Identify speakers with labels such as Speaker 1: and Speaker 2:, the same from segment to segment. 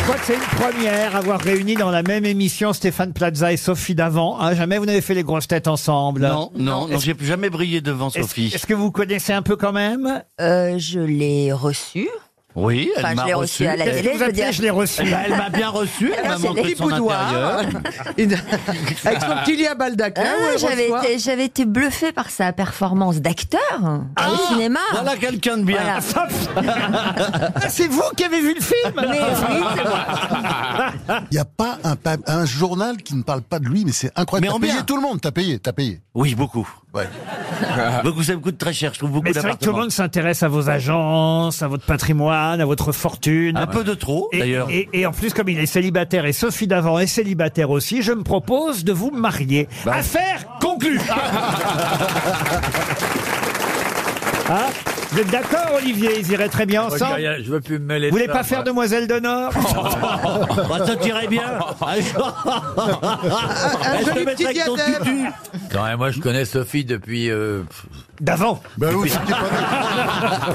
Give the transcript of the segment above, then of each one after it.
Speaker 1: Je crois que c'est une première à avoir réuni dans la même émission Stéphane Plaza et Sophie Davant. Hein, jamais vous n'avez fait les grosses têtes ensemble.
Speaker 2: Non, non, non,
Speaker 1: Est-ce-
Speaker 2: j'ai jamais brillé devant Sophie.
Speaker 1: Est-ce que vous connaissez un peu quand même
Speaker 3: Euh, je l'ai reçu.
Speaker 2: Oui, elle
Speaker 3: Enfin, je
Speaker 2: m'a
Speaker 3: l'ai
Speaker 2: reçu.
Speaker 3: reçu à la
Speaker 1: Qu'est-ce que
Speaker 3: télé.
Speaker 1: vous
Speaker 3: je veux
Speaker 1: appelez
Speaker 3: dire. Bah,
Speaker 1: Je l'ai reçu.
Speaker 2: Eh ben, elle m'a bien reçu,
Speaker 4: Ah,
Speaker 2: elle m'a
Speaker 3: c'est
Speaker 2: montré
Speaker 3: les
Speaker 2: son
Speaker 4: boudoirs.
Speaker 2: intérieur.
Speaker 4: Une- Avec son petit lit à baldaquin.
Speaker 3: Ah,
Speaker 4: où elle
Speaker 3: j'avais
Speaker 4: reçoit-
Speaker 3: été, j'avais été bluffée par sa performance d'acteur Ah, au cinéma.
Speaker 2: Ah, Voilà quelqu'un de bien.
Speaker 3: Voilà.
Speaker 1: Ah, c'est vous qui avez vu le film
Speaker 3: Mais oui, c'est vrai.
Speaker 5: Il n'y a pas un, pa- un journal qui ne parle pas de lui, mais c'est
Speaker 2: Mais
Speaker 5: incroyable.
Speaker 2: en
Speaker 5: T'as payé
Speaker 2: bien.
Speaker 5: tout le monde, t'as payé, t'as payé.
Speaker 2: Oui, beaucoup.
Speaker 5: Ouais.
Speaker 2: beaucoup, ça me coûte très cher, je trouve beaucoup
Speaker 1: Mais c'est vrai que tout le
Speaker 2: d'appartements.
Speaker 1: monde s'intéresse à vos agences, à votre patrimoine, à votre fortune.
Speaker 2: Un peu de trop,
Speaker 1: Et-
Speaker 2: d'ailleurs.
Speaker 1: Et, et en plus, comme il est célibataire et Sophie Davant est célibataire aussi, je me propose de vous marier.
Speaker 2: Bah.
Speaker 1: Affaire conclue. Hein vous êtes d'accord, Olivier Ils iraient très bien ensemble.
Speaker 6: Oh, Je veux plus me mêler.
Speaker 1: Vous voulez pas faire demoiselle de Nord
Speaker 2: Oh. Bah, ça t'irait bien. Bah,
Speaker 4: Un joli petit diadème.
Speaker 6: Non, et moi je connais Sophie depuis euh,
Speaker 1: D'avant.
Speaker 5: Ben oui, c'est pas-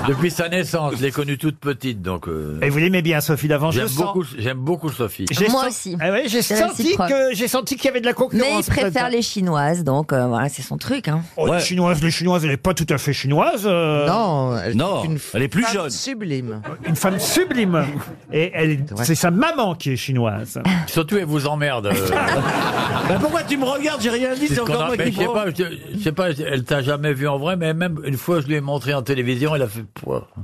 Speaker 6: depuis sa naissance. Je l'ai connue toute petite, donc euh,
Speaker 1: Et vous l'aimez bien, Sophie Davant. Je le
Speaker 6: j'aime
Speaker 1: sens.
Speaker 6: beaucoup. J'aime beaucoup Sophie.
Speaker 1: J'ai
Speaker 3: Moi
Speaker 1: sen-
Speaker 3: aussi.
Speaker 1: Ah ouais, j'ai
Speaker 3: C'est
Speaker 1: senti
Speaker 3: réciproque.
Speaker 1: que j'ai senti qu'il y avait de la concurrence.
Speaker 3: Mais il préfère les chinoises, donc euh, voilà, c'est son truc. Hein.
Speaker 1: Oh, les
Speaker 2: Ouais.
Speaker 1: chinoises, les chinoises, elle est pas tout à fait chinoise. euh,
Speaker 4: Non, elle,
Speaker 2: Non,
Speaker 4: est une
Speaker 2: elle est plus
Speaker 4: femme
Speaker 2: jeune.
Speaker 4: Sublime.
Speaker 1: Une femme sublime. Et elle, c'est sa maman qui est chinoise.
Speaker 6: Surtout elle vous emmerde. euh,
Speaker 2: Bah, pourquoi tu me regardes J'ai rien dit,
Speaker 6: c'est
Speaker 2: c'est
Speaker 6: ce qu'on
Speaker 2: encore
Speaker 6: a-
Speaker 2: moi
Speaker 6: mais
Speaker 2: qui
Speaker 6: je sais
Speaker 2: prends.
Speaker 6: pas, je- je sais pas, elle t'a jamais vu en vrai, mais même une fois je lui ai montré en télévision, elle a fait. Pouah.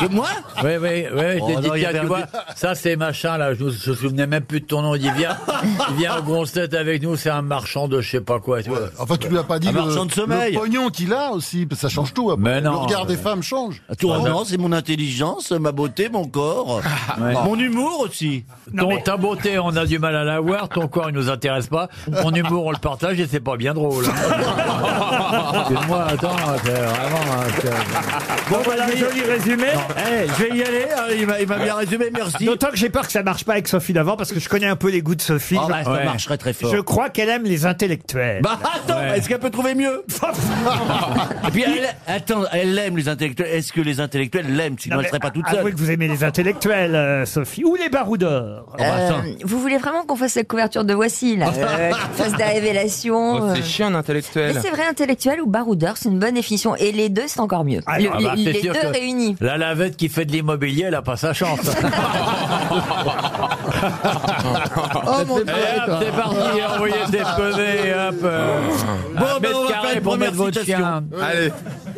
Speaker 2: De moi
Speaker 6: Oui, oui, oui,
Speaker 2: Oh
Speaker 6: je l'ai dit,
Speaker 2: non, il y
Speaker 6: tiens,
Speaker 2: avait
Speaker 6: tu
Speaker 2: un
Speaker 6: vois, ça c'est machin là, je me je me souvenais même plus de ton nom, il dit, viens, il vient au grosse tête avec nous, c'est un marchand de je sais pas quoi, tu vois.
Speaker 5: Enfin, tu lui as pas dit
Speaker 2: Un
Speaker 5: le,
Speaker 2: marchand de sommeil.
Speaker 5: le pognon qu'il a aussi, parce que ça change tout. après.
Speaker 6: Mais non,
Speaker 5: le regard
Speaker 6: euh, Ah,
Speaker 5: des femmes change.
Speaker 2: Ah, Tout non, c'est mon intelligence, ma beauté, mon corps, Ah, mon humour aussi.
Speaker 6: Ton-
Speaker 1: mais-
Speaker 6: Ta beauté, on a du mal à la voir, ton corps, il nous intéresse pas, ton humour, on le partage et c'est pas bien drôle. Excuse-moi, attends, c'est vraiment... hein, c'est-
Speaker 1: Bon, voilà, joli résumé.
Speaker 2: Eh, je vais y aller, hein, il m'a il m'a bien résumé, merci.
Speaker 1: D'autant que j'ai peur que ça marche pas avec Sophie d'avant parce que je connais un peu les goûts de Sophie.
Speaker 2: Oh, bah, ça
Speaker 6: Ouais.
Speaker 2: marcherait très fort.
Speaker 1: je crois qu'elle aime les intellectuels.
Speaker 2: Bah attends, est-ce qu'elle peut trouver mieux Et puis elle, attends, elle aime les intellectuels. Est-ce que les intellectuels l'aiment Sinon
Speaker 1: Non,
Speaker 2: elle
Speaker 1: mais
Speaker 2: serait pas toute
Speaker 1: Euh, Avouez
Speaker 2: seule.
Speaker 1: que vous aimez les intellectuels, euh, Sophie. Ou les baroudeurs.
Speaker 2: Ah Oh, bah,
Speaker 3: Euh, vous voulez vraiment qu'on fasse la couverture de Voici, là euh, qu'on fasse de la
Speaker 7: Oh,
Speaker 3: révélation
Speaker 2: Oh,
Speaker 3: euh.
Speaker 8: c'est chiant, un
Speaker 3: Mais
Speaker 8: intellectuel.
Speaker 3: c'est vrai, intellectuel ou baroudeur, c'est une bonne définition. Et les deux, c'est encore mieux.
Speaker 1: Ah,
Speaker 3: Le-
Speaker 6: ah
Speaker 3: les-
Speaker 6: bah, c'est
Speaker 3: les
Speaker 6: sûr
Speaker 3: deux
Speaker 6: que-
Speaker 3: réunis.
Speaker 6: La lavette qui fait de l'immobilier, elle a pas sa chance.
Speaker 4: Oh mon dieu.
Speaker 6: Allez, Eh, hop, c'est parti, envoyez des
Speaker 2: Ah.
Speaker 6: pavés, hop. euh, un
Speaker 2: Bon, ben,
Speaker 6: mètre
Speaker 2: on va
Speaker 6: carré
Speaker 2: faire une
Speaker 6: pour
Speaker 2: première
Speaker 6: mettre votre
Speaker 2: citation.
Speaker 6: chien.
Speaker 8: Allez,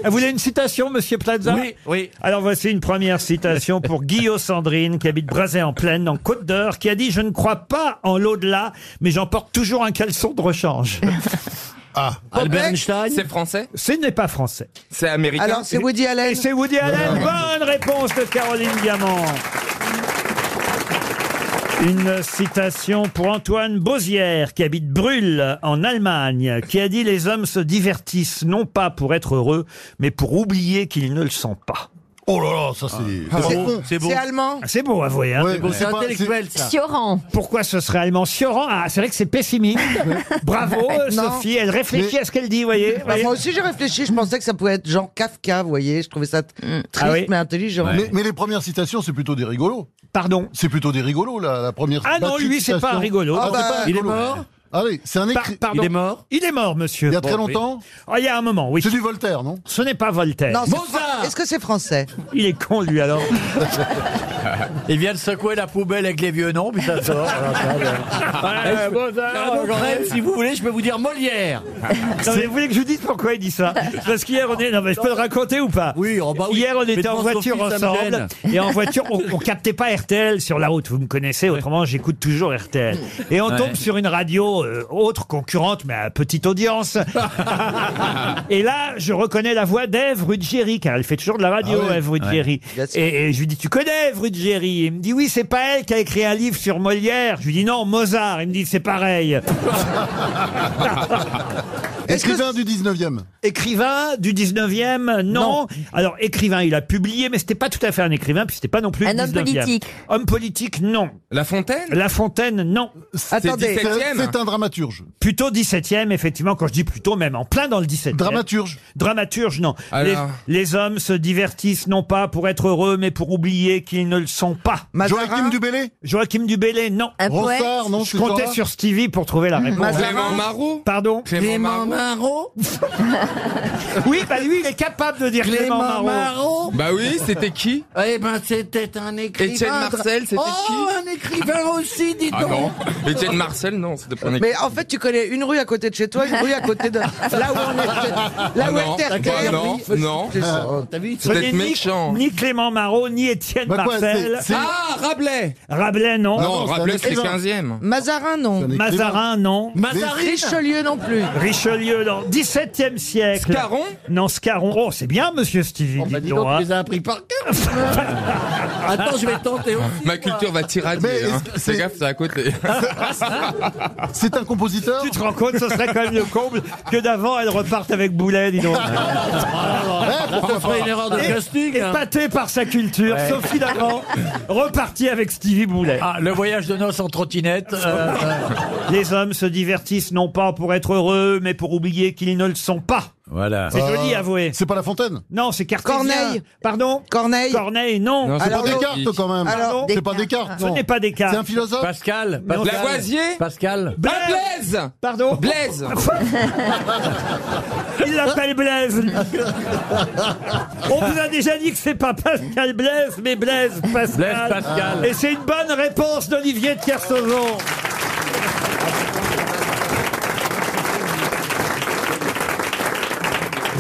Speaker 1: Ah, Vous voulez une citation, monsieur Plaza
Speaker 2: Oui, oui.
Speaker 1: Alors voici une première citation pour Guillaume Sandrine, qui habite Brazay-en-Plaine, en Côte d'Or, qui a dit « Je ne crois pas en l'au-delà, mais j'emporte toujours un caleçon de rechange.
Speaker 5: Ah.
Speaker 2: Albert Einstein.
Speaker 8: c'est français »
Speaker 1: Ce n'est pas français.
Speaker 8: C'est américain
Speaker 4: Alors, c'est Woody Allen.
Speaker 1: Et c'est Woody Allen. Bonne réponse de Caroline Diamant. Une citation pour Antoine Bozière, qui habite Brühl, en Allemagne, qui a dit « Les hommes se divertissent non pas pour être heureux, mais pour oublier qu'ils ne le sont pas.
Speaker 5: Oh là là, ça c'est.
Speaker 4: C'est
Speaker 5: bon.
Speaker 4: bon.
Speaker 2: c'est bon.
Speaker 4: C'est allemand. »
Speaker 1: Ah, C'est beau, avouez. Hein,
Speaker 5: Ouais,
Speaker 1: mais
Speaker 5: mais
Speaker 2: C'est
Speaker 5: pas-
Speaker 2: intellectuel ça.
Speaker 3: Sioran.
Speaker 1: Pourquoi ce serait allemand Sioran, ah, c'est vrai que c'est pessimiste. Bravo, euh,
Speaker 4: Non.
Speaker 1: Sophie. Elle réfléchit
Speaker 5: Mais-
Speaker 1: à ce qu'elle dit, voyez.
Speaker 4: Bah,
Speaker 1: voyez.
Speaker 4: moi aussi j'ai réfléchi, je pensais que ça pouvait être genre Kafka, vous voyez, je trouvais ça t- triste
Speaker 1: Ah oui.
Speaker 4: mais intelligent.
Speaker 5: Mais, mais les premières citations, c'est plutôt des rigolos.
Speaker 1: Pardon.
Speaker 5: C'est plutôt des rigolos, la, la première
Speaker 1: Ah non,
Speaker 5: battue de
Speaker 1: lui, c'est pas
Speaker 5: citation.
Speaker 1: un rigolo.
Speaker 4: Ah
Speaker 5: Ah, c'est
Speaker 4: bah,
Speaker 5: pas un
Speaker 2: il est
Speaker 5: rigolo.
Speaker 2: mort
Speaker 5: Ah oui, c'est un
Speaker 1: Par-
Speaker 5: écrit.
Speaker 1: pardon.
Speaker 2: Il est mort
Speaker 1: Il est mort, monsieur.
Speaker 5: Il y a très
Speaker 1: Bon, oui.
Speaker 5: longtemps
Speaker 1: Oh, il y a un moment, oui.
Speaker 5: C'est du Voltaire, non
Speaker 1: Ce n'est pas Voltaire.
Speaker 4: Non, c'est
Speaker 2: Mozart
Speaker 4: fran- Est-ce que c'est français
Speaker 1: Il est con, lui, alors.
Speaker 6: Il vient de secouer la poubelle avec les vieux noms, puis ça sort. Voilà, ça, voilà.
Speaker 1: Ouais,
Speaker 2: Ah, mon crème, si vous voulez, je peux vous dire Molière.
Speaker 1: Non, mais vous voulez que je vous dise pourquoi il dit ça Parce qu'hier, on est. Non, mais je peux le raconter ou pas
Speaker 2: Oui, oh, bah oui.
Speaker 1: Hier, on
Speaker 2: Mais
Speaker 1: était en
Speaker 2: devant
Speaker 1: voiture
Speaker 2: Sophie, ça me
Speaker 1: ensemble. Et en voiture, on, on captait pas RTL sur la route. Vous me connaissez, autrement, j'écoute toujours RTL. Et on tombe sur une radio euh, autre, concurrente, mais à petite audience. et là, je reconnais la voix d'Ève Ruggieri, car elle fait toujours de la radio,
Speaker 5: Ah ouais.
Speaker 1: Ève Ruggieri.
Speaker 4: Bien sûr.
Speaker 1: Et, et je lui dis Tu connais Ève Ruggieri Il me dit Oui, c'est pas elle qui a écrit un livre sur Molière. Je lui dis Non, Mozart. Il me dit C'est pareil.
Speaker 4: Est-ce que-
Speaker 5: Écrivain du 19e.
Speaker 1: Écrivain du 19e, non.
Speaker 4: Non.
Speaker 1: Alors, écrivain, il a publié, mais c'était pas tout à fait un écrivain, puis c'était pas non plus
Speaker 3: Un
Speaker 1: le
Speaker 3: homme
Speaker 1: 19e.
Speaker 3: politique.
Speaker 1: Homme politique, non.
Speaker 8: La Fontaine
Speaker 1: La Fontaine, non.
Speaker 4: Attendez,
Speaker 5: C'est
Speaker 8: Septième.
Speaker 5: c'est un dramaturge.
Speaker 1: Plutôt 17e, effectivement, quand je dis plutôt, même en plein dans le 17e.
Speaker 5: Dramaturge.
Speaker 1: Dramaturge, non.
Speaker 8: Alors
Speaker 1: Les, les hommes se divertissent non pas pour être heureux, mais pour oublier qu'ils ne ne le sont pas.
Speaker 9: Joachim Dubélé
Speaker 1: Joachim Dubélé, non.
Speaker 3: Un poète.
Speaker 9: Ronsard, non
Speaker 1: Je
Speaker 9: c'est
Speaker 1: comptais
Speaker 9: Zora
Speaker 1: sur Stevie pour trouver la réponse.
Speaker 7: Clément Marot
Speaker 1: Pardon
Speaker 7: Clément Marot
Speaker 1: Oui, bah lui, il est capable de dire Clément Marot.
Speaker 7: Marot Bah oui, c'était qui
Speaker 10: Eh ben, c'était un écrivain.
Speaker 7: Étienne Marcel,
Speaker 4: Oh,
Speaker 7: c'était qui
Speaker 10: un écrivain aussi, dis
Speaker 7: Ah non Étienne Marcel, non, c'était pas un équipe.
Speaker 4: Mais en fait, tu connais une rue à côté de chez toi, une rue à côté de. Là où on est. Là
Speaker 7: Ah
Speaker 4: où
Speaker 7: non,
Speaker 4: est
Speaker 7: bah
Speaker 4: Terre-Terre.
Speaker 7: non,
Speaker 4: oui.
Speaker 7: non.
Speaker 4: C'est ça, T'as vu
Speaker 1: Ce
Speaker 7: Vous êtes
Speaker 1: n'est ni-
Speaker 7: méchant.
Speaker 1: Ni Clément Marot, ni Étienne
Speaker 9: Bah quoi,
Speaker 1: Marcel.
Speaker 9: c'est- c'est-
Speaker 7: Ah, Rabelais
Speaker 1: Rabelais, non.
Speaker 7: Non,
Speaker 9: non, c'est un
Speaker 7: Rabelais, c'est
Speaker 9: écrivain.
Speaker 7: 15e.
Speaker 4: Mazarin, non.
Speaker 9: un écrivain.
Speaker 1: Mazarin, non.
Speaker 4: Richelieu, non plus.
Speaker 1: Richelieu, non. 17e siècle.
Speaker 7: Scarron
Speaker 1: Non, Scaron. Oh, c'est bien, monsieur Stevie. dites donc, hein.
Speaker 10: as appris par cœur. Attends, je vais tenter aussi.
Speaker 7: Ma culture va
Speaker 9: Mais
Speaker 7: tirader,
Speaker 9: est-ce
Speaker 7: hein.
Speaker 9: que
Speaker 7: Fais
Speaker 9: c'est-
Speaker 7: gaffe, c'est à côté.
Speaker 9: C'est un compositeur
Speaker 1: Tu te rends compte, ce serait quand même le comble que d'avant elle reparte avec Boulet, dis donc.
Speaker 10: Ça ferait une erreur de casting. hein.
Speaker 1: Épatée par sa culture, Sophie d'avant repartie avec Stevie Boulet.
Speaker 11: Ah, le voyage de noces en trottinette. euh, euh,
Speaker 1: Les hommes se divertissent non pas pour être heureux, mais pour oublier qu'ils ne le sont pas.
Speaker 11: voilà. Oh.
Speaker 1: C'est joli, avoué.
Speaker 9: C'est pas La Fontaine
Speaker 1: Non, c'est cartésien.
Speaker 4: Corneille.
Speaker 1: Pardon
Speaker 4: Corneille.
Speaker 1: Corneille, non.
Speaker 7: Non,
Speaker 9: C'est pas
Speaker 4: Alors,
Speaker 9: Descartes quand même
Speaker 4: alors,
Speaker 9: C'est pas
Speaker 3: Descartes.
Speaker 9: Descartes
Speaker 1: Ce
Speaker 9: non.
Speaker 1: n'est pas des
Speaker 9: C'est
Speaker 1: cas.
Speaker 9: un philosophe
Speaker 11: Pascal,
Speaker 1: Non,
Speaker 11: Pascal.
Speaker 7: Lavoisier
Speaker 11: Pascal.
Speaker 7: Ah, Blaise
Speaker 1: Pardon
Speaker 7: Blaise
Speaker 1: Il l'appelle Blaise. lui. On vous a déjà dit que c'est pas Pascal Blaise, mais Blaise Pascal.
Speaker 11: Blaise Pascal.
Speaker 1: Et c'est une bonne réponse d'Olivier de Kersauzon.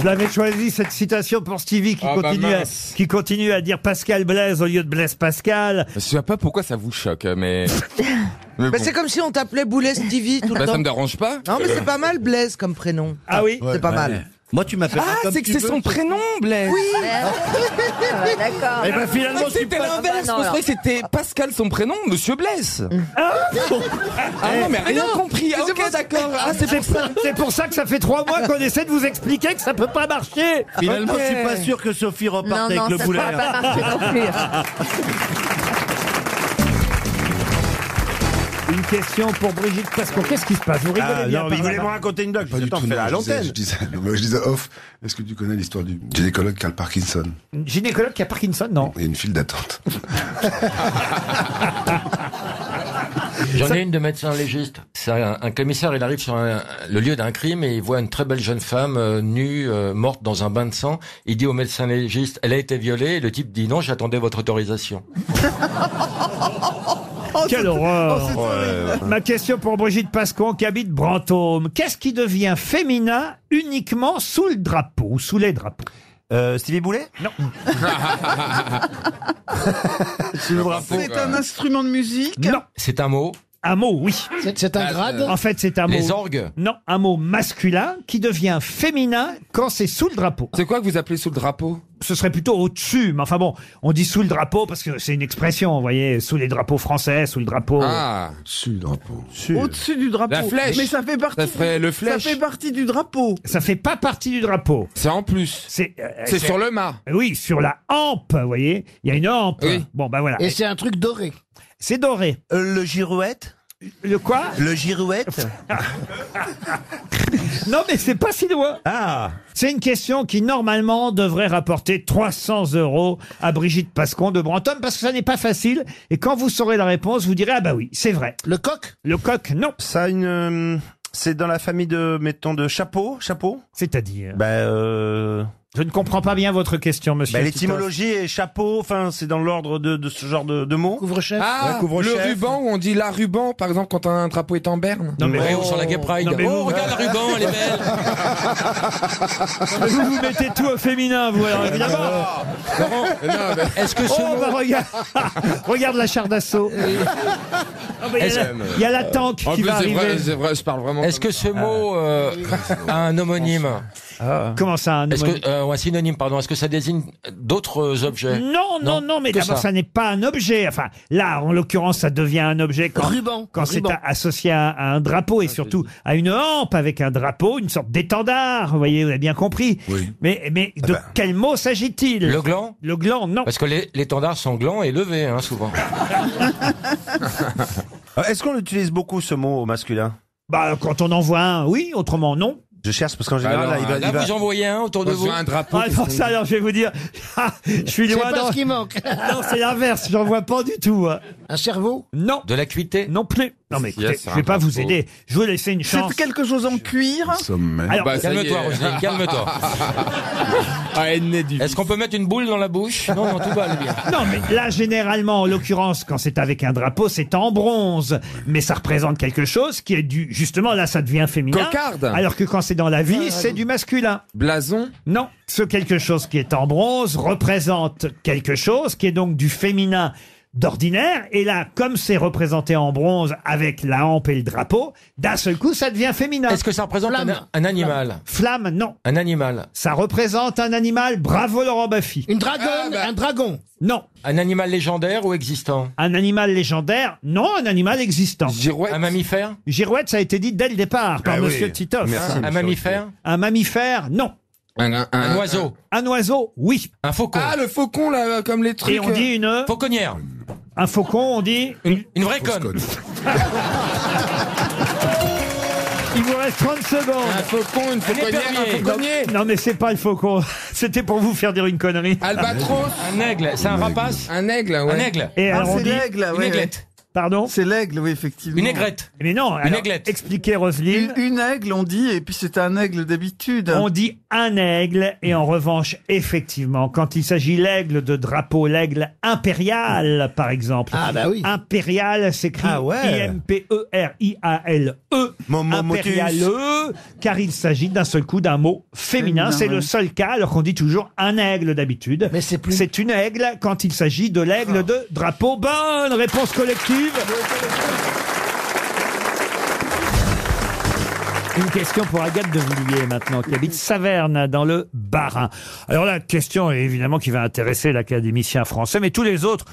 Speaker 1: Je l'avais choisi cette citation pour Stevie qui,
Speaker 7: Ah bah
Speaker 1: continue à,
Speaker 7: mince.
Speaker 1: qui continue à dire Pascal Blaise au lieu de Blaise Pascal.
Speaker 7: Je sais pas pourquoi ça vous choque, mais. mais bon.
Speaker 4: Bah, c'est comme si on t'appelait Boulet Stevie tout le
Speaker 7: Bah, ça
Speaker 4: temps.
Speaker 7: me dérange pas.
Speaker 4: Non, mais c'est pas mal, Blaise, comme prénom.
Speaker 1: Ah oui
Speaker 4: C'est pas mal.
Speaker 2: Oh,
Speaker 10: Moi, tu m'appelles
Speaker 7: Ah, c'est que c'est son prénom, Blaise Oui
Speaker 3: Ah, D'accord.
Speaker 11: Eh ben finalement, tu
Speaker 7: C'était
Speaker 11: passes-
Speaker 7: l'inverse,
Speaker 3: Ah, non,
Speaker 7: je pensais que c'était Pascal son prénom, Monsieur Blaise.
Speaker 12: Hein
Speaker 7: Ah non, mais rien compris. Ah, ok, d'accord. Ah, c'est pour ça.
Speaker 1: C'est pour ça que ça fait trois mois qu'on essaie de vous expliquer que ça peut pas marcher.
Speaker 11: Finalement,
Speaker 7: Ok.
Speaker 11: je suis pas sûr que Sophie
Speaker 3: Non,
Speaker 11: reparte
Speaker 3: non,
Speaker 11: avec
Speaker 3: ça
Speaker 11: le
Speaker 3: ne
Speaker 11: boulet.
Speaker 3: va pas marcher non plus.
Speaker 1: Une question pour Brigitte Pascoe. Qu'est-ce qui se passe Vous
Speaker 2: Ah,
Speaker 1: rigolez
Speaker 13: Ah,
Speaker 1: bien par là-bas.
Speaker 11: raconter une blague.
Speaker 14: Pas du tout. non, je, disais, je, disais, non, mais je disais off. Est-ce que tu connais l'histoire du gynécologue Carl Parkinson
Speaker 1: Une Gynécologue qui a Parkinson, non
Speaker 14: Il y a une file d'attente.
Speaker 15: J'en ai une de médecin légiste. C'est un, un commissaire, il arrive sur un- le lieu d'un crime et il voit une très belle jeune femme euh, nue, euh, morte dans un bain de sang. Il dit au médecin légiste, elle a été violée. Et le type dit non, j'attendais votre autorisation.
Speaker 7: Oh,
Speaker 16: Oh,
Speaker 1: Quelle horreur Ma question pour Brigitte Pascon qui habite Brantôme. Qu'est-ce qui devient féminin uniquement sous le drapeau ou sous les drapeaux
Speaker 10: Stevie Boulet
Speaker 1: Ah,
Speaker 7: C'est un
Speaker 16: instrument de musique.
Speaker 1: Non,
Speaker 15: C'est un mot.
Speaker 1: un mot, oui.
Speaker 4: C'est
Speaker 7: un grade
Speaker 1: En fait, c'est un mot.
Speaker 15: Les orgues.
Speaker 1: Non, un mot masculin qui devient féminin quand c'est sous le drapeau.
Speaker 7: C'est quoi que vous appelez sous le drapeau
Speaker 1: Ce serait plutôt au-dessus, mais enfin bon, on dit sous le drapeau parce que c'est une expression, vous voyez, sous les drapeaux français, sous le drapeau.
Speaker 7: Ah,
Speaker 14: Sud, drapeau.
Speaker 16: Au-dessus du drapeau.
Speaker 7: La flèche.
Speaker 16: Mais ça fait partie.
Speaker 7: ça serait le
Speaker 16: ça
Speaker 7: flèche.
Speaker 16: fait partie du drapeau.
Speaker 1: Ça fait pas partie du drapeau.
Speaker 7: C'est en plus.
Speaker 1: C'est euh,
Speaker 7: C'est sur le mât.
Speaker 1: Oui, sur la hampe, vous voyez, il y a une hampe.
Speaker 7: Oui.
Speaker 1: Bon, ben voilà.
Speaker 4: c'est un truc doré.
Speaker 1: C'est doré.
Speaker 10: Euh, Le girouette
Speaker 1: Le quoi
Speaker 10: Le girouette
Speaker 1: Non, mais c'est pas si loin.
Speaker 10: Ah
Speaker 1: C'est une question qui, normalement, devrait rapporter 300 euros à Brigitte Pascon de Brantôme, parce que ça n'est pas facile. Et quand vous saurez la réponse, vous direz, ah bah oui, c'est vrai.
Speaker 4: Le coq
Speaker 1: Le coq, non.
Speaker 13: Ça a une. euh, C'est dans la famille de, mettons, de chapeau, chapeau.
Speaker 1: C'est-à-dire.
Speaker 13: Bah, euh,
Speaker 1: Je ne comprends pas bien votre question, monsieur.
Speaker 13: bah,
Speaker 1: Titoff.
Speaker 13: l'étymologie est chapeau. Enfin, c'est dans l'ordre de, de ce genre de, de mots.
Speaker 4: Couvre-chef.
Speaker 7: Ah,
Speaker 13: Ouais,
Speaker 7: le
Speaker 13: couvre-chef.
Speaker 7: ruban où on dit la ruban, par exemple, quand un drapeau est en berne.
Speaker 1: Non, mais,
Speaker 15: Ouais, ou sur la Gay Pride.
Speaker 1: Non, mais
Speaker 15: oh,
Speaker 1: vous-
Speaker 15: regarde la ruban, elle est belle.
Speaker 1: vous vous mettez tout au féminin, vous, alors, Ah, évidemment.
Speaker 15: Est-ce que ce
Speaker 1: Oh,
Speaker 15: mot...
Speaker 1: bah, regarde, regarde la char d'assaut. Ah, bah, Il y a la- il y a la tank
Speaker 7: En
Speaker 1: qui
Speaker 7: plus,
Speaker 1: va
Speaker 7: c'est vrai,
Speaker 1: arriver.
Speaker 7: c'est vrai, je parle vraiment. Ah.
Speaker 15: Est-ce que ce mot euh, a un homonyme
Speaker 1: Ah. Comment ça, un
Speaker 15: Est-ce
Speaker 1: homonyme
Speaker 15: que euh, ou un synonyme pardon Est-ce que ça désigne d'autres euh, objets
Speaker 1: Non, non, non,
Speaker 15: Non,
Speaker 1: mais
Speaker 15: que
Speaker 1: d'abord, ça,
Speaker 15: ça.
Speaker 1: n'est pas un objet. Enfin, là, en l'occurrence, ça devient un objet quand, quand c'est a- associé à, à un drapeau et
Speaker 15: Ah,
Speaker 1: surtout à une hampe avec un drapeau, une sorte d'étendard. Vous voyez, vous avez bien compris.
Speaker 14: Oui.
Speaker 1: Mais, mais de quel mot s'agit-il
Speaker 15: Eh ben. Le gland
Speaker 1: Le gland, non.
Speaker 15: Parce que les, les tendards sont glands et levés, hein, souvent.
Speaker 13: Euh, Est-ce qu'on l'utilise beaucoup ce mot au masculin
Speaker 1: Bah, quand on en voit un, oui, autrement, non.
Speaker 13: Je cherche parce qu'en général,
Speaker 15: Alors,
Speaker 13: là, il va.
Speaker 15: là,
Speaker 13: il va-
Speaker 15: vous envoyez un autour de
Speaker 13: Moi, je
Speaker 15: vous.
Speaker 13: vois un drapeau
Speaker 1: Ah non, ça, alors je vais vous dire, ah, je suis
Speaker 15: C'est
Speaker 1: loin.
Speaker 15: pas
Speaker 1: dans-
Speaker 15: ce qui manque.
Speaker 1: Non, c'est l'inverse, j'en vois pas du tout. hein.
Speaker 15: Un cerveau
Speaker 1: Non.
Speaker 15: De l'acuité
Speaker 1: Non plus. Non mais écoutez,
Speaker 15: Yes,
Speaker 1: je vais
Speaker 15: un
Speaker 1: pas vous
Speaker 15: drapeau.
Speaker 1: aider. Je vous laisser une chance.
Speaker 16: C'est quelque chose en cuir.
Speaker 1: Alors,
Speaker 15: Bah, ça y est. calme-toi, Roselyne, calme-toi.
Speaker 7: Ah,
Speaker 15: Est-ce qu'on peut mettre une boule dans la bouche Non, non, tout va aller bien.
Speaker 1: Non, mais là, généralement, en l'occurrence, quand c'est avec un drapeau, c'est en bronze. Mais ça représente quelque chose qui est du. Justement, là, ça devient féminin.
Speaker 7: Cocarde.
Speaker 1: Alors que quand c'est dans la
Speaker 15: Ah,
Speaker 1: vie, c'est du masculin.
Speaker 7: Blason
Speaker 1: Non. Ce quelque chose qui est en bronze représente quelque chose qui est donc du féminin d'ordinaire. Et là, comme c'est représenté en bronze avec la hampe et le drapeau, d'un seul coup, ça devient féminin.
Speaker 15: Est-ce que ça représente un, un animal
Speaker 1: Flamme, non.
Speaker 15: Un animal.
Speaker 1: Ça représente un animal. Bravo, Laurent Baffy.
Speaker 6: Une dragonne,
Speaker 15: Ah, bah.
Speaker 6: un dragon.
Speaker 1: Non.
Speaker 15: Un animal légendaire ou existant
Speaker 1: Un animal légendaire Non, un animal existant.
Speaker 7: Girouette.
Speaker 15: Un mammifère
Speaker 1: Girouette, ça a été dit dès le départ par
Speaker 15: Ah oui.
Speaker 1: Monsieur Titoff.
Speaker 15: Merci, Un monsieur mammifère Ruquier.
Speaker 1: Un mammifère Non.
Speaker 7: Un,
Speaker 15: Un oiseau
Speaker 1: Un oiseau Oui.
Speaker 15: Un faucon
Speaker 7: Ah, le faucon, là, comme les trucs. euh.
Speaker 1: Et on dit une.
Speaker 15: Fauconnière
Speaker 1: Un faucon, on dit. euh, Une,
Speaker 15: Une vraie conne
Speaker 1: Il vous reste 30 secondes.
Speaker 7: Un faucon, une fauconnière, un fauconnier.
Speaker 1: Non, mais c'est pas le faucon. C'était pour vous faire dire une connerie.
Speaker 7: Albatros.
Speaker 15: Un aigle, c'est un rapace
Speaker 7: Un aigle, ouais.
Speaker 15: Un aigle
Speaker 1: Et
Speaker 16: Ah,
Speaker 1: alors on
Speaker 16: c'est
Speaker 1: dit.
Speaker 16: l'aigle, ouais,
Speaker 15: Une
Speaker 16: ouais.
Speaker 15: aiglette
Speaker 1: Pardon
Speaker 16: C'est l'aigle, oui, effectivement.
Speaker 15: Une aigrette
Speaker 1: Mais non,
Speaker 15: Une
Speaker 1: alors,
Speaker 15: aiglette
Speaker 1: expliquez, Roselyne.
Speaker 16: Une, une aigle, on dit, et puis c'est un aigle d'habitude.
Speaker 1: On dit un aigle, et en revanche, effectivement, quand il s'agit l'aigle de drapeau, l'aigle impérial, par exemple.
Speaker 6: Ah, bah oui.
Speaker 1: Impérial s'écrit
Speaker 6: Ah ouais.
Speaker 1: E I-M-P-E-R-I-A-L-E.
Speaker 6: Momotus.
Speaker 1: Impérialeux, E. car il s'agit d'un seul coup d'un mot féminin.
Speaker 16: Féminin,
Speaker 1: C'est
Speaker 16: ouais.
Speaker 1: le seul cas, alors qu'on dit toujours un aigle d'habitude.
Speaker 6: Mais c'est plus. Ah.
Speaker 1: C'est une aigle quand il s'agit de l'aigle de drapeau. Bonne réponse collective. Une question pour Agathe de Villiers maintenant, qui habite Saverne dans le Barin. Alors la question est évidemment qui va intéresser l'académicien français, mais tous les autres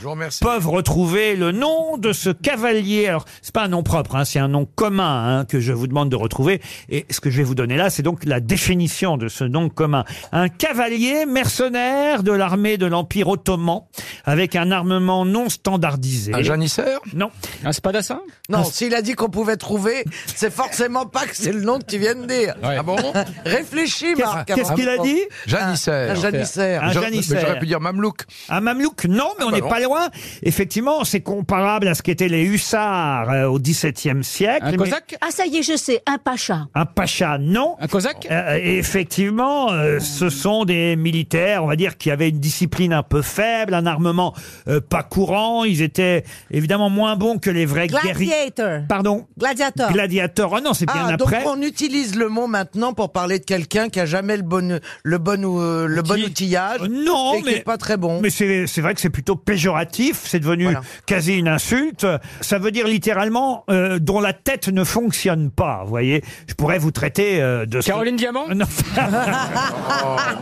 Speaker 1: peuvent retrouver le nom de ce cavalier. Alors c'est pas un nom propre, hein, c'est un nom commun hein, que je vous demande de retrouver. Et ce que je vais vous donner là, c'est donc la définition de ce nom commun. Un cavalier mercenaire de l'armée de l'Empire ottoman, avec un armement non standardisé.
Speaker 7: Un janisseur
Speaker 1: Non.
Speaker 17: Un spadassin
Speaker 4: Non, s'il a dit qu'on pouvait trouver, c'est forcément pas que c'est le nom que tu viens de dire.
Speaker 17: Ah bon
Speaker 4: Réfléchis,
Speaker 17: Ah,
Speaker 4: Marc.
Speaker 1: Qu'est-ce
Speaker 4: avant-
Speaker 1: qu'il a dit
Speaker 4: Un
Speaker 17: Janissaire.
Speaker 4: janissaire.
Speaker 1: Un
Speaker 17: J'aurais- mais
Speaker 1: janissaire.
Speaker 17: J'aurais pu dire Mamelouk.
Speaker 1: Un mamelouk, non, mais on n'est
Speaker 17: bon
Speaker 1: pas loin. Effectivement, c'est comparable à ce qu'étaient les hussards euh, au XVIIe siècle.
Speaker 17: Un
Speaker 1: mais-
Speaker 17: cosaque
Speaker 2: Ah, ça y est, je sais, un pacha.
Speaker 1: Un pacha, non.
Speaker 17: Un cosaque
Speaker 1: Euh, et effectivement, euh, ce sont des militaires, on va dire, qui avaient une discipline un peu faible, un armement euh, pas courant. Ils étaient évidemment moins bons que les vrais guerriers.
Speaker 2: Gladiator.
Speaker 1: Pardon
Speaker 2: Gladiator.
Speaker 1: Gladiateurs. Ah non, c'est bien
Speaker 4: Ah,
Speaker 1: après.
Speaker 4: donc on utilise le mot maintenant pour parler de quelqu'un qui a jamais le bon, le bon, ou- euh, le bon outillage.
Speaker 1: Non,
Speaker 4: et qui
Speaker 1: mais-
Speaker 4: est pas très bon.
Speaker 1: Mais c'est c'est vrai que c'est plutôt péjoratif, c'est devenu
Speaker 4: Voilà.
Speaker 1: quasi une insulte. Ça veut dire littéralement euh, dont la tête ne fonctionne pas, vous voyez. Je pourrais vous traiter euh, de... ce-
Speaker 17: Caroline Diamant
Speaker 1: Non.
Speaker 17: Oh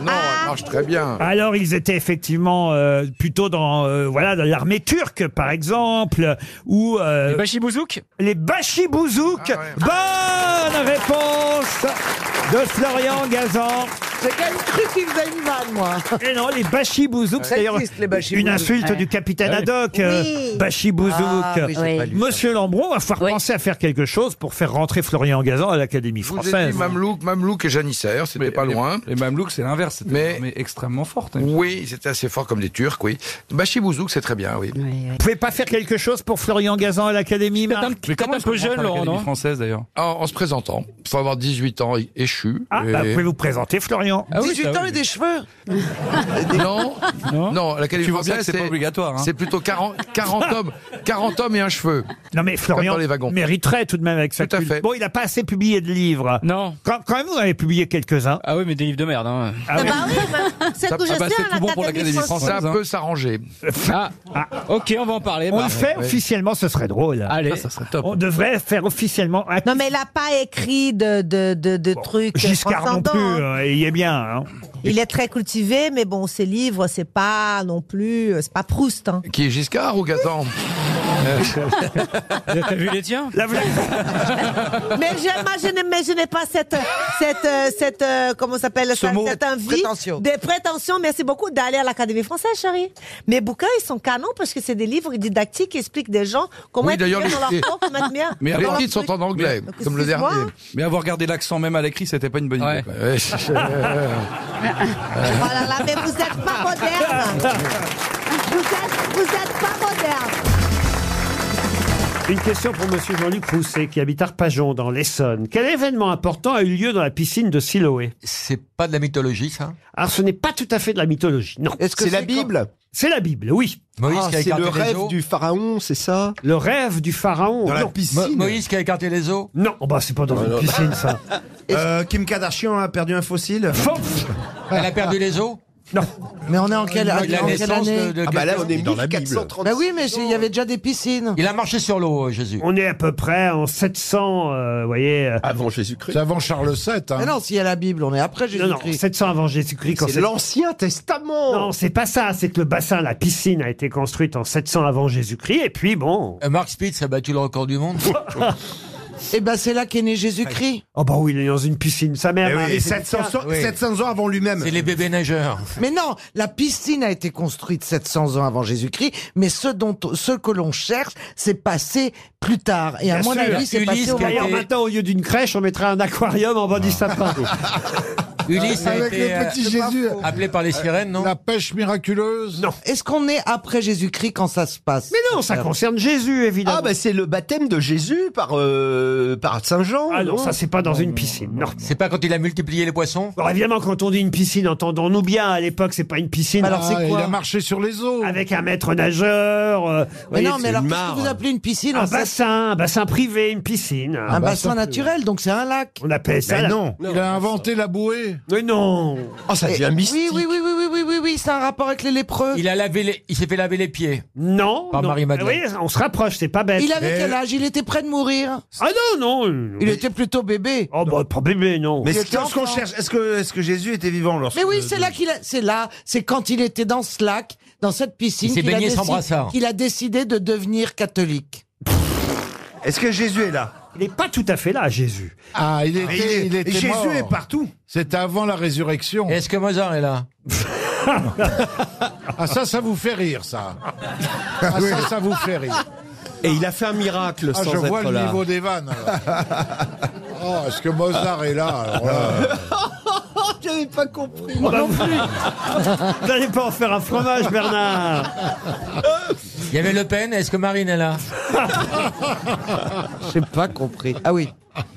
Speaker 17: non, elle marche très bien.
Speaker 1: Alors ils étaient effectivement euh, plutôt dans euh, voilà dans l'armée turque par exemple ou euh,
Speaker 17: Les Bachibouzouk
Speaker 1: les Bachibouzouk.
Speaker 17: Ah
Speaker 1: Bonne réponse de Florian Gazan.
Speaker 4: J'ai quand même cru qu'il faisait une vanne, moi.
Speaker 1: Et Eh non, les Bachibouzouk, c'est d'ailleurs
Speaker 4: existe, les Bachibouzouk.
Speaker 1: une insulte
Speaker 2: Ouais.
Speaker 1: du capitaine
Speaker 18: Ah
Speaker 1: Haddock. euh,
Speaker 2: Oui.
Speaker 1: Bachibouzouk.
Speaker 4: Ah, oui, j'ai
Speaker 2: Oui.
Speaker 4: pas lu.
Speaker 1: Monsieur Lambron va falloir penser à faire quelque chose pour faire rentrer Florian Gazan à l'Académie
Speaker 17: vous
Speaker 1: française.
Speaker 17: Mamelouk, Mamelouk et Janissaire, c'était pas loin.
Speaker 18: Les mamelouks, c'est l'inverse. C'était
Speaker 17: Mais-
Speaker 18: une armée extrêmement forte. hein.
Speaker 17: Oui, c'était assez fort comme des Turcs, oui. Bachibouzouk, c'est très bien, oui.
Speaker 1: Vous pouvez pas faire quelque chose pour Florian Gazan à l'Académie Marc
Speaker 18: Mais comment
Speaker 17: un
Speaker 18: est-ce
Speaker 17: peu
Speaker 18: qu'on
Speaker 17: jeune,
Speaker 18: rentre à
Speaker 17: Laurent,
Speaker 18: l'Académie
Speaker 17: non
Speaker 18: française d'ailleurs.
Speaker 17: En, en se présentant, il faut avoir 18 ans é- échu.
Speaker 1: Ah,
Speaker 17: et-
Speaker 1: bah, vous pouvez vous présenter, Florian.
Speaker 17: Ah oui,
Speaker 4: 18
Speaker 17: ça,
Speaker 4: ans
Speaker 17: oui.
Speaker 4: et des cheveux.
Speaker 17: Non, non, l'Académie
Speaker 18: Tu vois bien
Speaker 17: française,
Speaker 18: que c'est pas obligatoire, hein.
Speaker 17: C'est plutôt 40, 40 hommes, 40 hommes et un cheveu.
Speaker 1: Non, mais Florian
Speaker 17: dans les wagons.
Speaker 1: mériterait tout de même avec sa
Speaker 17: Tout à
Speaker 1: cul-
Speaker 17: fait.
Speaker 1: Bon, il n'a pas assez publié de livres.
Speaker 18: Non.
Speaker 1: Quand, quand même, vous en avez publié quelques-uns.
Speaker 18: Ah oui, mais des livres de merde. Hein.
Speaker 1: Ah oui.
Speaker 2: Bah oui, bah, c'est ce
Speaker 18: Ah
Speaker 2: que
Speaker 18: bah,
Speaker 2: j'espère
Speaker 18: c'est
Speaker 2: à
Speaker 18: tout bon pour
Speaker 2: l'Académie
Speaker 18: l'Académie
Speaker 2: française.
Speaker 17: Ah, Ça
Speaker 18: Française, hein.
Speaker 17: peut s'arranger.
Speaker 18: Ah, ok, on va en parler.
Speaker 1: On
Speaker 18: bah.
Speaker 1: le fait officiellement, ce serait drôle.
Speaker 18: Allez,
Speaker 17: Ah,
Speaker 1: On devrait faire officiellement. un-
Speaker 2: Non, mais elle n'a pas écrit de, de, de, de trucs.
Speaker 1: Giscard non
Speaker 2: transcendants,
Speaker 1: plus,
Speaker 2: hein.
Speaker 1: euh, il est bien. hein.
Speaker 7: Il est très cultivé, mais bon, ses livres, c'est pas non plus, c'est pas Proust. hein.
Speaker 19: Qui est Giscard ou Gatan
Speaker 8: T'as vu les tiens
Speaker 7: mais j'aime- je n'ai- mais je n'ai pas cette cette euh, cette euh, comment ça s'appelle
Speaker 4: Ce
Speaker 7: ça,
Speaker 4: mot,
Speaker 7: cette envie
Speaker 4: prétention.
Speaker 7: des prétentions merci beaucoup d'aller à l'académie française chérie mes bouquins ils sont canons parce que c'est des livres didactiques qui expliquent des gens comment
Speaker 19: Oui,
Speaker 7: être
Speaker 19: d'ailleurs,
Speaker 7: bien dans
Speaker 19: les-
Speaker 7: leur corps comment être bien
Speaker 19: Mais
Speaker 7: dans
Speaker 19: les
Speaker 7: leur
Speaker 19: titres
Speaker 7: truc.
Speaker 19: sont en anglais,
Speaker 7: Mais-
Speaker 19: comme le
Speaker 7: excuse-moi.
Speaker 19: dernier.
Speaker 20: Mais avoir gardé l'accent même à l'écrit, c'était pas une bonne idée.
Speaker 7: voilà Oh là mais vous êtes pas moderne vous êtes vous êtes pas moderne
Speaker 1: Une question pour Monsieur Jean-Luc Rousset, qui habite Arpajon, dans l'Essonne. Quel événement important a eu lieu dans la piscine de Siloé
Speaker 15: C'est pas de la mythologie, ça
Speaker 1: Alors, ce n'est pas tout à fait de la mythologie, non.
Speaker 12: Est-ce que C'est la c'est Bible quand-
Speaker 1: C'est la Bible, oui.
Speaker 12: Ah, c'est le rêve du pharaon, c'est ça
Speaker 1: Le rêve du pharaon.
Speaker 12: Dans la
Speaker 1: non.
Speaker 12: piscine. Mo- Moïse
Speaker 1: qui a écarté les eaux Non, oh bah c'est pas dans une piscine, ça.
Speaker 12: Euh, Kim Kardashian a perdu un fossile
Speaker 15: Elle a perdu les os
Speaker 1: Non.
Speaker 4: Mais on est en quelle,
Speaker 12: La
Speaker 4: en quelle
Speaker 12: naissance
Speaker 4: année
Speaker 12: de- de Ah bah là, quelqu'un. on est Dans la Bible. 1436.
Speaker 4: Bah oui, mais il y avait déjà des piscines.
Speaker 15: Il a marché sur l'eau, Jésus.
Speaker 1: On est à peu près en 700, euh, vous voyez.
Speaker 12: Ah,
Speaker 1: Avant Jésus-Christ.
Speaker 4: C'est
Speaker 1: avant Charles VII.
Speaker 12: hein.
Speaker 4: Mais non, s'il y a la Bible, on est après
Speaker 1: Non, non,
Speaker 4: Jésus-Christ.
Speaker 1: 700 avant Jésus-Christ. quand
Speaker 4: C'est l'Ancien
Speaker 1: Testament Non, c'est pas ça. C'est que le bassin, la piscine a été construite en 700 avant Jésus-Christ. Et puis, bon...
Speaker 12: Euh,
Speaker 15: Mark Spitz a battu le record du monde.
Speaker 4: Eh ben, c'est là qu'est né Jésus-Christ.
Speaker 1: Oh bah oui, il est dans une piscine, sa mère.
Speaker 4: Eh oui,
Speaker 1: hein,
Speaker 4: et
Speaker 1: mais c'est
Speaker 4: 700
Speaker 1: bizarre.
Speaker 4: so- Oui. 700 ans avant lui-même.
Speaker 15: C'est les bébés nageurs.
Speaker 4: Mais non, la piscine a été construite 700 ans avant Jésus-Christ, mais ce, dont, ce que l'on cherche, c'est passé plus tard. Et à
Speaker 1: Bien
Speaker 4: mon
Speaker 1: sûr.
Speaker 4: avis, c'est passé
Speaker 1: Ulysse,
Speaker 4: au
Speaker 1: d'ailleurs,
Speaker 4: moment-
Speaker 1: maintenant, au lieu d'une crèche, on mettra un aquarium en bas du sapin.
Speaker 15: Ulysse a
Speaker 1: Avec
Speaker 15: été,
Speaker 1: le petit
Speaker 15: euh,
Speaker 1: Jésus.
Speaker 15: appelé par les sirènes, non
Speaker 4: La pêche miraculeuse. Non. Est-ce qu'on est après Jésus-Christ quand ça se passe
Speaker 1: Mais non, ça concerne Jésus, évidemment.
Speaker 12: Ah bah c'est le baptême de Jésus par, euh, par Saint Jean.
Speaker 1: Ah non, ça c'est pas dans une piscine. Non.
Speaker 15: C'est pas quand il a multiplié les poissons
Speaker 1: Alors évidemment, quand on dit une piscine, entendons-nous bien. À l'époque, c'est pas une piscine.
Speaker 4: Alors, c'est Ah, quoi il a
Speaker 1: marché sur les eaux. Avec un maître nageur. euh,
Speaker 4: Mais
Speaker 1: voyez,
Speaker 4: non, mais
Speaker 1: c'est
Speaker 4: alors,
Speaker 1: une
Speaker 4: qu'est-ce que
Speaker 1: mare.
Speaker 4: vous appelez une piscine
Speaker 1: Un
Speaker 4: en fait
Speaker 1: bassin, un bassin privé, une piscine.
Speaker 4: Un bassin naturel, donc Ah, c'est un lac.
Speaker 1: On appelle ça.
Speaker 4: bah, Mais
Speaker 1: la-
Speaker 4: non.
Speaker 2: Il a inventé la bouée.
Speaker 1: Mais non.
Speaker 12: Oh, ça
Speaker 2: Eh,
Speaker 12: devient mystique.
Speaker 4: Oui, oui, oui, oui, oui, oui, oui, oui, c'est un rapport avec les lépreux.
Speaker 15: Il a lavé les- il s'est fait laver les pieds.
Speaker 1: Non.
Speaker 15: Par
Speaker 1: non.
Speaker 15: Marie-Madeleine.
Speaker 1: Ah oui, on se rapproche, c'est pas bête.
Speaker 4: Il avait quel âge Il était près de mourir.
Speaker 1: Ah non, non.
Speaker 4: Il était plutôt bébé.
Speaker 1: Oh bah pas bébé, non.
Speaker 12: Mais
Speaker 4: Il
Speaker 12: est-ce
Speaker 4: était
Speaker 12: que- ce qu'on
Speaker 4: enfant.
Speaker 12: cherche, est-ce que, est-ce que Jésus était vivant lorsque...
Speaker 4: Mais oui, c'est là qu'il a, c'est là, c'est quand il était dans ce lac, dans cette piscine,
Speaker 12: Il s'est
Speaker 4: qu'il a,
Speaker 12: baigné sans
Speaker 4: déci-
Speaker 12: brassard.
Speaker 4: qu'il a décidé de devenir catholique.
Speaker 12: Est-ce que Jésus est là
Speaker 1: Il n'est pas tout à fait là, Jésus.
Speaker 2: Ah, il
Speaker 12: Mais
Speaker 2: était,
Speaker 12: il est-
Speaker 2: il était
Speaker 12: Jésus
Speaker 2: mort.
Speaker 12: est partout.
Speaker 2: C'était avant la résurrection.
Speaker 15: Est-ce que Mozart est là
Speaker 2: Ah ça, ça vous fait rire, ça. Ah,
Speaker 12: Oui.
Speaker 2: ça, ça vous fait rire.
Speaker 12: Et il a fait un miracle
Speaker 2: Ah, je vois le niveau des vannes. alors. oh, est-ce que Mozart est là, alors là
Speaker 12: J'avais pas compris.
Speaker 1: Oh, bah, vous n'allez pas en faire un fromage, Bernard.
Speaker 15: Il y avait Le Pen, est-ce que Marine est là
Speaker 4: J'ai pas compris. Ah oui.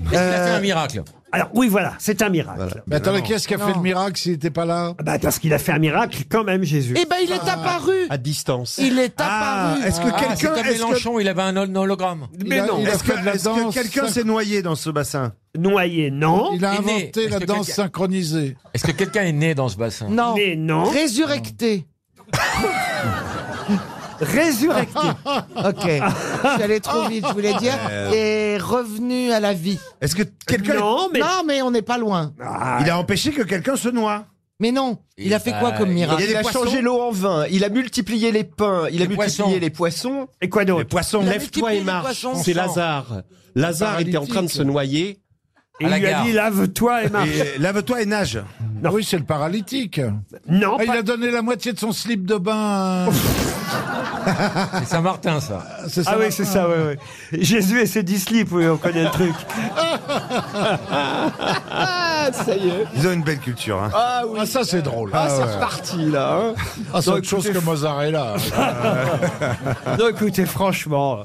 Speaker 15: Est-ce qu'il
Speaker 12: Euh,
Speaker 15: a fait un miracle
Speaker 1: Alors oui, voilà, c'est un miracle.
Speaker 2: Mais attendez, qui est-ce qui a fait le miracle s'il n'était pas là
Speaker 1: Bah parce qu'il a fait un miracle quand même, Jésus.
Speaker 4: Eh ben, il est apparu.
Speaker 12: À distance.
Speaker 4: Il est
Speaker 12: Ah,
Speaker 4: apparu.
Speaker 12: est-ce que
Speaker 15: Ah, c'est
Speaker 12: quelqu'un...
Speaker 15: comme
Speaker 12: est-ce que-
Speaker 15: Mélenchon, il avait un hologramme.
Speaker 1: Mais non.
Speaker 12: Est-ce que, est-ce que quelqu'un s'est noyé dans ce bassin
Speaker 1: Noyé, non.
Speaker 2: Il a
Speaker 15: Il est né.
Speaker 2: inventé
Speaker 15: Est-ce
Speaker 2: la
Speaker 15: que
Speaker 2: danse
Speaker 15: quelqu'un-
Speaker 2: synchronisée.
Speaker 15: Est-ce que quelqu'un est né dans ce bassin
Speaker 4: Non.
Speaker 1: Mais non.
Speaker 4: Résurrecté.
Speaker 1: Résurrecté.
Speaker 4: ok. Je suis allé trop vite, je voulais dire.
Speaker 12: Euh.
Speaker 4: Et revenu à la vie.
Speaker 12: Est-ce que quelqu'un...
Speaker 4: Non, mais on n'est pas loin.
Speaker 12: Ah,
Speaker 2: Ah.
Speaker 12: Il a empêché que quelqu'un se noie.
Speaker 4: Mais non. Il a fait quoi comme miracle
Speaker 12: Il y a des poissons.
Speaker 4: changé
Speaker 12: l'eau
Speaker 4: en
Speaker 12: vin, il a multiplié les pains, il
Speaker 4: a multiplié
Speaker 12: les poissons.
Speaker 1: Et quoi d'autre Les
Speaker 12: poissons,
Speaker 4: Il a Lève-toi et multiplié les marche. poissons
Speaker 17: C'est
Speaker 4: sans.
Speaker 17: Lazare. Lazare était en train de se
Speaker 12: Paralytique.
Speaker 17: noyer.
Speaker 1: Et il lui a dit lave-toi et marche.
Speaker 12: Et lave-toi et nage.
Speaker 2: Oui, c'est le paralytique.
Speaker 1: Non.
Speaker 2: Ah, il a donné la moitié de son slip de bain.
Speaker 15: C'est Saint-Martin, ça.
Speaker 2: C'est
Speaker 1: Ah oui, c'est ça, ouais, ouais. Jésus et ses dix slips, oui, on connaît le truc.
Speaker 17: Ah, ça y est.
Speaker 12: Ils ont une belle culture. Hein.
Speaker 17: Ah oui.
Speaker 2: ça, c'est drôle.
Speaker 17: Ah, c'est
Speaker 2: ouais.
Speaker 17: reparti, là. hein.
Speaker 2: Ah, c'est
Speaker 17: Non,
Speaker 2: autre chose
Speaker 17: écoutez,
Speaker 2: que Mozart est là.
Speaker 1: Non, écoutez, franchement,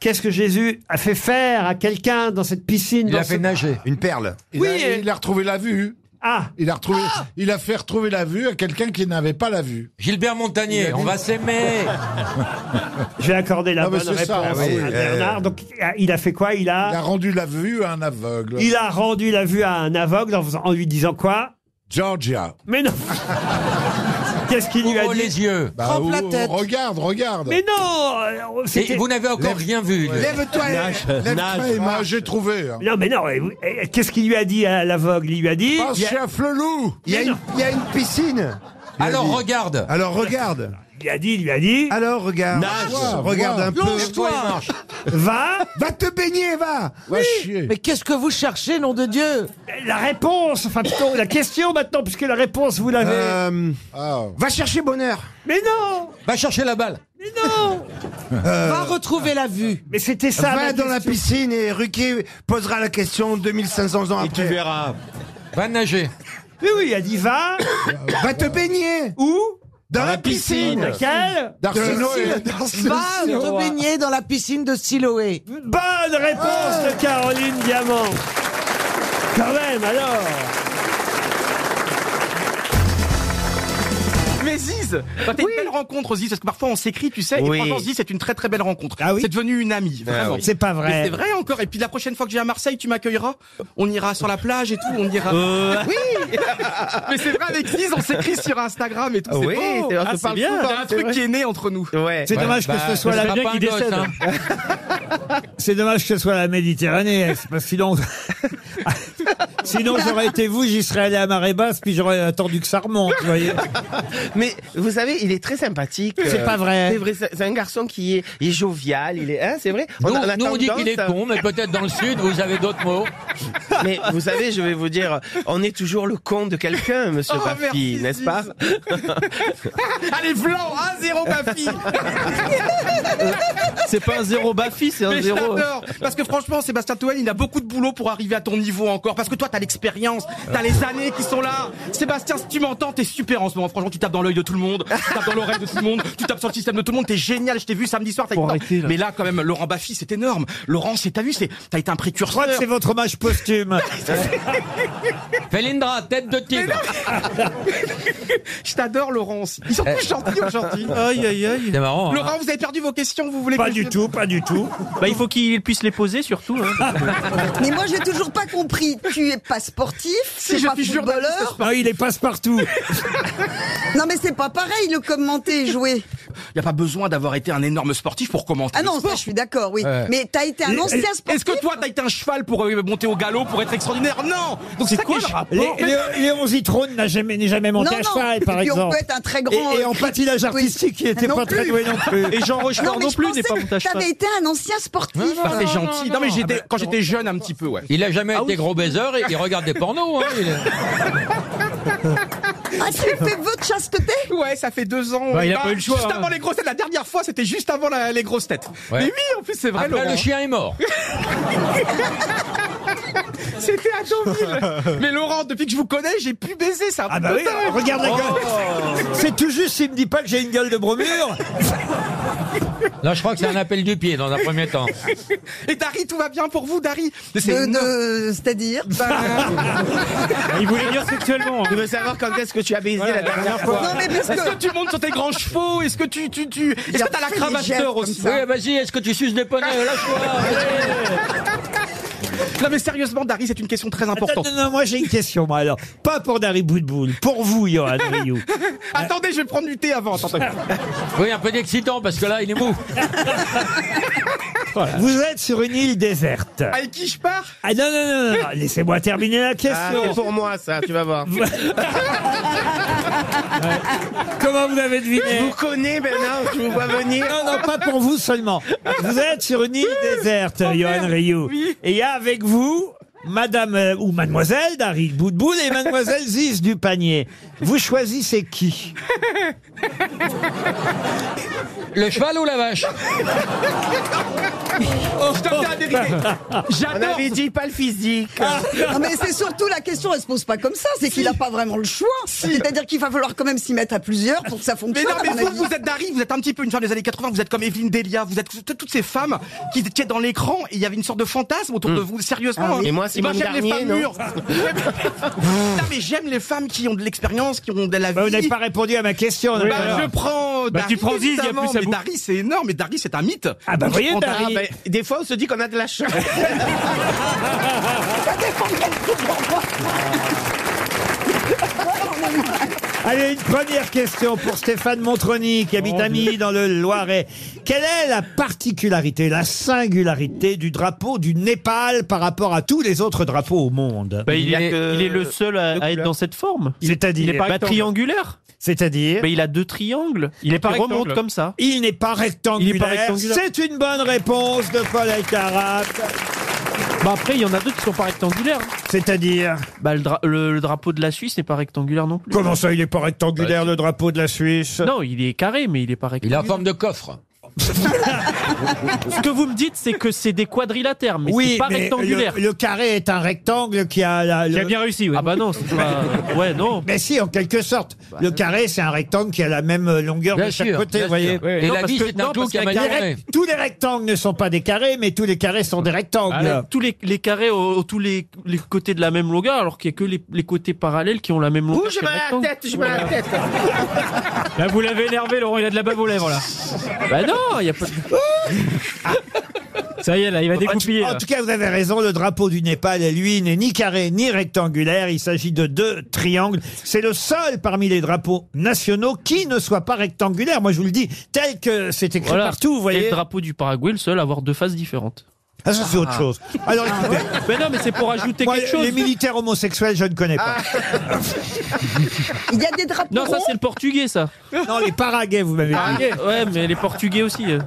Speaker 1: qu'est-ce que Jésus a fait faire à quelqu'un dans cette piscine
Speaker 15: Il
Speaker 1: dans
Speaker 15: a fait
Speaker 1: ce-
Speaker 15: nager.
Speaker 12: Une perle.
Speaker 2: Il,
Speaker 1: Oui,
Speaker 2: a,
Speaker 1: et-
Speaker 2: il a retrouvé la vue.
Speaker 1: Ah
Speaker 2: Il a retrouvé, il a fait retrouver la vue à quelqu'un qui n'avait pas la vue.
Speaker 15: Gilbert Montagnier, on va s'aimer.
Speaker 1: J'ai accordé la
Speaker 2: Ah, mais
Speaker 1: bonne
Speaker 2: c'est
Speaker 1: réponse
Speaker 2: ça, ah oui,
Speaker 1: à
Speaker 2: eh.
Speaker 1: Bernard. Donc, il a fait quoi Il
Speaker 2: Il a
Speaker 1: a...
Speaker 2: rendu la vue à un aveugle.
Speaker 1: il a rendu la vue à un aveugle en, faisant- en lui disant quoi
Speaker 2: Georgia.
Speaker 1: Mais non Qu'est-ce qu'il lui a
Speaker 15: Ouvre
Speaker 1: dit
Speaker 15: Oh, les yeux.
Speaker 1: Bah, Trempe la
Speaker 9: ou-
Speaker 1: tête.
Speaker 9: Regarde, regarde.
Speaker 1: Mais non euh, c'était-
Speaker 15: Et vous n'avez encore rien vu. de-
Speaker 9: Lève-toi,
Speaker 1: Nage,
Speaker 9: lève-toi,
Speaker 1: nage.
Speaker 9: Emma, j'ai trouvé. hein.
Speaker 1: Non, mais non, et vous- et qu'est-ce qu'il lui a dit à l'aveugle Il lui a dit.
Speaker 9: Passe
Speaker 1: il y a-
Speaker 9: chez un flelou.
Speaker 1: Il y a Mais une- non.
Speaker 9: il y a une piscine.
Speaker 15: Alors regarde.
Speaker 21: Alors regarde.
Speaker 1: Il lui a dit, il lui a dit.
Speaker 21: Alors regarde.
Speaker 1: Nage.
Speaker 21: Vois, regarde un peu.
Speaker 15: Lève-toi et marche.
Speaker 1: Va.
Speaker 21: Va te baigner, va.
Speaker 4: Oui, mais qu'est-ce que vous cherchez, nom de Dieu
Speaker 1: La réponse, enfin plutôt la question maintenant, puisque la réponse vous l'avez.
Speaker 21: Euh,
Speaker 12: Ah.
Speaker 21: Va chercher bonheur.
Speaker 1: Mais non
Speaker 15: Va chercher la balle.
Speaker 1: Mais non
Speaker 15: Euh,
Speaker 21: Va
Speaker 12: Ah.
Speaker 4: retrouver la vue.
Speaker 1: Mais c'était
Speaker 21: Va
Speaker 1: ça. la
Speaker 21: dans la
Speaker 1: question.
Speaker 21: piscine et Ruquier posera la question 2500 ans après.
Speaker 15: tu verras. Va nager.
Speaker 1: Mais oui, il a dit va.
Speaker 21: Va te baigner.
Speaker 1: Où
Speaker 21: Dans, la piscine.
Speaker 1: Laquelle
Speaker 21: D'Arsinoé.
Speaker 4: Va te baigner dans la piscine de Siloé.
Speaker 1: Bonne réponse de Caroline Diamant. Quand même, alors.
Speaker 12: Mais Ziz, c'était une belle rencontre, Ziz, parce que parfois on s'écrit, tu sais,
Speaker 1: Oui.
Speaker 12: et franchement, Ziz, c'est une très très belle rencontre.
Speaker 1: Ah oui
Speaker 12: c'est devenu une amie, vraiment.
Speaker 1: oui. C'est pas vrai.
Speaker 12: Mais C'est vrai encore. Et puis la prochaine fois que je vais à Marseille, tu m'accueilleras. On ira sur la plage et tout, on ira.
Speaker 18: Euh.
Speaker 12: Oui Mais c'est vrai, avec Ziz, on s'écrit sur Instagram et tout.
Speaker 18: Oui,
Speaker 12: c'est beau.
Speaker 18: c'est vrai, on se
Speaker 12: Ah,
Speaker 18: parle souvent,
Speaker 12: C'est un
Speaker 18: c'est
Speaker 12: truc
Speaker 18: vrai.
Speaker 12: qui est né entre nous.
Speaker 18: Ouais.
Speaker 1: C'est dommage que ce soit la
Speaker 18: bien qui décède.
Speaker 1: C'est dommage que ce soit la Méditerranée, c'est parce que sinon, sinon j'aurais été vous, j'y serais allé à marée basse, puis j'aurais attendu que ça remonte, vous voyez.
Speaker 22: Mais vous savez, il est très sympathique.
Speaker 1: C'est
Speaker 22: Euh,
Speaker 1: pas vrai.
Speaker 22: C'est vrai, c'est c'est un garçon qui est, il est jovial, il est, hein, c'est vrai.
Speaker 15: Nous,
Speaker 22: a- a
Speaker 15: nous, on dit qu'il est
Speaker 22: tendance à-
Speaker 15: con, mais peut-être dans le sud, vous avez d'autres mots.
Speaker 22: Mais vous savez, je vais vous dire, on est toujours le con de quelqu'un, monsieur
Speaker 12: Oh, merci,
Speaker 22: Bafi, n'est-ce pas
Speaker 12: Allez, blanc, 1-0, ma fille
Speaker 18: C'est pas un zéro Bafi, c'est un
Speaker 12: Mais
Speaker 18: zéro.
Speaker 12: j'adore Parce que franchement, Sébastien Toen, il a beaucoup de boulot pour arriver à ton niveau encore. Parce que toi, t'as l'expérience, t'as les années qui sont là. Sébastien, si tu m'entends, t'es super en ce moment. Franchement, tu tapes dans l'œil de tout le monde, tu tapes dans l'oreille de tout le monde, tu tapes sur le système de tout le monde. T'es génial. Je t'ai vu samedi soir. t'as été-
Speaker 18: arrêter, là.
Speaker 12: Mais là, quand même, Laurent Baffy, c'est énorme. Laurent, c'est t'as vu, c'est t'as été un
Speaker 1: Je
Speaker 12: précurseur.
Speaker 1: crois que c'est votre hommage posthume.
Speaker 15: Felindra, tête de tigre.
Speaker 12: Je t'adore, Laurent. aussi. Ils sont tous gentils aujourd'hui.
Speaker 18: Aïe, aïe, aïe. C'est marrant.
Speaker 12: Laurent, vous avez perdu vos questions. Vous voulez
Speaker 1: Pas
Speaker 12: que
Speaker 1: du
Speaker 12: je-
Speaker 1: tout, pas du tout.
Speaker 18: Bah, il faut qu'il puisse les poser surtout. hein.
Speaker 23: Mais moi, j'ai toujours pas compris. Tu es pas sportif,
Speaker 12: Si,
Speaker 23: t'es
Speaker 12: je
Speaker 23: pas
Speaker 12: suis journaliste
Speaker 23: footballeur.
Speaker 1: Non, Ah, il est passe-partout.
Speaker 23: Non, mais c'est pas pareil, le commenter et jouer.
Speaker 12: Il n'y a pas besoin d'avoir été un énorme sportif pour commenter.
Speaker 23: Ah
Speaker 12: le
Speaker 23: non, ça,
Speaker 12: sport.
Speaker 23: je suis d'accord, oui.
Speaker 12: Ouais.
Speaker 23: Mais t'as été un
Speaker 12: Et-
Speaker 23: ancien
Speaker 12: est-
Speaker 23: sportif.
Speaker 12: Est-ce que toi, t'as été un cheval pour euh, monter au galop, pour être extraordinaire Non Donc c'est quoi le rapport
Speaker 1: Lé- Lé- Léon Zitrone n'a jamais, n'est jamais monté
Speaker 23: Non,
Speaker 1: à
Speaker 23: non.
Speaker 1: cheval,
Speaker 23: Et
Speaker 1: par
Speaker 23: puis on
Speaker 1: exemple.
Speaker 23: peut être un très grand,
Speaker 1: Et, et en
Speaker 23: euh,
Speaker 1: patinage artistique, il n'était
Speaker 23: Non
Speaker 1: pas très
Speaker 23: plus.
Speaker 1: doué non plus.
Speaker 18: Et Jean Rochefort
Speaker 23: mais
Speaker 18: non
Speaker 23: je
Speaker 18: plus n'est
Speaker 23: pensais
Speaker 18: pas
Speaker 23: que
Speaker 18: monté à cheval.
Speaker 23: T'avais été hein. un ancien sportif.
Speaker 12: Ah, c'est gentil. Non, Ah, mais j'étais- quand j'étais jeune, un petit peu, ouais. Ah
Speaker 15: Il a jamais été gros baiser, et il regarde des pornos. Hein, il est-
Speaker 23: Ah, tu fais vœu de chasteté
Speaker 12: Ouais, ça fait deux ans.
Speaker 18: Bah, il a pas eu le choix,
Speaker 12: Juste
Speaker 18: hein.
Speaker 12: avant les grosses têtes. La dernière fois, c'était juste avant la- les grosses têtes.
Speaker 18: Ouais.
Speaker 12: Mais oui, en plus, c'est vrai.
Speaker 15: Après,
Speaker 12: Laurent.
Speaker 15: le chien est mort.
Speaker 12: C'était à Deauville. mais Laurent, depuis que je vous connais, j'ai pu baiser ça.
Speaker 1: Ah bah oui, regarde la
Speaker 12: Oh.
Speaker 1: gueule. C'est tout juste s'il me dit pas que j'ai une gueule de bromure.
Speaker 15: Là, je crois que c'est un appel du pied dans un premier temps.
Speaker 12: Et Dari, tout va bien pour vous, Dari
Speaker 23: De-
Speaker 12: énorme.
Speaker 23: de- C'est-à-dire
Speaker 12: Bah,
Speaker 18: Il voulait dire sexuellement.
Speaker 22: Tu Bah, euh, veux savoir quand est-ce que tu as baisé la dernière fois
Speaker 23: Non, mais parce
Speaker 12: Est-ce que
Speaker 23: que.
Speaker 12: tu montes sur tes grands chevaux Est-ce que tu tu tu Est-ce que t'as la
Speaker 23: fait des
Speaker 12: cravache
Speaker 23: gestes
Speaker 12: d'or
Speaker 23: comme
Speaker 12: aussi
Speaker 15: Oui, vas-y, est-ce que tu suces des
Speaker 12: euh,
Speaker 15: poneys Lâche-moi.
Speaker 12: Non mais sérieusement, Dari, c'est une question très
Speaker 1: Attends,
Speaker 12: importante.
Speaker 1: non, non, moi j'ai une question, moi alors. Pas pour Dari Boudboul, pour vous, Johan Rioux.
Speaker 12: Attendez, je vais prendre du thé avant. attendez.
Speaker 15: Oui, un peu d'excitant parce que là, il est mou.
Speaker 1: Vous êtes sur une île déserte.
Speaker 12: Avec qui je pars
Speaker 1: Ah non, non, non, non, non, laissez-moi terminer la
Speaker 22: Ah,
Speaker 1: question.
Speaker 22: C'est pour moi ça, tu vas voir.
Speaker 1: Comment vous avez
Speaker 22: Je
Speaker 1: deviné
Speaker 22: vous connais Bernard, je vous vois venir.
Speaker 1: Non, non, pas pour vous seulement. Vous êtes sur une île déserte,
Speaker 22: Oh,
Speaker 1: Johan Rioux. Et il y a avec vous Madame euh, ou Mademoiselle Dari Boudboul et Mademoiselle Ziz du panier. Vous choisissez qui
Speaker 15: Le cheval ou la vache
Speaker 12: Oh, je te dis la vérité.
Speaker 22: On
Speaker 12: J'adore.
Speaker 22: avait dit pas le physique.
Speaker 23: Ah, Non, mais c'est surtout la question, elle se pose pas comme ça, c'est qu'il a pas vraiment le choix. C'est-à-dire qu'il va falloir quand même s'y mettre à plusieurs pour que ça
Speaker 12: Mais
Speaker 23: fonctionne.
Speaker 12: non,
Speaker 23: à mon
Speaker 12: mais vous,
Speaker 23: avis.
Speaker 12: vous êtes Dari, vous êtes un petit peu une femme des années 80, vous êtes comme Evelyne Delia, vous êtes toutes- toutes ces femmes qui étaient dans l'écran et il y avait une sorte de fantasme
Speaker 15: Hmm.
Speaker 12: autour de vous, sérieusement.
Speaker 22: Ah oui.
Speaker 12: hein.
Speaker 22: Et moi, Simone
Speaker 12: j'aime les
Speaker 22: Garnier,
Speaker 12: femmes
Speaker 22: non
Speaker 12: mûres. non, mais j'aime les femmes qui ont de l'expérience, qui ont de la vie.
Speaker 1: Bah, Vous n'avez pas répondu à ma question.
Speaker 12: Bah,
Speaker 1: d'ailleurs.
Speaker 12: je prends
Speaker 18: Bah,
Speaker 12: Dari,
Speaker 18: tu prends Ziz, il y a
Speaker 12: évidemment,
Speaker 18: plus à
Speaker 12: mais
Speaker 18: bouffer.
Speaker 12: Dari, c'est énorme, et Dari, c'est un mythe.
Speaker 1: Ah bah voyez,
Speaker 12: On
Speaker 1: Dari.
Speaker 22: Ah, ben, des fois on se dit qu'on a de la chance.
Speaker 23: Ça dépend quel coup de bras.
Speaker 1: Allez, une première question pour Stéphane Montroni,
Speaker 18: Oh
Speaker 1: qui habite à Milly, dans le Loiret. Quelle est la particularité, la singularité du drapeau du Népal par rapport à tous les autres drapeaux au monde
Speaker 18: Bah, il, est, il est le seul à, à être dans cette forme.
Speaker 1: C'est-à-dire
Speaker 18: Il n'est pas
Speaker 1: Rectangle.
Speaker 18: triangulaire. Bah,
Speaker 1: C'est-à-dire
Speaker 18: Il a deux triangles.
Speaker 1: Il est pas
Speaker 18: Il remonte
Speaker 1: rectangle.
Speaker 18: comme ça.
Speaker 1: Il n'est pas rectangulaire.
Speaker 18: Il est pas rectangulaire.
Speaker 1: C'est une bonne réponse de Paul Alcarat.
Speaker 18: Bah après, il y en a d'autres qui sont pas rectangulaires.
Speaker 1: C'est-à-dire
Speaker 18: bah, le, dra- le- le drapeau de la Suisse n'est pas rectangulaire non plus.
Speaker 1: Comment ça, il n'est pas rectangulaire, le drapeau de la Suisse
Speaker 18: Non, il est carré, mais il est pas rectangulaire. Il a forme de coffre. Ce que vous me dites, c'est que c'est des quadrilatères, mais
Speaker 1: oui,
Speaker 18: c'est pas
Speaker 1: mais
Speaker 18: rectangulaire.
Speaker 1: Le, le carré est un rectangle qui a... La,
Speaker 18: Qui a bien réussi, oui. Ah bah non, c'est pas... Ouais, non.
Speaker 1: Mais si, en quelque sorte. le carré, c'est un rectangle qui a la même euh, longueur
Speaker 18: Bien
Speaker 1: de chaque
Speaker 18: sûr,
Speaker 1: côté,
Speaker 18: bien
Speaker 1: vous voyez.
Speaker 18: sûr. Oui, oui. Et Non, la parce vie, que- c'est un non, clou parce qui a qu'un mal
Speaker 1: Les
Speaker 18: tourné.
Speaker 1: rect- Tous les rectangles ne sont pas des carrés, mais tous les carrés sont des rectangles.
Speaker 18: Ah, tous les, les carrés ont ont tous les, les côtés de la même longueur, alors qu'il n'y a que les, les côtés parallèles qui ont la même longueur.
Speaker 12: Ouh, j'ai
Speaker 18: que
Speaker 12: mal à
Speaker 18: rectangle.
Speaker 12: la tête, j'ai mal à la tête.
Speaker 18: Là, vous l'avez énervé, Laurent, il a de la bave aux lèvres, là. bah non, il n'y a pas de- Ça y est, là, il va découpiller.
Speaker 1: En
Speaker 18: là.
Speaker 1: tout cas, vous avez raison, le drapeau du Népal, lui, n'est ni carré ni rectangulaire. Il s'agit de deux triangles. C'est le seul parmi les drapeaux nationaux qui ne soit pas rectangulaire. Moi, je vous le dis, tel que c'est écrit
Speaker 18: Voilà.
Speaker 1: partout, vous
Speaker 18: Et
Speaker 1: voyez.
Speaker 18: le drapeau du Paraguay, le seul à avoir deux faces différentes.
Speaker 1: Ah, ça, c'est autre chose. Alors, écoutez.
Speaker 18: Ah, Mais non, mais c'est pour ajouter
Speaker 1: Moi,
Speaker 18: quelque chose. Ah,
Speaker 1: Les militaires homosexuels, je ne connais pas.
Speaker 23: Il y a des drapeaux.
Speaker 18: Non, ça,
Speaker 23: ronds.
Speaker 18: c'est le portugais, ça.
Speaker 1: Non, les paraguais, vous m'avez dit.
Speaker 18: Ouais, mais les portugais aussi. euh.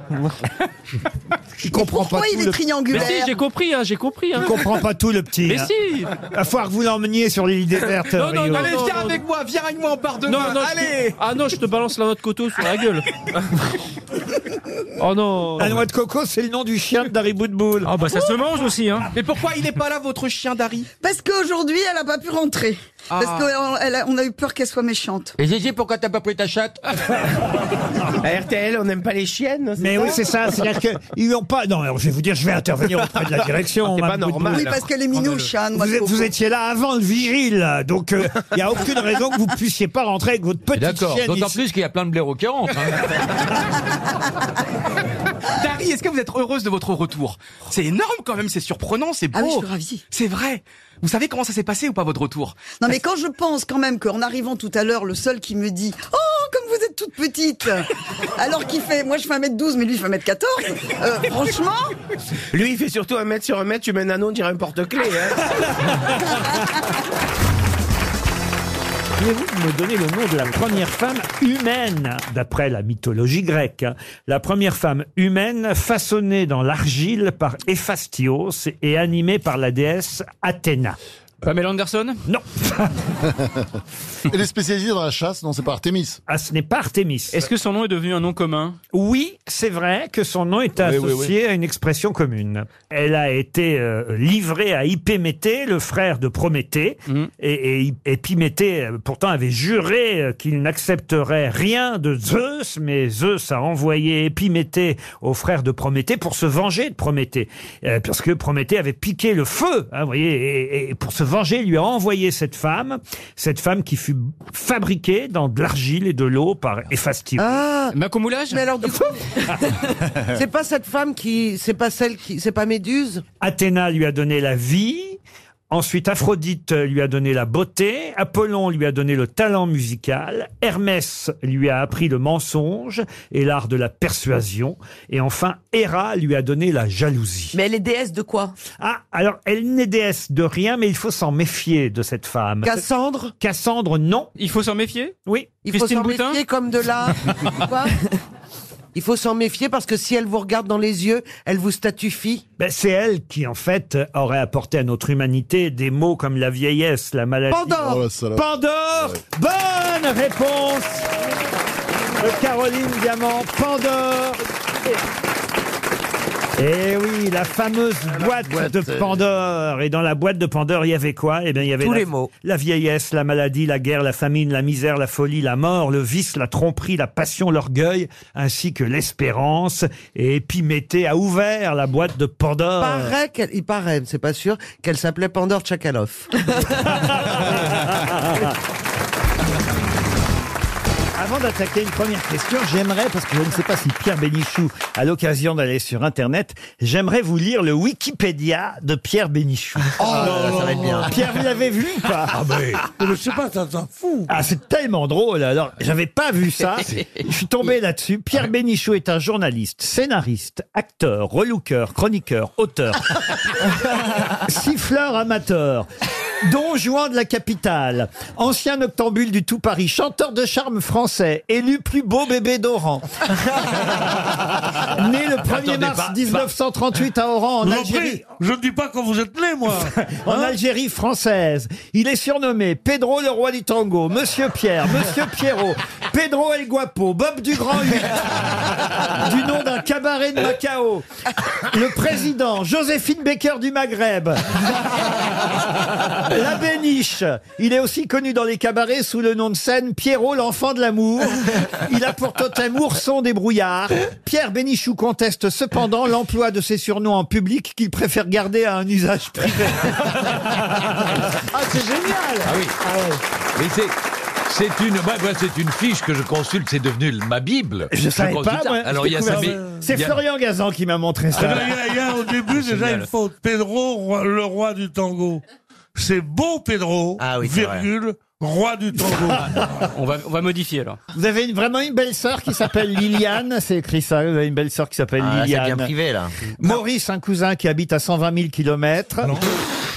Speaker 1: Je comprends pas
Speaker 23: Pourquoi
Speaker 1: tout
Speaker 23: il est
Speaker 1: le-
Speaker 18: Mais
Speaker 23: triangulaire
Speaker 18: si, j'ai compris, hein, j'ai compris. Hein.
Speaker 1: Je comprends pas tout, le petit.
Speaker 18: Mais
Speaker 1: hein.
Speaker 18: si
Speaker 1: Va falloir que vous l'emmeniez sur l'île déserte,
Speaker 18: Non, non,
Speaker 1: Rio.
Speaker 18: non,
Speaker 12: Allez,
Speaker 18: non,
Speaker 12: viens
Speaker 18: non.
Speaker 12: avec moi, viens avec moi, on part de
Speaker 18: Non,
Speaker 12: moi.
Speaker 18: non, je te-
Speaker 12: Allez
Speaker 18: Ah non, je te balance la noix de coteau sur la gueule. oh non.
Speaker 1: La noix de coco, c'est le nom du chien d'Harry Boudboul.
Speaker 18: Ah bah ça se mange aussi, hein.
Speaker 12: Mais pourquoi il n'est pas là, votre chien d'Harry Ah.
Speaker 23: Parce qu'aujourd'hui, elle n'a pas pu rentrer. Parce qu'on elle a- on a eu peur qu'elle soit méchante.
Speaker 7: Et Gigi, pourquoi t'as pas pris ta chatte
Speaker 22: À RTL, on n'aime pas les chiennes.
Speaker 1: Mais Eh oui, c'est ça. C'est-à-dire qu'ils n'ont pas. Non, alors je vais vous dire, je vais intervenir auprès de la direction.
Speaker 18: Ah,
Speaker 22: C'est pas
Speaker 1: Mme Boudboul.
Speaker 22: normal.
Speaker 23: Oui, parce qu'elle est minouche, hein, noix
Speaker 1: Vous,
Speaker 23: de
Speaker 1: êtes-
Speaker 23: coco.
Speaker 1: vous étiez là avant le vigile, donc euh, il n'y a aucune raison que vous puissiez pas rentrer avec votre petite
Speaker 7: D'accord,
Speaker 1: chienne.
Speaker 7: d'autant
Speaker 1: ici.
Speaker 7: plus qu'il y a plein de blaireaux qui rentrent. hein.
Speaker 12: Dari, est-ce que vous êtes heureuse de votre retour C'est énorme quand même, c'est surprenant, c'est beau.
Speaker 23: Ah oui, je suis ravie.
Speaker 12: C'est vrai. Vous savez comment ça s'est passé ou pas votre retour
Speaker 23: Non, mais quand je pense quand même qu'en arrivant tout à l'heure, le seul qui me dit Oh, comme vous êtes toute petite Alors qu'il fait. Moi, je fais 1m12, mais lui, il fait 1m14. euh, franchement,
Speaker 22: Lui, il fait surtout un mètre sur un mètre, tu mets un anneau, on dirait un hein. porte-clé.
Speaker 1: Pouvez-vous me donner le nom de la première femme humaine, d'après la mythologie grecque hein La première femme humaine façonnée dans l'argile par Héphastios et animée par la déesse Athéna.
Speaker 18: Pamela Anderson
Speaker 1: Non,
Speaker 3: Elle est spécialisée dans la chasse, non, c'est pas Artemis.
Speaker 1: ah, ce n'est pas Artémis.
Speaker 18: Est-ce que son nom est devenu un nom commun
Speaker 1: Oui, c'est vrai que son nom est associé
Speaker 3: oui,
Speaker 1: à une expression commune. Elle a été euh, livrée à Hippométhée, le frère de Prométhée,
Speaker 3: Mhm.
Speaker 1: et, et, Hippométhée euh, pourtant avait juré euh, qu'il n'accepterait rien de Zeus, mais Zeus a envoyé Hippométhée au frère de Prométhée pour se venger de Prométhée, Euh, parce que Prométhée avait piqué le feu, hein, vous voyez, et, et pour se venger, il lui a envoyé cette femme, cette femme qui fut fabriquée dans de l'argile et de l'eau par Héphastios.
Speaker 24: Ah,
Speaker 18: Macomoulage
Speaker 24: mais alors du coup, Euh. c'est pas cette femme qui, c'est pas celle qui, c'est pas Méduse.
Speaker 1: Athéna lui a donné la vie. Ensuite, Aphrodite lui a donné la beauté, Apollon lui a donné le talent musical, Hermès lui a appris le mensonge et l'art de la persuasion, et enfin Héra lui a donné la jalousie.
Speaker 24: Mais elle est déesse de quoi
Speaker 1: Ah, alors elle n'est déesse de rien, mais il faut s'en méfier de cette femme.
Speaker 24: Cassandre.
Speaker 1: Cassandre, non.
Speaker 18: Il faut s'en méfier
Speaker 1: Oui.
Speaker 24: Il faut
Speaker 18: Christine
Speaker 24: s'en
Speaker 18: Boutin
Speaker 24: méfier comme de là. quoi Il faut s'en méfier parce que si elle vous regarde dans les yeux, elle vous statufie.
Speaker 1: Ben, c'est elle qui, en fait, aurait apporté à notre humanité des mots comme la vieillesse, la maladie.
Speaker 24: Pandore.
Speaker 3: Oh, la salope.
Speaker 1: Pandore Bonne réponse de Caroline Diamant. Pandore Eh oui, la fameuse boîte, de Pandore. Et dans la boîte de Pandore, il y avait quoi Eh bien, il y avait
Speaker 24: euh, Tous
Speaker 1: la,
Speaker 24: les mots.
Speaker 1: la vieillesse, la maladie, la guerre, la famine, la misère, la folie, la mort, le vice, la tromperie, la passion, l'orgueil, ainsi que l'espérance. Et Épiméthée a ouvert la boîte de Pandore.
Speaker 24: Paraît qu'elle, il paraît, mais c'est pas sûr, qu'elle s'appelait Pandore Tchakalov.
Speaker 1: Ah avant d'attaquer une première question, j'aimerais, parce que je ne sais pas si Pierre Bénichou a l'occasion d'aller sur Internet, j'aimerais vous lire le Wikipédia de Pierre Bénichou.
Speaker 10: Oh, ça va être bien.
Speaker 1: Pierre, vous l'avez vu ou pas
Speaker 10: Ah, mais-
Speaker 1: je sais pas, ça fou. Ah, c'est tellement drôle. Alors, j'avais pas vu ça. Je suis tombé là-dessus.
Speaker 10: Ah
Speaker 1: Pierre Bénichou est un journaliste, scénariste, acteur, relooker, chroniqueur, auteur, siffleur amateur. Don Juan de la capitale, ancien noctambule du tout Paris, chanteur de charme français, élu plus beau bébé d'Oran. né le 1er
Speaker 10: Attendez,
Speaker 1: mars
Speaker 10: bah, bah.
Speaker 1: 1938 à Oran, en
Speaker 10: Je vous en
Speaker 1: Algérie.
Speaker 10: prie, Je ne dis pas quand vous êtes né, moi. Hein
Speaker 1: en Algérie française. Il est surnommé Pedro le roi du tango, Monsieur Pierre, Monsieur Pierrot, Pedro El Guapo, Bob du Grand Huit, du nom d'un cabaret de Macao, le président Joséphine Baker du Maghreb, la Béniche. Il est aussi connu dans les cabarets sous le nom de scène Pierrot l'enfant de l'amour. Il a pour totem ourson des brouillards. Pierre Bénichou conteste cependant l'emploi de ses surnoms en public qu'il préfère garder à un usage privé.
Speaker 10: Ah, c'est génial
Speaker 11: Ah oui. Mais c'est. C'est une, moi, moi, c'est une fiche que je consulte, c'est devenu le- ma Bible.
Speaker 1: Je savais
Speaker 11: consulte
Speaker 1: pas.
Speaker 11: ça.
Speaker 1: moi.
Speaker 11: Alors il y a ça, mais-
Speaker 1: C'est
Speaker 11: il y a-
Speaker 1: Florian Gazan qui m'a montré
Speaker 10: Ah,
Speaker 1: ça.
Speaker 10: non, il y a- il y a au début déjà
Speaker 1: Génial.
Speaker 10: une faute. Pedro, roi- le roi du tango. C'est beau Pedro,
Speaker 1: Ah
Speaker 10: virgule, roi du tango.
Speaker 12: on, va, on va modifier alors.
Speaker 1: Vous avez une- vraiment une belle sœur qui s'appelle Liliane, c'est écrit ça. Vous avez une belle sœur qui s'appelle
Speaker 10: Ah, là, c'est
Speaker 1: Liliane.
Speaker 10: bien privé, là.
Speaker 1: Maurice, un cousin qui habite à 120 000 kilomètres.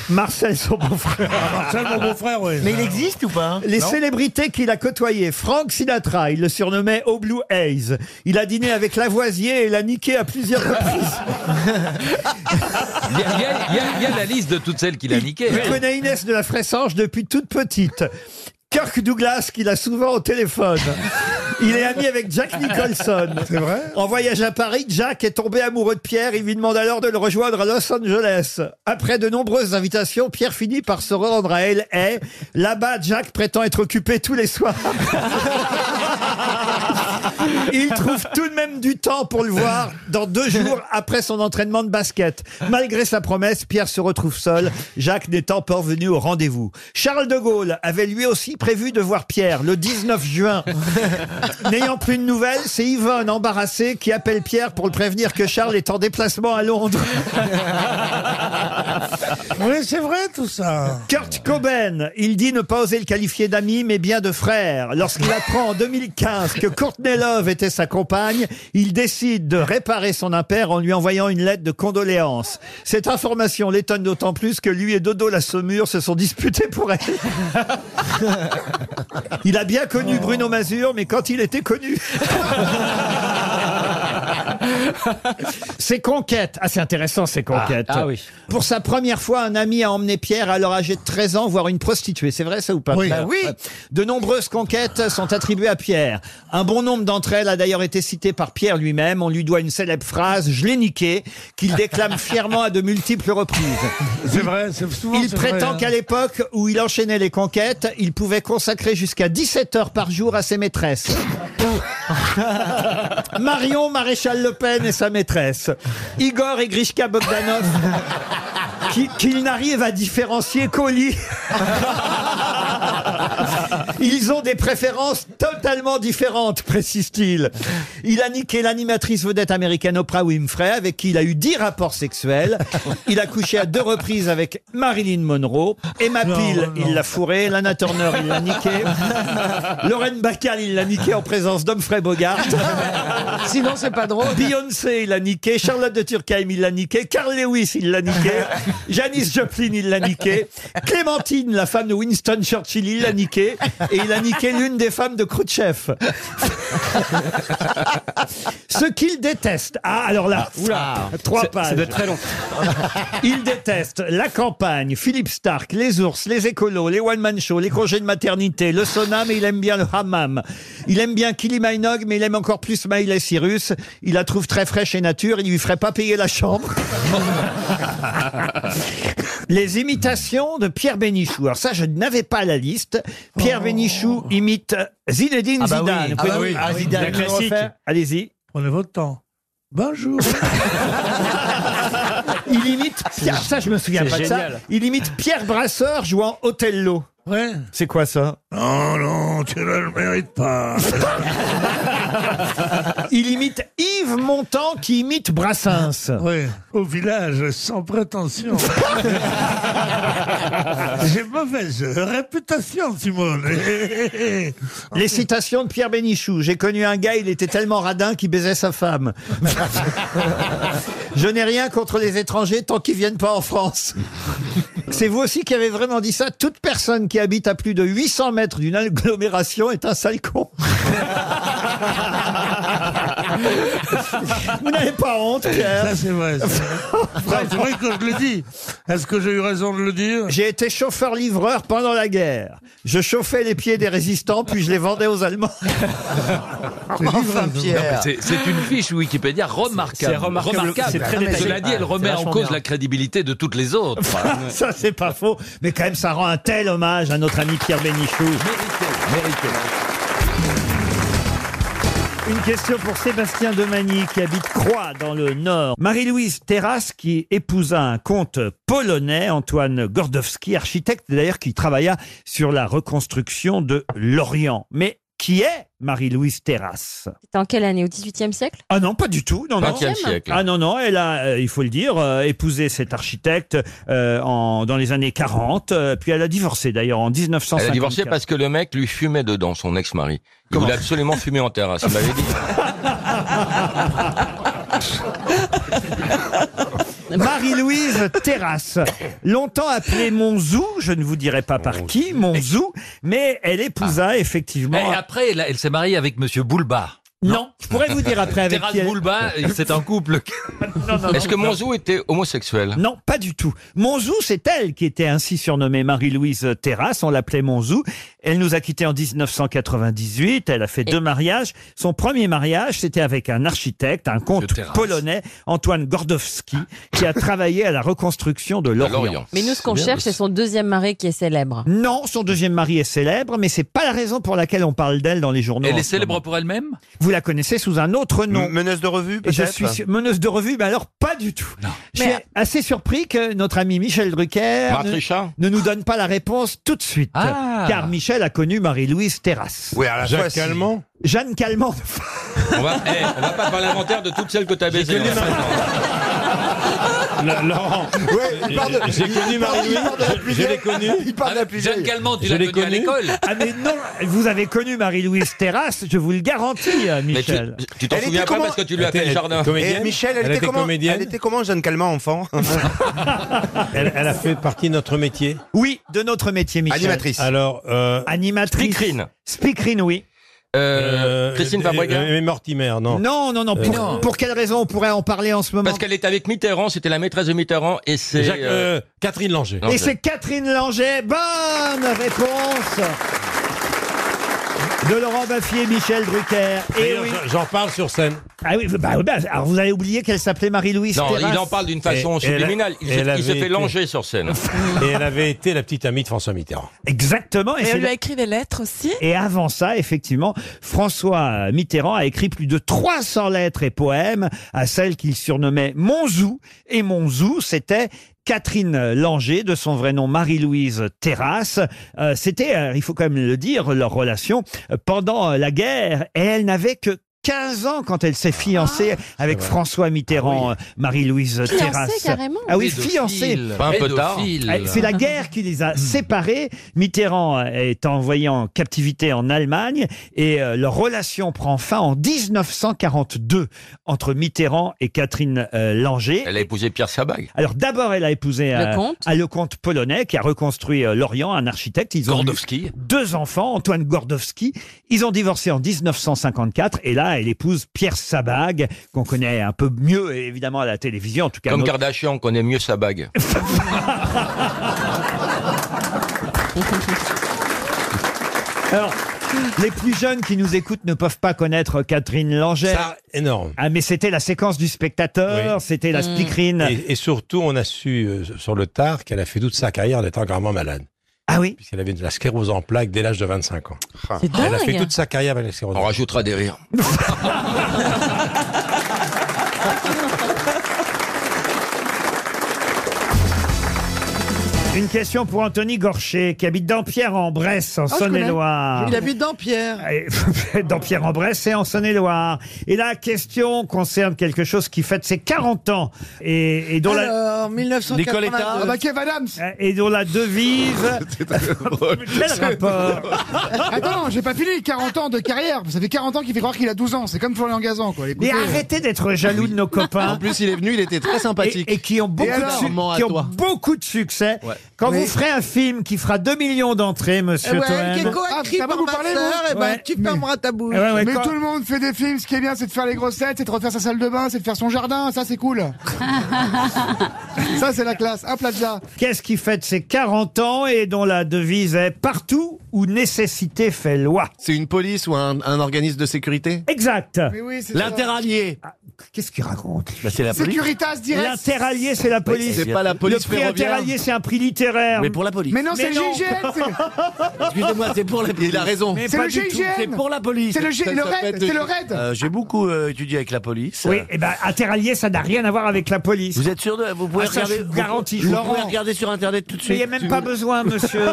Speaker 1: Marcel, son beau-frère.
Speaker 10: Ah Marcel, mon beau-frère, oui.
Speaker 1: Mais il
Speaker 10: existe hein ou pas
Speaker 1: Les célébrités qu'il a côtoyées. Frank Sinatra, il le surnommait Oblou Hayes. Il a dîné avec Lavoisier et l'a niqué à plusieurs reprises.
Speaker 11: Il y, a- il y a- il y a- il y a la liste de toutes celles qu'il a niquées.
Speaker 1: Il connaît Inès de la Fressange depuis toute petite. Kirk Douglas, qu'il a souvent au téléphone. Il est ami avec Jack Nicholson.
Speaker 9: C'est vrai
Speaker 1: En voyage à Paris, Jack est tombé amoureux de Pierre. Il lui demande alors de le rejoindre à Los Angeles. Après de nombreuses invitations, Pierre finit par se rendre à L.A. Là-bas, Jack prétend être occupé tous les soirs. Il trouve tout de même du temps pour le voir dans deux jours après son entraînement de basket. Malgré sa promesse, Pierre se retrouve seul, Jacques n'étant pas venu au rendez-vous. Charles de Gaulle avait lui aussi prévu de voir Pierre le 19 juin. N'ayant plus de nouvelles, c'est Yvonne, embarrassée, qui appelle Pierre pour le prévenir que Charles est en déplacement à Londres.
Speaker 10: Oui, c'est vrai tout ça.
Speaker 1: Kurt Cobain, il dit ne pas oser le qualifier d'ami, mais bien de frère. Lorsqu'il apprend en 2015 que Courtney Love était sa compagne, il décide de réparer son impair en lui envoyant une lettre de condoléances. Cette information l'étonne d'autant plus que lui et Dodo la Saumure se sont disputés pour elle. Il a bien
Speaker 10: Oh.
Speaker 1: connu Bruno Mazur, mais quand il était connu. Ses conquêtes. Ah, c'est intéressant, ces conquêtes.
Speaker 10: Ah, ah oui.
Speaker 1: Pour sa première fois, un ami a emmené Pierre, alors âgé de 13 ans, voir une prostituée. C'est vrai, ça ou pas
Speaker 10: Oui.
Speaker 1: Pierre
Speaker 10: Bah oui.
Speaker 1: De nombreuses conquêtes sont attribuées à Pierre. Un bon nombre d'entre elles a d'ailleurs été citées par Pierre lui-même. On lui doit une célèbre phrase, je l'ai niqué, qu'il déclame fièrement à de multiples reprises.
Speaker 10: C'est vrai, c'est souvent
Speaker 1: Il
Speaker 10: c'est vrai,
Speaker 1: prétend
Speaker 10: hein.
Speaker 1: qu'à l'époque où il enchaînait les conquêtes, il pouvait consacrer jusqu'à 17 heures par jour à ses maîtresses. Marion Maréchal Le Pen et sa maîtresse. Igor et Grishka Bogdanov. qui- Qu'il n'arrive à différencier qu'au lit. Ils ont des préférences totalement différentes, précise-t-il. Il a niqué l'animatrice vedette américaine Oprah Winfrey, avec qui il a eu dix rapports sexuels. Il a couché à deux reprises avec Marilyn Monroe. Emma
Speaker 10: Non,
Speaker 1: Peel,
Speaker 10: non.
Speaker 1: il l'a fourrée. Lana Turner, il l'a niquée. Lorraine Bacall, il l'a niquée en présence d'Humphrey Bogart. Sinon, c'est pas drôle. Beyoncé, il l'a niqué. Charlotte de Turckheim, il l'a niqué. Carl Lewis, il l'a niqué. Janice Joplin, il l'a niqué. Clémentine, la femme de Winston Churchill, il l'a niqué. Et il a niqué l'une des femmes de Khrouchtchev. Ce qu'il déteste. Ah, alors là.
Speaker 10: Oula.
Speaker 1: Trois
Speaker 10: C'est-
Speaker 1: pages.
Speaker 10: ça doit être très long.
Speaker 1: Il déteste la campagne, Philippe Stark, les ours, les écolos, les one-man shows, les congés de maternité, le sauna, mais il aime bien le hammam. Il aime bien Kylie Minogue, mais il aime encore plus Miley Cyrus. Il la trouve très fraîche et nature, il lui ferait pas payer la chambre. Les imitations de Pierre Bénichou. Alors ça, je n'avais pas la liste. Pierre Bénichou imite Zinedine
Speaker 10: Oh. Ah bah oui.
Speaker 1: Zidane.
Speaker 10: Ah bah
Speaker 1: Pouvez-vous-
Speaker 10: oui. Ah, Zidane.
Speaker 1: Vous pouvez
Speaker 10: La
Speaker 1: le refaire
Speaker 10: classique.
Speaker 1: Allez-y.
Speaker 10: Prenez votre temps. Bonjour.
Speaker 1: Il imite Pierre, ça je me souviens
Speaker 10: C'est
Speaker 1: pas de ça.
Speaker 10: génial.
Speaker 1: Il imite Pierre Brasseur jouant Othello.
Speaker 10: Ouais.
Speaker 1: C'est quoi ça
Speaker 10: Non, non, tu ne le mérites pas.
Speaker 1: Il imite Yves Montand qui imite Brassens.
Speaker 10: Oui. Au village, sans prétention. J'ai mauvaise réputation, Simone.
Speaker 1: Les citations de Pierre Bénichou. J'ai connu un gars, il était tellement radin qu'il baisait sa femme. Je n'ai rien contre les étrangers tant qu'ils viennent pas en France. C'est vous aussi qui avez vraiment dit ça. Toute personne qui habite à plus de 800 mètres d'une agglomération est un sale con. Vous n'avez pas honte, Pierre
Speaker 10: Ça, c'est vrai. C'est vrai. Non, c'est vrai que je le dis.
Speaker 1: Est-ce que j'ai eu raison de le dire J'ai été chauffeur-livreur pendant la guerre. Je chauffais les pieds des résistants, puis je les vendais aux Allemands.
Speaker 11: Non, mais c'est- C'est une fiche Wikipédia remarquable.
Speaker 1: Ah, C'est remarquable. C'est très
Speaker 11: Cela
Speaker 1: détaillé.
Speaker 11: dit, elle
Speaker 1: Ouais,
Speaker 11: remet
Speaker 1: c'est
Speaker 11: en
Speaker 1: vachement
Speaker 11: cause
Speaker 1: bien.
Speaker 11: la crédibilité de toutes les autres.
Speaker 1: ça, c'est pas faux. Mais quand même, ça rend un tel hommage à notre ami Pierre Bénichou. Une question pour Sébastien Demagny qui habite Croix dans le Nord. Marie-Louise Terrasse qui épousa un comte polonais, Antoine Gordowski, architecte d'ailleurs qui travailla sur la reconstruction de l'Orient. Mais qui est Marie-Louise Terrasse
Speaker 14: C'était en quelle année Au XVIIIe siècle
Speaker 1: ah non, pas du tout. Non, non.
Speaker 14: 20e siècle.
Speaker 1: Ah non, non, elle a, euh, il faut le dire, euh, épousé cet architecte euh, en, dans les années 40, euh, puis elle a divorcé d'ailleurs en 1950.
Speaker 15: Elle a divorcé parce que le mec lui fumait dedans, son ex-mari. Il voulait absolument fumer en terrasse, il m'avait dit.
Speaker 1: Marie-Louise Terrasse, longtemps appelée Monzou, je ne vous dirai pas par qui, Monzou, mais elle épousa effectivement...
Speaker 11: Et après, elle, elle s'est mariée avec Monsieur Boulba.
Speaker 1: Non, je pourrais vous dire après avec
Speaker 11: Thérèse
Speaker 1: qui elle-
Speaker 11: Boulba, c'est un couple.
Speaker 1: non,
Speaker 15: Est-ce que
Speaker 1: non.
Speaker 15: Monzou était homosexuel
Speaker 1: Non, pas du tout. Monzou, c'est elle qui était ainsi surnommée Marie-Louise Terrasse. On l'appelait Monzou. Elle nous a quittés en 1998. Elle a fait deux mariages. Son premier mariage, c'était avec un architecte, un comte polonais, Antoine Gordowski, qui a travaillé à la reconstruction de l'Orient.
Speaker 14: Mais nous, ce qu'on cherche, c'est son deuxième mari qui est célèbre.
Speaker 1: Non, son deuxième mari est célèbre, mais c'est pas la raison pour laquelle on parle d'elle dans les journaux.
Speaker 11: Elle
Speaker 1: en
Speaker 11: est
Speaker 1: ce
Speaker 11: célèbre
Speaker 1: moment.
Speaker 11: pour elle-même
Speaker 1: Vous la connaissez sous un autre nom.
Speaker 11: M- meneuse de revue,
Speaker 1: Et Je
Speaker 11: peut-être
Speaker 1: suis sûr- meneuse de revue, mais alors pas du tout. Je suis assez surpris que notre ami Michel Drucker
Speaker 15: Marthe Richard
Speaker 1: ne, ne nous donne pas la réponse tout de suite.
Speaker 15: Ah.
Speaker 1: Car Michel a connu Marie-Louise Terrasse.
Speaker 15: Oui, à la Jacques fois, si. Calment
Speaker 1: Jeanne Calment.
Speaker 15: On va, eh, on va pas faire l'inventaire de toutes celles que t'as baisées. hein.
Speaker 13: Laurent,
Speaker 15: il parle de-
Speaker 13: j'ai
Speaker 15: il
Speaker 13: connu
Speaker 15: parle-
Speaker 13: Marie-Louise,
Speaker 15: il parle de la plus
Speaker 13: je, je
Speaker 15: vieille.
Speaker 13: l'ai connue.
Speaker 15: Il parle
Speaker 11: Ah,
Speaker 15: de la plus Jeanne vieille. Calment, tu
Speaker 13: Je
Speaker 15: l'as
Speaker 13: l'ai
Speaker 15: connue à
Speaker 13: connue.
Speaker 15: l'école.
Speaker 1: Ah mais non, vous avez connu Marie-Louise Terrasse, je vous le garantis, euh,
Speaker 15: Mais tu-
Speaker 1: Michel.
Speaker 15: tu t'en Elle souviens était pas comment- parce que tu lui as fait le jardin.
Speaker 25: Et Michel, elle, était comment Elle était comment, Jeanne Calment, enfant
Speaker 13: Elle, elle a fait partie de notre métier.
Speaker 1: Oui, de notre métier, Michel.
Speaker 25: Animatrice.
Speaker 13: Alors, euh,
Speaker 1: Animatrice.
Speaker 13: Speakerine.
Speaker 1: Speakerine, oui.
Speaker 13: euh,
Speaker 15: Christine
Speaker 13: euh,
Speaker 15: Fabrega
Speaker 13: euh, Mortimer, non.
Speaker 1: Non, non, non.
Speaker 13: Euh,
Speaker 1: Pour, pour quelle raison on pourrait en parler en ce moment
Speaker 15: Parce qu'elle est avec Mitterrand, c'était la maîtresse de Mitterrand et c'est.
Speaker 13: Jacques- euh, Catherine Langer.
Speaker 1: Et c'est Catherine Langer. Bonne réponse de Laurent Baffy et Michel Drucker. Et
Speaker 13: D'ailleurs,
Speaker 1: oui.
Speaker 13: j'en- J'en parle sur scène.
Speaker 1: Ah oui, bah, bah, alors vous avez oublié qu'elle s'appelait Marie-Louise
Speaker 15: Non,
Speaker 1: Terrasse.
Speaker 15: il en parle d'une façon
Speaker 13: Et- et elle a-
Speaker 15: subliminale. Il,
Speaker 13: et elle
Speaker 15: se, il se
Speaker 13: avait
Speaker 15: fait
Speaker 13: été-
Speaker 15: langer sur scène.
Speaker 13: Et elle avait été la petite amie de François Mitterrand.
Speaker 1: Exactement.
Speaker 26: Et
Speaker 1: c'est
Speaker 26: on lui
Speaker 1: là-
Speaker 26: a écrit des lettres aussi.
Speaker 1: Et avant ça, effectivement, François Mitterrand a écrit plus de 300 lettres et poèmes à celle qu'il surnommait Monzou. Et Monzou, c'était Catherine Langer, de son vrai nom Marie-Louise Terrasse. Euh, c'était, euh, il faut quand même le dire, leur relation euh, pendant euh, la guerre. Et elle n'avait que 15 ans quand elle s'est fiancée avec François Mitterrand, euh, Marie-Louise
Speaker 26: Fiancée,
Speaker 1: Terrasse.
Speaker 26: carrément.
Speaker 1: Ah oui,
Speaker 11: Pédophile.
Speaker 1: fiancée.
Speaker 15: Pas un peu tard. Pédophile.
Speaker 1: Euh, C'est la guerre qui les a séparés. Mitterrand est envoyé en captivité en Allemagne et euh, leur relation prend fin en 1942 entre Mitterrand et Catherine euh, Langer.
Speaker 15: Elle a épousé Pierre Sabag.
Speaker 1: Alors d'abord, elle a épousé un
Speaker 15: Le comte.
Speaker 1: un comte polonais qui a reconstruit euh, l'Orient, un architecte. Ils ont eu
Speaker 11: Gordowski.
Speaker 1: deux enfants, Antoine Gordowski. Ils ont divorcé en 1954 et là, elle épouse Pierre Sabag, qu'on connaît un peu mieux évidemment à la télévision, en tout cas.
Speaker 15: Comme
Speaker 1: notre-
Speaker 15: Kardashian, on connaît mieux sa bague.
Speaker 1: Alors, les plus jeunes qui nous écoutent ne peuvent pas connaître Catherine Langer.
Speaker 13: Ça, énorme.
Speaker 1: Ah, mais c'était la séquence du spectateur, Oh, c'était
Speaker 16: Mm.
Speaker 1: la speakerine.
Speaker 13: Et, et surtout, on a su euh, sur le tard qu'elle a fait toute sa carrière en étant gravement malade.
Speaker 1: Ah oui
Speaker 13: Puisqu'elle avait de la sclérose en plaques dès l'âge de 25 ans.
Speaker 15: C'est
Speaker 13: Elle a
Speaker 15: dingue.
Speaker 13: fait toute sa carrière avec la sclérose.
Speaker 15: Ah. On rajoutera des rires.
Speaker 1: Une question pour Anthony Gorcher, qui habite Dampierre en Bresse, en
Speaker 16: Ah, je
Speaker 1: Saône-et-Loire.
Speaker 16: connais. Il habite dans Pierre.
Speaker 1: Et- dans Pierre-en-Bresse et en Saône-et-Loire. Et la question concerne quelque chose qui fête ses 40 ans et, et dont la...
Speaker 16: Alors, 1982. Nicoletta. Ah bah, Kev Adams.
Speaker 1: Et dont la devise... Quel rapport
Speaker 16: Attends, j'ai pas fini, 40 ans de carrière. Ça fait 40 ans qu'il fait croire qu'il a 12 ans. C'est comme Florian Gazan, quoi. Ah,
Speaker 1: Mais arrêtez d'être jaloux de nos copains.
Speaker 16: euh, En plus, il est venu, il était très sympathique.
Speaker 1: Et, et qui ont beaucoup,
Speaker 16: Et alors
Speaker 1: de, su-
Speaker 16: Comment à
Speaker 1: qui ont
Speaker 16: toi
Speaker 1: beaucoup de succès. Quand
Speaker 16: Oui.
Speaker 1: vous ferez un film qui fera 2 millions d'entrées, monsieur Toen.
Speaker 16: coécrit par ma sœur,
Speaker 1: eh ben, Ouais, tu mais- fermeras ta bouche. Eh ouais, ouais,
Speaker 16: mais
Speaker 1: quand-
Speaker 16: tout le monde fait des films, ce qui est bien, c'est de faire les grossettes, c'est de refaire sa salle de bain, c'est de faire son jardin, ça c'est cool. ça c'est la classe, un plaza.
Speaker 1: Qu'est-ce qui fête ses 40 ans et dont la devise est partout où nécessité fait loi
Speaker 2: C'est une police ou un, un organisme de sécurité
Speaker 1: Exact. Ah,
Speaker 2: L'interallié. Bah,
Speaker 1: Qu'est-ce qu'il raconte
Speaker 2: C'est la police.
Speaker 16: Securitas direct.
Speaker 1: L'interallié, c'est la police.
Speaker 2: c'est pas la police
Speaker 1: Le prix
Speaker 2: ferroviaire.
Speaker 1: interallié, c'est un prix littéraire.
Speaker 2: Mais pour la police.
Speaker 16: Mais non, c'est le GIGN. c'est-
Speaker 2: Excusez-moi, c'est pour la police. Il a raison.
Speaker 16: C'est le GIGN. C'est le, G- le raid, c'est le raid.
Speaker 2: J'ai beaucoup euh, étudié avec la police. Euh,
Speaker 1: Oui, et ben interallié, ça n'a rien à voir avec la police.
Speaker 2: Vous êtes sûr de Vous pouvez
Speaker 1: Ah, ça,
Speaker 2: regarder.
Speaker 1: je vous
Speaker 2: vous-
Speaker 1: garantis,
Speaker 2: Vous,
Speaker 1: Laurent.
Speaker 2: pouvez regarder sur internet tout de
Speaker 1: Mais
Speaker 2: suite.
Speaker 1: il n'y a même pas besoin, monsieur,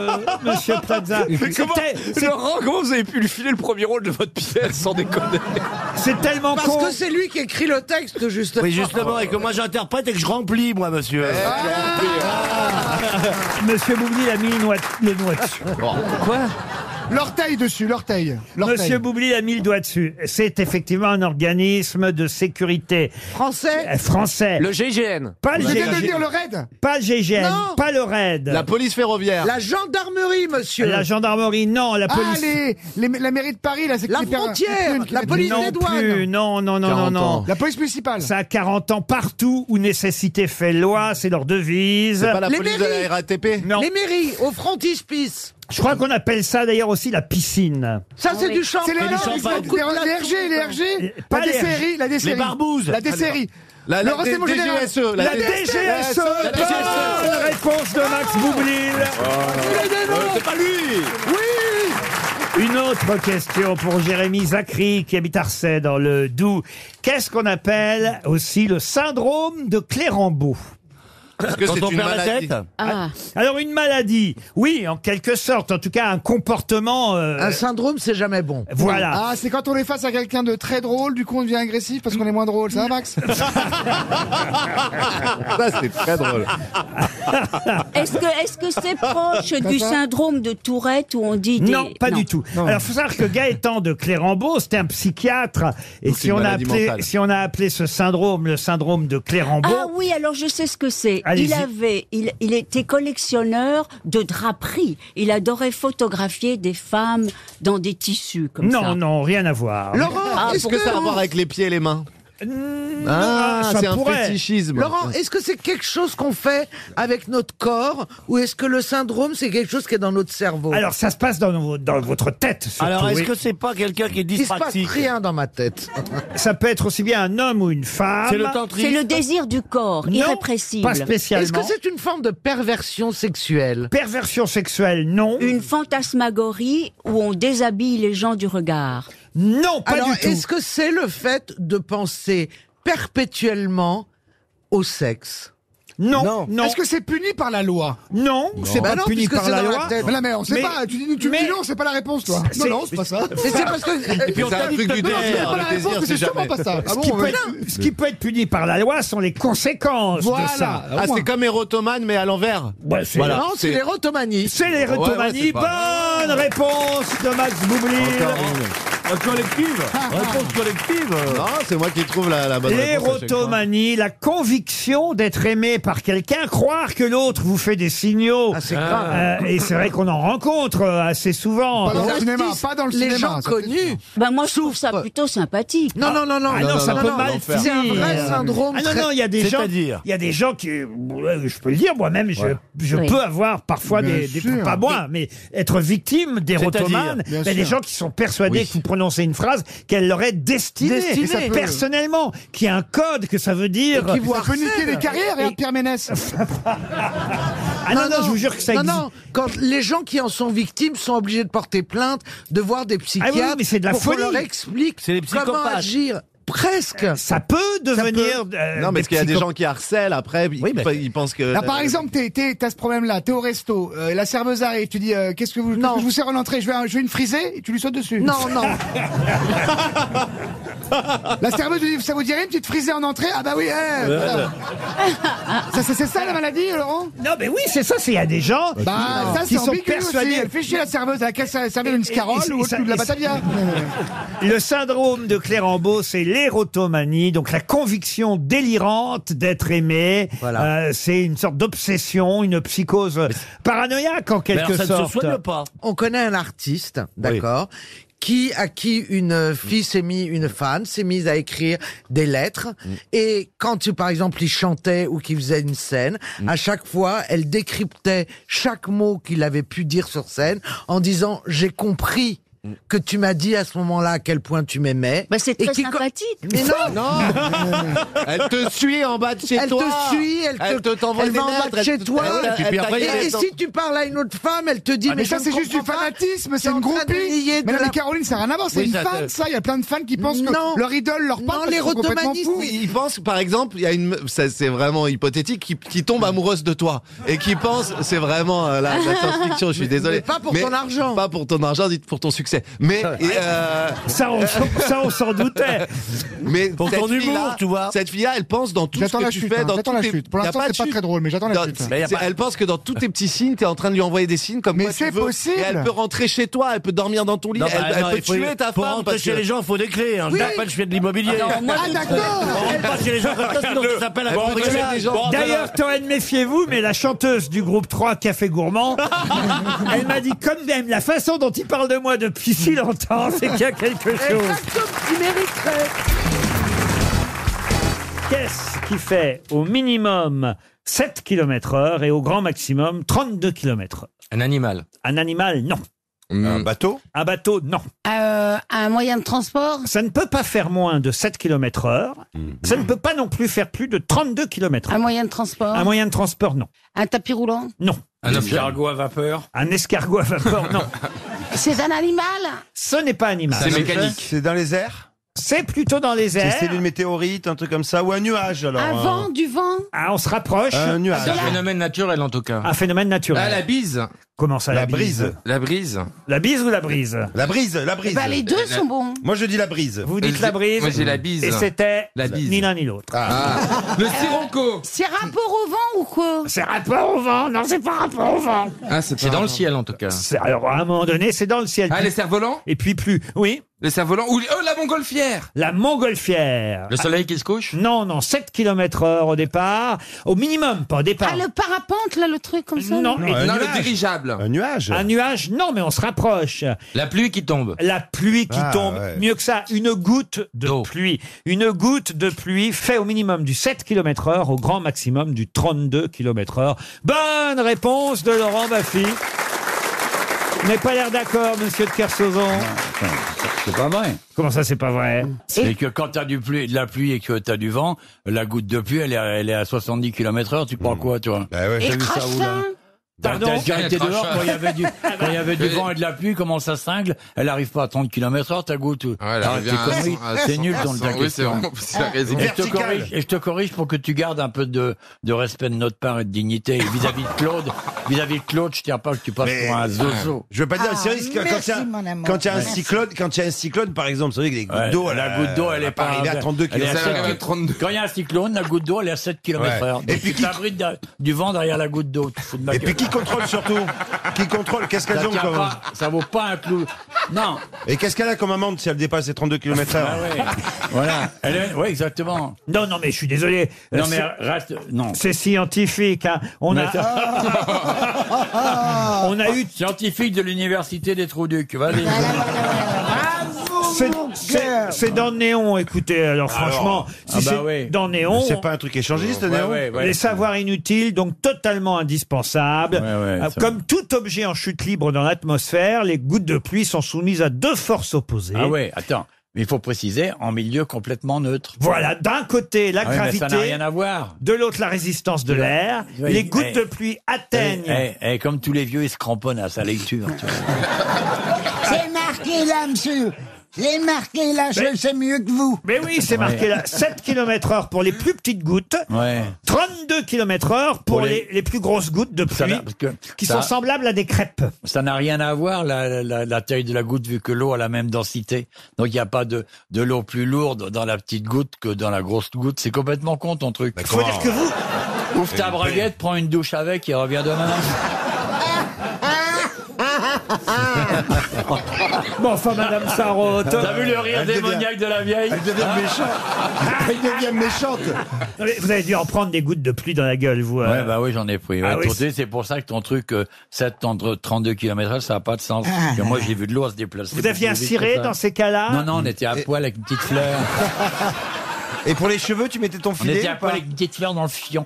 Speaker 1: monsieur Plaza. C'était- c'est-
Speaker 7: Laurent, comment vous avez pu lui filer le premier rôle de votre pièce sans déconner
Speaker 1: C'est tellement
Speaker 24: Parce que c'est lui qui écrit le texte, justement.
Speaker 2: Oui, justement, et que moi j'interprète et que je remplis, moi, monsieur.
Speaker 1: Ah.
Speaker 2: Ah.
Speaker 1: Monsieur Boubli a mis le noix, le noix dessus.
Speaker 2: Oh.
Speaker 16: Quoi L'orteil dessus, l'orteil. l'orteil.
Speaker 1: Monsieur Boubli a mis le doigt dessus. C'est effectivement un organisme de sécurité
Speaker 16: Français
Speaker 1: euh, français.
Speaker 16: Le
Speaker 2: GIGN.
Speaker 1: Pas le
Speaker 16: Vous venez de
Speaker 1: GIGN.
Speaker 16: dire le raid
Speaker 1: Pas le GIGN,
Speaker 16: Non.
Speaker 1: pas le RAID.
Speaker 2: La police ferroviaire.
Speaker 16: La gendarmerie, monsieur.
Speaker 1: La gendarmerie, non, la
Speaker 16: Ah,
Speaker 1: police.
Speaker 16: les, les- la mairie de Paris, là, c'est La qui les per- frontière, les qui la mettent- police
Speaker 1: non
Speaker 16: des douanes.
Speaker 1: plus, non, non, non, non,
Speaker 16: 40
Speaker 1: non.
Speaker 16: ans. La police municipale.
Speaker 1: Ça a 40 ans partout où nécessité fait loi, c'est leur devise.
Speaker 16: C'est pas la
Speaker 1: Les
Speaker 16: police
Speaker 1: mairies.
Speaker 16: de la
Speaker 2: RATP
Speaker 1: Non.
Speaker 24: Les mairies, au frontispice.
Speaker 1: Je crois qu'on appelle ça d'ailleurs aussi la piscine.
Speaker 24: Ça, c'est du
Speaker 16: Ah C'est
Speaker 24: champagne.
Speaker 16: les, les, les, les RG, les RG,
Speaker 1: Pas
Speaker 16: la
Speaker 1: les
Speaker 16: DCRI, la DCRI.
Speaker 2: Les barbouzes.
Speaker 16: La DCRI.
Speaker 2: La- la
Speaker 16: le renseignement
Speaker 2: D-
Speaker 16: général.
Speaker 2: DGSE, E, la
Speaker 1: La
Speaker 2: D-
Speaker 1: DGSE,
Speaker 16: E.
Speaker 2: La
Speaker 1: bonne
Speaker 2: DGSE.
Speaker 1: réponse de
Speaker 2: Ah.
Speaker 1: Max Boublil.
Speaker 2: C'est pas lui
Speaker 1: Une autre question pour Jérémy Zachry qui habite Arcet dans le Doubs. Qu'est-ce qu'on appelle aussi le syndrome de Clérambault
Speaker 2: Est-ce que Quand c'est on une perd la maladie tête
Speaker 1: Ah. Alors une maladie, oui, en quelque sorte, en tout cas un comportement. euh,
Speaker 24: Un syndrome, c'est jamais bon.
Speaker 1: voilà.
Speaker 16: Ah, c'est quand on est face à quelqu'un de très drôle, du coup on devient agressif parce qu'on est moins drôle, ça va Max
Speaker 2: Ça, c'est très drôle.
Speaker 26: Est-ce que est-ce que c'est proche du syndrome de Tourette où on dit des-
Speaker 1: Non, pas du tout. Alors, faut savoir que Gaëtan de Clérambault, c'était un psychiatre. Et
Speaker 2: Donc, c'est
Speaker 1: si
Speaker 2: une
Speaker 1: on, a
Speaker 2: maladie
Speaker 1: appelé,
Speaker 2: mentale.
Speaker 1: si on a appelé ce syndrome le syndrome de Clérambault,
Speaker 26: Ah oui, alors je sais ce que c'est.
Speaker 1: Allez-y.
Speaker 26: Il avait, il, il était collectionneur de draperies. Il adorait photographier des femmes dans des tissus comme
Speaker 1: non,
Speaker 26: ça.
Speaker 1: non, rien à voir.
Speaker 26: Ah,
Speaker 2: Est-ce
Speaker 26: pour
Speaker 2: que ça a
Speaker 26: ça.
Speaker 2: à voir avec les pieds et les mains Ah,
Speaker 1: ça
Speaker 2: c'est un
Speaker 1: pourrait.
Speaker 2: fétichisme.
Speaker 24: Laurent, est-ce que c'est quelque chose qu'on fait avec notre corps ou est-ce que le syndrome, c'est quelque chose qui est dans notre cerveau
Speaker 1: Alors, ça se passe dans, vo- dans votre tête. surtout,
Speaker 2: Oh. Alors, est-ce
Speaker 1: oui.
Speaker 2: que c'est pas quelqu'un qui est
Speaker 24: Il se passe
Speaker 2: dyspraxique
Speaker 24: rien dans ma tête.
Speaker 1: ça peut être aussi bien un homme ou une femme
Speaker 2: C'est le
Speaker 26: C'est le désir du corps,
Speaker 1: Ah, bah, Non,
Speaker 26: irrépressible.
Speaker 1: pas spécialement.
Speaker 24: Est-ce que c'est une forme de perversion sexuelle
Speaker 1: Perversion sexuelle, non.
Speaker 26: Une fantasmagorie où on déshabille les gens du regard.
Speaker 1: Non,
Speaker 24: Alors, est-ce que c'est le fait de penser perpétuellement au sexe
Speaker 1: Non,
Speaker 16: Est-ce que c'est puni par la loi
Speaker 1: Non, c'est
Speaker 24: Bah
Speaker 1: pas
Speaker 24: non,
Speaker 1: puni
Speaker 24: puisque
Speaker 1: par
Speaker 24: c'est
Speaker 1: la
Speaker 24: dans la
Speaker 1: loi.
Speaker 16: Mais là, mais on sait
Speaker 1: Mais-
Speaker 16: pas, tu, dis- tu me dis non, c'est pas la réponse toi.
Speaker 1: C'est-
Speaker 16: Non, non, c'est pas ça.
Speaker 1: Mais c'est parce que-
Speaker 16: Et puis on
Speaker 2: C'est un
Speaker 16: t'a dit
Speaker 2: truc
Speaker 16: que- euh,
Speaker 2: du
Speaker 16: non, non, c'est
Speaker 2: désir,
Speaker 16: pas la
Speaker 2: le
Speaker 16: réponse,
Speaker 2: désir,
Speaker 16: mais c'est
Speaker 2: c'est
Speaker 16: sûrement
Speaker 2: jamais.
Speaker 16: pas ça. Ah
Speaker 1: ce,
Speaker 16: bon,
Speaker 1: qui
Speaker 16: on
Speaker 1: peut
Speaker 16: va-
Speaker 1: être, ce qui peut être puni par la loi sont les conséquences
Speaker 16: Voilà,
Speaker 1: de ça.
Speaker 2: Ah, c'est comme érotomane, mais à l'envers.
Speaker 1: Ouais, c'est-
Speaker 2: Voilà.
Speaker 24: Non, c'est
Speaker 2: C'est-
Speaker 24: l'érotomanie.
Speaker 1: C'est les
Speaker 2: Ouais, ouais, c'est pas-
Speaker 1: Bonne réponse de Max Boublil.
Speaker 2: collective Réponse collective Non, c'est moi qui trouve la, la bonne réponse. à chaque fois.
Speaker 1: L'érotomanie, la conviction d'être aimé par quelqu'un, croire que l'autre vous fait des signaux.
Speaker 24: grave.
Speaker 1: Euh, et c'est vrai qu'on en rencontre euh, assez souvent. Hein
Speaker 16: Pas dans le
Speaker 24: Bon,
Speaker 16: cinéma,
Speaker 24: justice,
Speaker 16: pas dans le
Speaker 24: les
Speaker 16: cinéma.
Speaker 24: gens
Speaker 16: ça,
Speaker 24: connus.
Speaker 26: Ben moi, je trouve ça plutôt sympathique.
Speaker 24: Non, non, non, non.
Speaker 1: Ah non, ça peut mal
Speaker 24: C'est un
Speaker 1: finir.
Speaker 24: vrai syndrome.
Speaker 1: Ah non, non, il y a des gens.
Speaker 2: C'est-à-dire
Speaker 1: Il y a des gens qui. euh, Je peux le dire moi-même, je,
Speaker 2: Ouais.
Speaker 1: je
Speaker 26: Oui.
Speaker 1: peux avoir parfois
Speaker 16: Bien
Speaker 1: des, des-
Speaker 16: sûr.
Speaker 1: Pas moi, mais être victime d'érotomanes.
Speaker 2: C'est-à-dire
Speaker 1: mais
Speaker 2: Bien
Speaker 1: des
Speaker 2: sûr.
Speaker 1: gens qui sont persuadés que vous prononcez une phrase qu'elle leur est destinée.
Speaker 24: Destinée.
Speaker 1: Et ça peut- Personnellement, qui a un code que ça veut dire.
Speaker 24: Et qui vous
Speaker 16: Ça peut niquer les carrières, regarde Pierre Ménès.
Speaker 1: Ah non, non, je vous jure que ça
Speaker 24: non,
Speaker 1: existe.
Speaker 24: Non, quand les gens qui en sont victimes sont obligés de porter plainte, de voir des psychiatres
Speaker 1: Ah mais c'est de la
Speaker 24: pour qu'on
Speaker 1: folie.
Speaker 24: leur explique
Speaker 2: C'est les
Speaker 24: comment
Speaker 2: psychopathes.
Speaker 24: agir.
Speaker 4: presque.
Speaker 1: Ça peut devenir. euh,
Speaker 2: non, mais parce qu'il y a des gens qui harcèlent après, ils, ils pensent que.
Speaker 16: Là, par exemple, t'es- t'es- t'as ce problème-là, t'es au resto, euh, la serveuse arrive, tu dis euh, qu'est-ce que vous, qu'est-ce que je vous sers à l'entrée, je vais, un- je vais une frisée, et tu lui sautes dessus.
Speaker 4: Non, non.
Speaker 16: la serveuse lui dit ça vous dirait une petite frisée en entrée Ah bah oui. eh, putain. ça, c'est- c'est ça la maladie, Laurent
Speaker 1: Non, mais oui, c'est ça, c'est il y a des gens
Speaker 16: Bah,
Speaker 1: qui-
Speaker 16: ça,
Speaker 1: qui
Speaker 16: c'est
Speaker 1: sont
Speaker 16: ambigu aussi.
Speaker 1: persuadés.
Speaker 16: Elle fait chier la serveuse à laquelle ça servait une
Speaker 1: et-
Speaker 16: scarole
Speaker 1: et-
Speaker 16: ou autre,
Speaker 1: et-
Speaker 16: ou de la
Speaker 1: et-
Speaker 16: batavia.
Speaker 1: Le syndrome de Clérambault, c'est l'érotomanie, donc la conviction délirante d'être aimé. Euh, c'est une sorte d'obsession, une psychose paranoïaque en quelque sorte.
Speaker 4: On connaît un artiste, d'accord Qui, à qui une fille s'est mise, une fan s'est mise à écrire des lettres. Et quand, par exemple, il chantait ou qu'il faisait une scène, à chaque fois, elle décryptait chaque mot qu'il avait pu dire sur scène en disant J'ai compris que tu m'as dit à ce moment-là à quel point tu m'aimais.
Speaker 26: Bah, c'est
Speaker 4: Et
Speaker 26: très
Speaker 4: qui co-
Speaker 26: sympathique.
Speaker 4: Mais non,
Speaker 2: Elle te suit en bas de chez
Speaker 4: elle
Speaker 2: toi.
Speaker 4: te suit, elle te,
Speaker 2: Elle te t'envoie
Speaker 4: elle
Speaker 2: des
Speaker 4: va en bas
Speaker 2: lettres,
Speaker 4: de chez
Speaker 2: elle te-
Speaker 4: toi.
Speaker 2: Ah ouais, et puis après,
Speaker 4: et,
Speaker 2: elle
Speaker 4: et
Speaker 2: t'en-
Speaker 4: si tu parles à une autre femme, elle te dit.
Speaker 16: Ah, mais, ça, c'est juste du fanatisme, c'est une groupie. Mais non, mais Caroline, ça n'a rien à voir, c'est
Speaker 2: Oui,
Speaker 16: une
Speaker 2: ça,
Speaker 16: fan,
Speaker 2: c'est-
Speaker 16: ça. Il y a plein de fans qui pensent
Speaker 4: Non.
Speaker 16: que leur idole leur parle.
Speaker 4: Non,
Speaker 16: parce qu'ils sont complètement
Speaker 4: l'érotomanisme,
Speaker 16: fous.
Speaker 2: Ils pensent, par exemple, il y a une, me- ça, c'est vraiment hypothétique, qui, qui tombe amoureuse de toi et qui pense, c'est vraiment euh, la, la science-fiction. Je suis désolé.
Speaker 4: mais pas pour ton argent.
Speaker 2: Pas pour ton argent, dites pour ton succès. Mais et, euh,
Speaker 1: Ça, on s'en- ça, on s'en doutait.
Speaker 2: Mais
Speaker 1: Pour
Speaker 2: cette
Speaker 1: ton humour,
Speaker 2: fille-là-
Speaker 1: tu vois.
Speaker 2: Cette fille-là, elle pense dans tout ce
Speaker 16: J'attends
Speaker 2: que
Speaker 16: la
Speaker 2: tu
Speaker 16: chute,
Speaker 2: fais,
Speaker 16: hein,
Speaker 2: dans
Speaker 16: j'attends
Speaker 2: tous
Speaker 16: la
Speaker 2: tes-
Speaker 16: chute. Pour
Speaker 2: y a
Speaker 16: l'instant,
Speaker 2: pas de
Speaker 16: c'est pas
Speaker 2: chute.
Speaker 16: très drôle, mais j'attends la
Speaker 2: Dans-
Speaker 16: chute.
Speaker 2: c'est-
Speaker 16: Mais y a pas-
Speaker 2: Elle pense que dans tous tes petits signes, t'es en train de lui envoyer des signes comme
Speaker 16: Mais
Speaker 2: quoi tu
Speaker 16: c'est
Speaker 2: veux.
Speaker 16: possible.
Speaker 2: Et elle peut rentrer chez toi, elle peut dormir dans ton lit,
Speaker 6: Non,
Speaker 2: elle,
Speaker 6: bah,
Speaker 2: elle
Speaker 6: non,
Speaker 2: peut
Speaker 6: il faut-
Speaker 2: tuer ta
Speaker 6: pour
Speaker 2: femme.
Speaker 6: rentrer
Speaker 2: parce
Speaker 6: chez
Speaker 2: que-
Speaker 6: les gens, il faut des clés. hein. Je
Speaker 2: Oui.
Speaker 6: dis pas que je fais de l'immobilier.
Speaker 2: Ah, non, moi,
Speaker 16: Ah, d'accord.
Speaker 6: On rentre pas chez les gens comme ça, sinon tu t'appelles à
Speaker 1: Bon,
Speaker 6: cambriolage.
Speaker 1: voilà. D'ailleurs, Toen, méfiez-vous, mais la chanteuse du groupe 3 Café Gourmand, elle m'a dit comme même la façon dont il parle de moi depuis si longtemps, Oh, c'est qu'il y a quelque chose.
Speaker 4: tu mériterais.
Speaker 1: Qu'est-ce qui fait au minimum 7 km heure et au grand maximum 32 km heure
Speaker 15: Un animal.
Speaker 1: Un animal, non.
Speaker 15: Un
Speaker 6: Hmm.
Speaker 1: bateau Un bateau, non.
Speaker 26: Euh,
Speaker 21: Ah,
Speaker 26: un moyen de transport
Speaker 1: Ça ne peut pas faire moins de 7 km heure. Ça ne peut pas non plus faire plus de 32 km heure.
Speaker 26: Un moyen de transport
Speaker 1: Un moyen de transport, non.
Speaker 26: Un tapis roulant
Speaker 1: Non.
Speaker 6: Un escargot à vapeur.
Speaker 1: Un escargot à vapeur, non.
Speaker 26: C'est un animal
Speaker 1: Ce n'est pas animal.
Speaker 6: C'est mécanique.
Speaker 1: C'est dans les airs C'est plutôt dans les airs.
Speaker 25: C'est une météorite, un truc comme ça, ou un nuage alors.
Speaker 26: Un
Speaker 2: euh,
Speaker 25: hein.
Speaker 26: vent, du vent Ah,
Speaker 1: Ah, on se rapproche.
Speaker 25: Un nuage.
Speaker 15: C'est un phénomène naturel en tout cas.
Speaker 1: Un phénomène naturel.
Speaker 15: Ah, la bise.
Speaker 1: Comment ça, la,
Speaker 15: La brise.
Speaker 1: La bise ou la brise
Speaker 25: La brise, la brise.
Speaker 26: Eh ben, les deux sont bons.
Speaker 25: Moi je dis la brise.
Speaker 1: Vous dites la brise.
Speaker 15: Moi, j'ai la bise.
Speaker 1: Et c'était
Speaker 15: La bise. Ah.
Speaker 1: ni l'un ni l'autre.
Speaker 15: Le sironco.
Speaker 26: C'est rapport au vent ou quoi
Speaker 1: C'est rapport au vent. Non, c'est pas rapport au vent.
Speaker 15: Ah, c'est dans le ciel en tout cas.
Speaker 1: C'est- Alors, à un moment donné, c'est dans le ciel.
Speaker 7: Ah, les
Speaker 1: cerfs-volants Et puis plus. Oui.
Speaker 15: Le cerf-volant ou oh, la montgolfière.
Speaker 1: La montgolfière.
Speaker 15: Le soleil qui se couche
Speaker 1: Non, non, 7 km heure au départ. Au minimum, pas au départ.
Speaker 26: Ah, le parapente, là, le truc comme ça
Speaker 1: Non, et-
Speaker 15: Euh, Non, le dirigeable.
Speaker 1: Un nuage. Un nuage, non, mais on se rapproche.
Speaker 15: La pluie qui tombe.
Speaker 1: La pluie qui
Speaker 15: Ah,
Speaker 1: tombe,
Speaker 15: ouais.
Speaker 1: mieux que ça, une goutte de pluie. Une goutte de pluie fait au minimum du 7 km heure, au grand maximum du 32 km heure. Bonne réponse de Laurent Baffy. Vous n'avez pas l'air d'accord, monsieur de Kersauzon.
Speaker 6: C'est pas vrai.
Speaker 1: Comment ça, c'est pas vrai
Speaker 6: C'est que quand t'as du pluie, de la pluie et que t'as du vent, la goutte de pluie, elle est, à- elle est à 70 km heure. Tu
Speaker 17: Hmm.
Speaker 6: prends quoi, toi
Speaker 17: Bah
Speaker 26: Et
Speaker 6: T'as vu ça où, là
Speaker 26: crachin
Speaker 6: T'as
Speaker 26: Pardon
Speaker 6: t'as déjà été dehors quand il y avait du, quand il y avait du vent et de la pluie, comment ça cingle Elle arrive pas à 30 km heure, ta goutte.
Speaker 17: elle
Speaker 6: Arrête
Speaker 17: arrive
Speaker 6: tes
Speaker 17: à un-
Speaker 6: conneries,
Speaker 17: à
Speaker 6: t'es
Speaker 17: 100,
Speaker 6: nul dans le
Speaker 17: à 100, oui, c'est
Speaker 6: question.
Speaker 17: vraiment- c'est la raison.
Speaker 6: Et je, te
Speaker 17: Vertical.
Speaker 6: corrige, et je te corrige pour que tu gardes un peu de, de respect de notre part et de dignité. Et vis-à-vis de Claude, vis-à-vis de Claude, je tiens pas que tu passes
Speaker 25: Mais- euh,
Speaker 6: pour un zozo.
Speaker 25: Je veux pas dire,
Speaker 6: Ah,
Speaker 25: c'est risque quand
Speaker 6: merci,
Speaker 25: il y a-
Speaker 6: mon amour.
Speaker 25: quand il y a un
Speaker 6: Merci.
Speaker 25: cyclone, quand il y a un cyclone, par exemple, c'est vrai que les
Speaker 6: Ouais,
Speaker 25: gouttes d'eau,
Speaker 6: la goutte d'eau, elle est pas
Speaker 25: arrivée à 32
Speaker 6: elle est à
Speaker 25: km.
Speaker 6: 7 km. Quand il y a un cyclone, la goutte d'eau, elle est à 7 km heure.
Speaker 25: Ouais.
Speaker 6: Et puis tu t'abrites derrière- du vent derrière la goutte d'eau.
Speaker 25: Et puis qui contrôle surtout Qui contrôle Qu'est-ce qu'elles
Speaker 6: Ça
Speaker 25: ont
Speaker 6: tient
Speaker 25: comme
Speaker 6: pas, Ça vaut pas un clou. Non.
Speaker 25: Et qu'est-ce qu'elle a comme amende si elle dépasse les 32 km/h
Speaker 6: Ah ouais. Voilà. Elle est- ouais, exactement.
Speaker 1: Non, non, mais je suis désolé.
Speaker 6: Non,
Speaker 1: Euh,
Speaker 6: mais
Speaker 1: c'est-
Speaker 6: reste. Non.
Speaker 1: C'est scientifique. hein. On
Speaker 6: Mais
Speaker 1: a.
Speaker 25: Ah.
Speaker 6: ça-
Speaker 1: On a eu
Speaker 6: scientifique de l'université des Trous-Ducs. Vas-y.
Speaker 1: C'est-
Speaker 25: Ah,
Speaker 1: C'est c'est dans Néon, écoutez. Alors, franchement,
Speaker 6: ah
Speaker 1: si
Speaker 6: bah
Speaker 1: c'est
Speaker 6: oui.
Speaker 1: dans Néon.
Speaker 25: C'est pas un truc échangiste,
Speaker 1: Ouais,
Speaker 25: Néon
Speaker 1: ouais, ouais. Les savoirs inutiles, donc totalement indispensables. Euh,
Speaker 6: ça-
Speaker 1: Comme tout objet en chute libre dans l'atmosphère, les gouttes de pluie sont soumises à deux forces opposées.
Speaker 6: Ah ouais, attends. Mais il faut préciser, en milieu complètement neutre.
Speaker 1: Voilà, d'un côté, la
Speaker 6: Ah oui, mais ça n'a
Speaker 1: gravité.
Speaker 6: rien à voir.
Speaker 1: De l'autre, la résistance de
Speaker 6: Tu vois,
Speaker 1: l'air.
Speaker 6: tu vois,
Speaker 1: les
Speaker 6: il-
Speaker 1: gouttes
Speaker 6: eh,
Speaker 1: de pluie atteignent.
Speaker 6: Eh, eh, eh, comme tous les vieux, ils se cramponnent à sa lecture. tu vois.
Speaker 5: C'est marqué là, monsieur.
Speaker 17: C'est marqué là, je le sais mieux que vous.
Speaker 1: Mais oui, c'est marqué là. 7 km heure pour les plus petites gouttes. 32 km heure pour,
Speaker 11: Pour
Speaker 1: les...
Speaker 11: les-
Speaker 1: les plus grosses gouttes de pluie qui
Speaker 11: ça-
Speaker 1: sont semblables à des crêpes.
Speaker 6: Ça n'a rien à voir, la, la- la taille de la goutte, vu que l'eau a la même densité. Donc il n'y a pas de, de l'eau plus lourde dans la petite goutte que dans la grosse goutte. C'est complètement con, ton truc. Il
Speaker 1: faut dire que vous...
Speaker 6: Ouvre ta braguette, prends une douche avec et reviens demain.
Speaker 1: Bon, enfin, Madame Sarraute.
Speaker 6: T'as vu le rire démoniaque de la vieille Ah. Elle devient méchante. Elle devient méchante.
Speaker 1: Non, mais Vous avez dû en prendre des gouttes de pluie dans la gueule, vous. euh.
Speaker 6: Ouais, bah oui, j'en ai pris. ouais.
Speaker 1: Ah oui,
Speaker 6: Pour- c'est pour ça que ton truc, euh, 7 entre 32 km ça n'a pas de sens.
Speaker 1: Ah.
Speaker 6: Parce que moi, j'ai vu de l'eau se déplacer.
Speaker 1: Vous aviez un
Speaker 6: beaucoup plus vite
Speaker 1: ciré
Speaker 6: que ça.
Speaker 1: dans ces cas-là
Speaker 6: Non, non, on était à poil avec une petite fleur. Et pour les cheveux, tu mettais ton
Speaker 25: filet
Speaker 6: On était à
Speaker 25: ou pas
Speaker 6: poil avec une petite fleur dans le fion.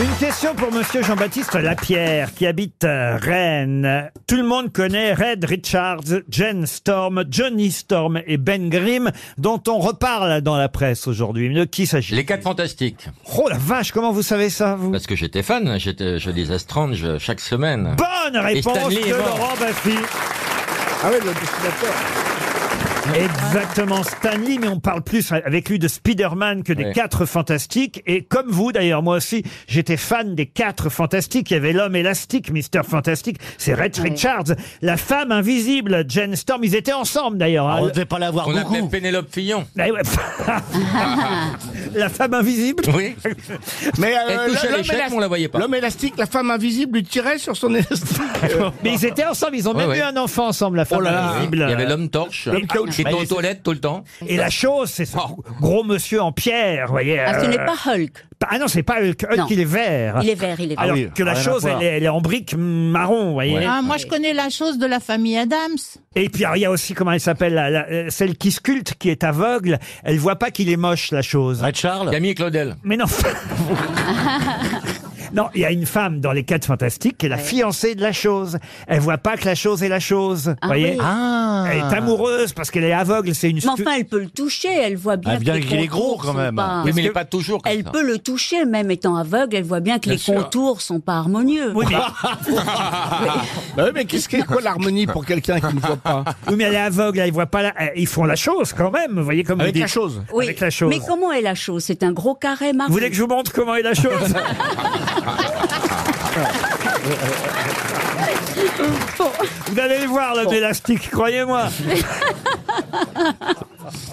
Speaker 1: Une question pour Monsieur Jean-Baptiste Lapierre, qui habite euh, Rennes. Tout le monde connaît Red Richards, Jen Storm, Johnny Storm et Ben Grimm, dont on reparle dans la presse aujourd'hui. Mais De qui s'agit-il Les
Speaker 15: quatre fantastiques.
Speaker 1: Oh la vache, comment vous savez ça, vous
Speaker 15: Parce que j'étais fan, j'étais, je lisais Strange euh, chaque semaine.
Speaker 1: Bonne réponse
Speaker 15: Et Stanley est
Speaker 1: de
Speaker 15: mort.
Speaker 1: Laurent Baffy. Ah oui, le Exactement, Stanley, mais on parle plus avec lui de Spider-Man que des
Speaker 15: Ouais.
Speaker 1: quatre fantastiques. Et comme vous, d'ailleurs, moi aussi, j'étais fan des quatre fantastiques. Il y avait l'homme élastique, Mister Fantastique, c'est Red
Speaker 15: Ouais.
Speaker 1: Richards, la femme invisible, Jen Storm. Ils étaient ensemble, d'ailleurs. hein.
Speaker 15: Ah, on devait pas l'avoir On appelait Pénélope Fillon.
Speaker 1: Ah ouais. la femme invisible
Speaker 15: Oui.
Speaker 1: Mais
Speaker 15: Elle touchait à l'échec, mais on la voyait pas.
Speaker 5: L'homme élastique, la femme invisible lui tirait sur son élastique.
Speaker 1: Mais ils étaient ensemble, ils ont même
Speaker 15: Ouais,
Speaker 1: eu
Speaker 15: ouais.
Speaker 1: un enfant ensemble, la femme
Speaker 15: Oh là là.
Speaker 1: invisible.
Speaker 15: Il y avait l'homme torche
Speaker 1: L'homme torche.
Speaker 15: qui était aux toilettes tout le temps.
Speaker 1: Et la chose, c'est ce gros monsieur en pierre, vous voyez.
Speaker 26: Ah, ce n'est pas
Speaker 1: Hulk. Ah non, c'est pas Hulk. Hulk,
Speaker 26: Non.
Speaker 1: il est vert.
Speaker 26: Il est vert, il est vert.
Speaker 1: Alors
Speaker 26: Ah oui,
Speaker 1: que la
Speaker 26: rien à
Speaker 1: chose,
Speaker 26: voir.
Speaker 1: elle est, elle est en brique marron, vous voyez.
Speaker 21: Ah, moi, je connais la chose de la famille Adams.
Speaker 1: Et puis, alors, il y a aussi, comment elle s'appelle, la- la- euh, celle qui sculpte, qui est aveugle. Elle voit pas qu'il est moche, la chose. Red Charles.
Speaker 15: Camille Claudel.
Speaker 1: Mais non. Non, il y a une femme dans les quatre fantastiques qui est la fiancée de la chose. Elle voit pas que la chose est la
Speaker 26: Ah
Speaker 1: chose. vous voyez
Speaker 26: oui. Ah.
Speaker 1: Elle est amoureuse parce qu'elle est aveugle, c'est une
Speaker 26: Mais
Speaker 1: stu-
Speaker 26: enfin, elle peut le toucher, elle voit bien
Speaker 1: Ah, bien
Speaker 26: que les
Speaker 1: qu'il est
Speaker 26: contours
Speaker 1: gros, quand
Speaker 26: sont
Speaker 1: même.
Speaker 26: Pas...
Speaker 1: Oui, mais il est
Speaker 26: Parce
Speaker 1: pas
Speaker 26: que
Speaker 1: toujours comme
Speaker 26: Elle
Speaker 1: ça.
Speaker 26: peut le toucher, même étant aveugle, elle voit bien que
Speaker 1: Bien
Speaker 26: les
Speaker 1: sûr.
Speaker 26: contours sont pas harmonieux.
Speaker 1: Oui, mais- Ah.
Speaker 5: Bah oui, mais qu'est-ce que quoi l'harmonie pour quelqu'un qui ne voit pas
Speaker 1: Oui, mais elle est aveugle, elle voit pas la... eh, Ils font la chose quand même, vous voyez comme
Speaker 5: Avec
Speaker 1: vous dites.
Speaker 5: la chose.
Speaker 26: Oui,
Speaker 1: Avec la chose.
Speaker 26: Mais comment est la chose C'est un gros carré marron.
Speaker 1: Vous voulez que je vous montre comment est la chose Vous allez le voir, l'homme élastique, croyez-moi.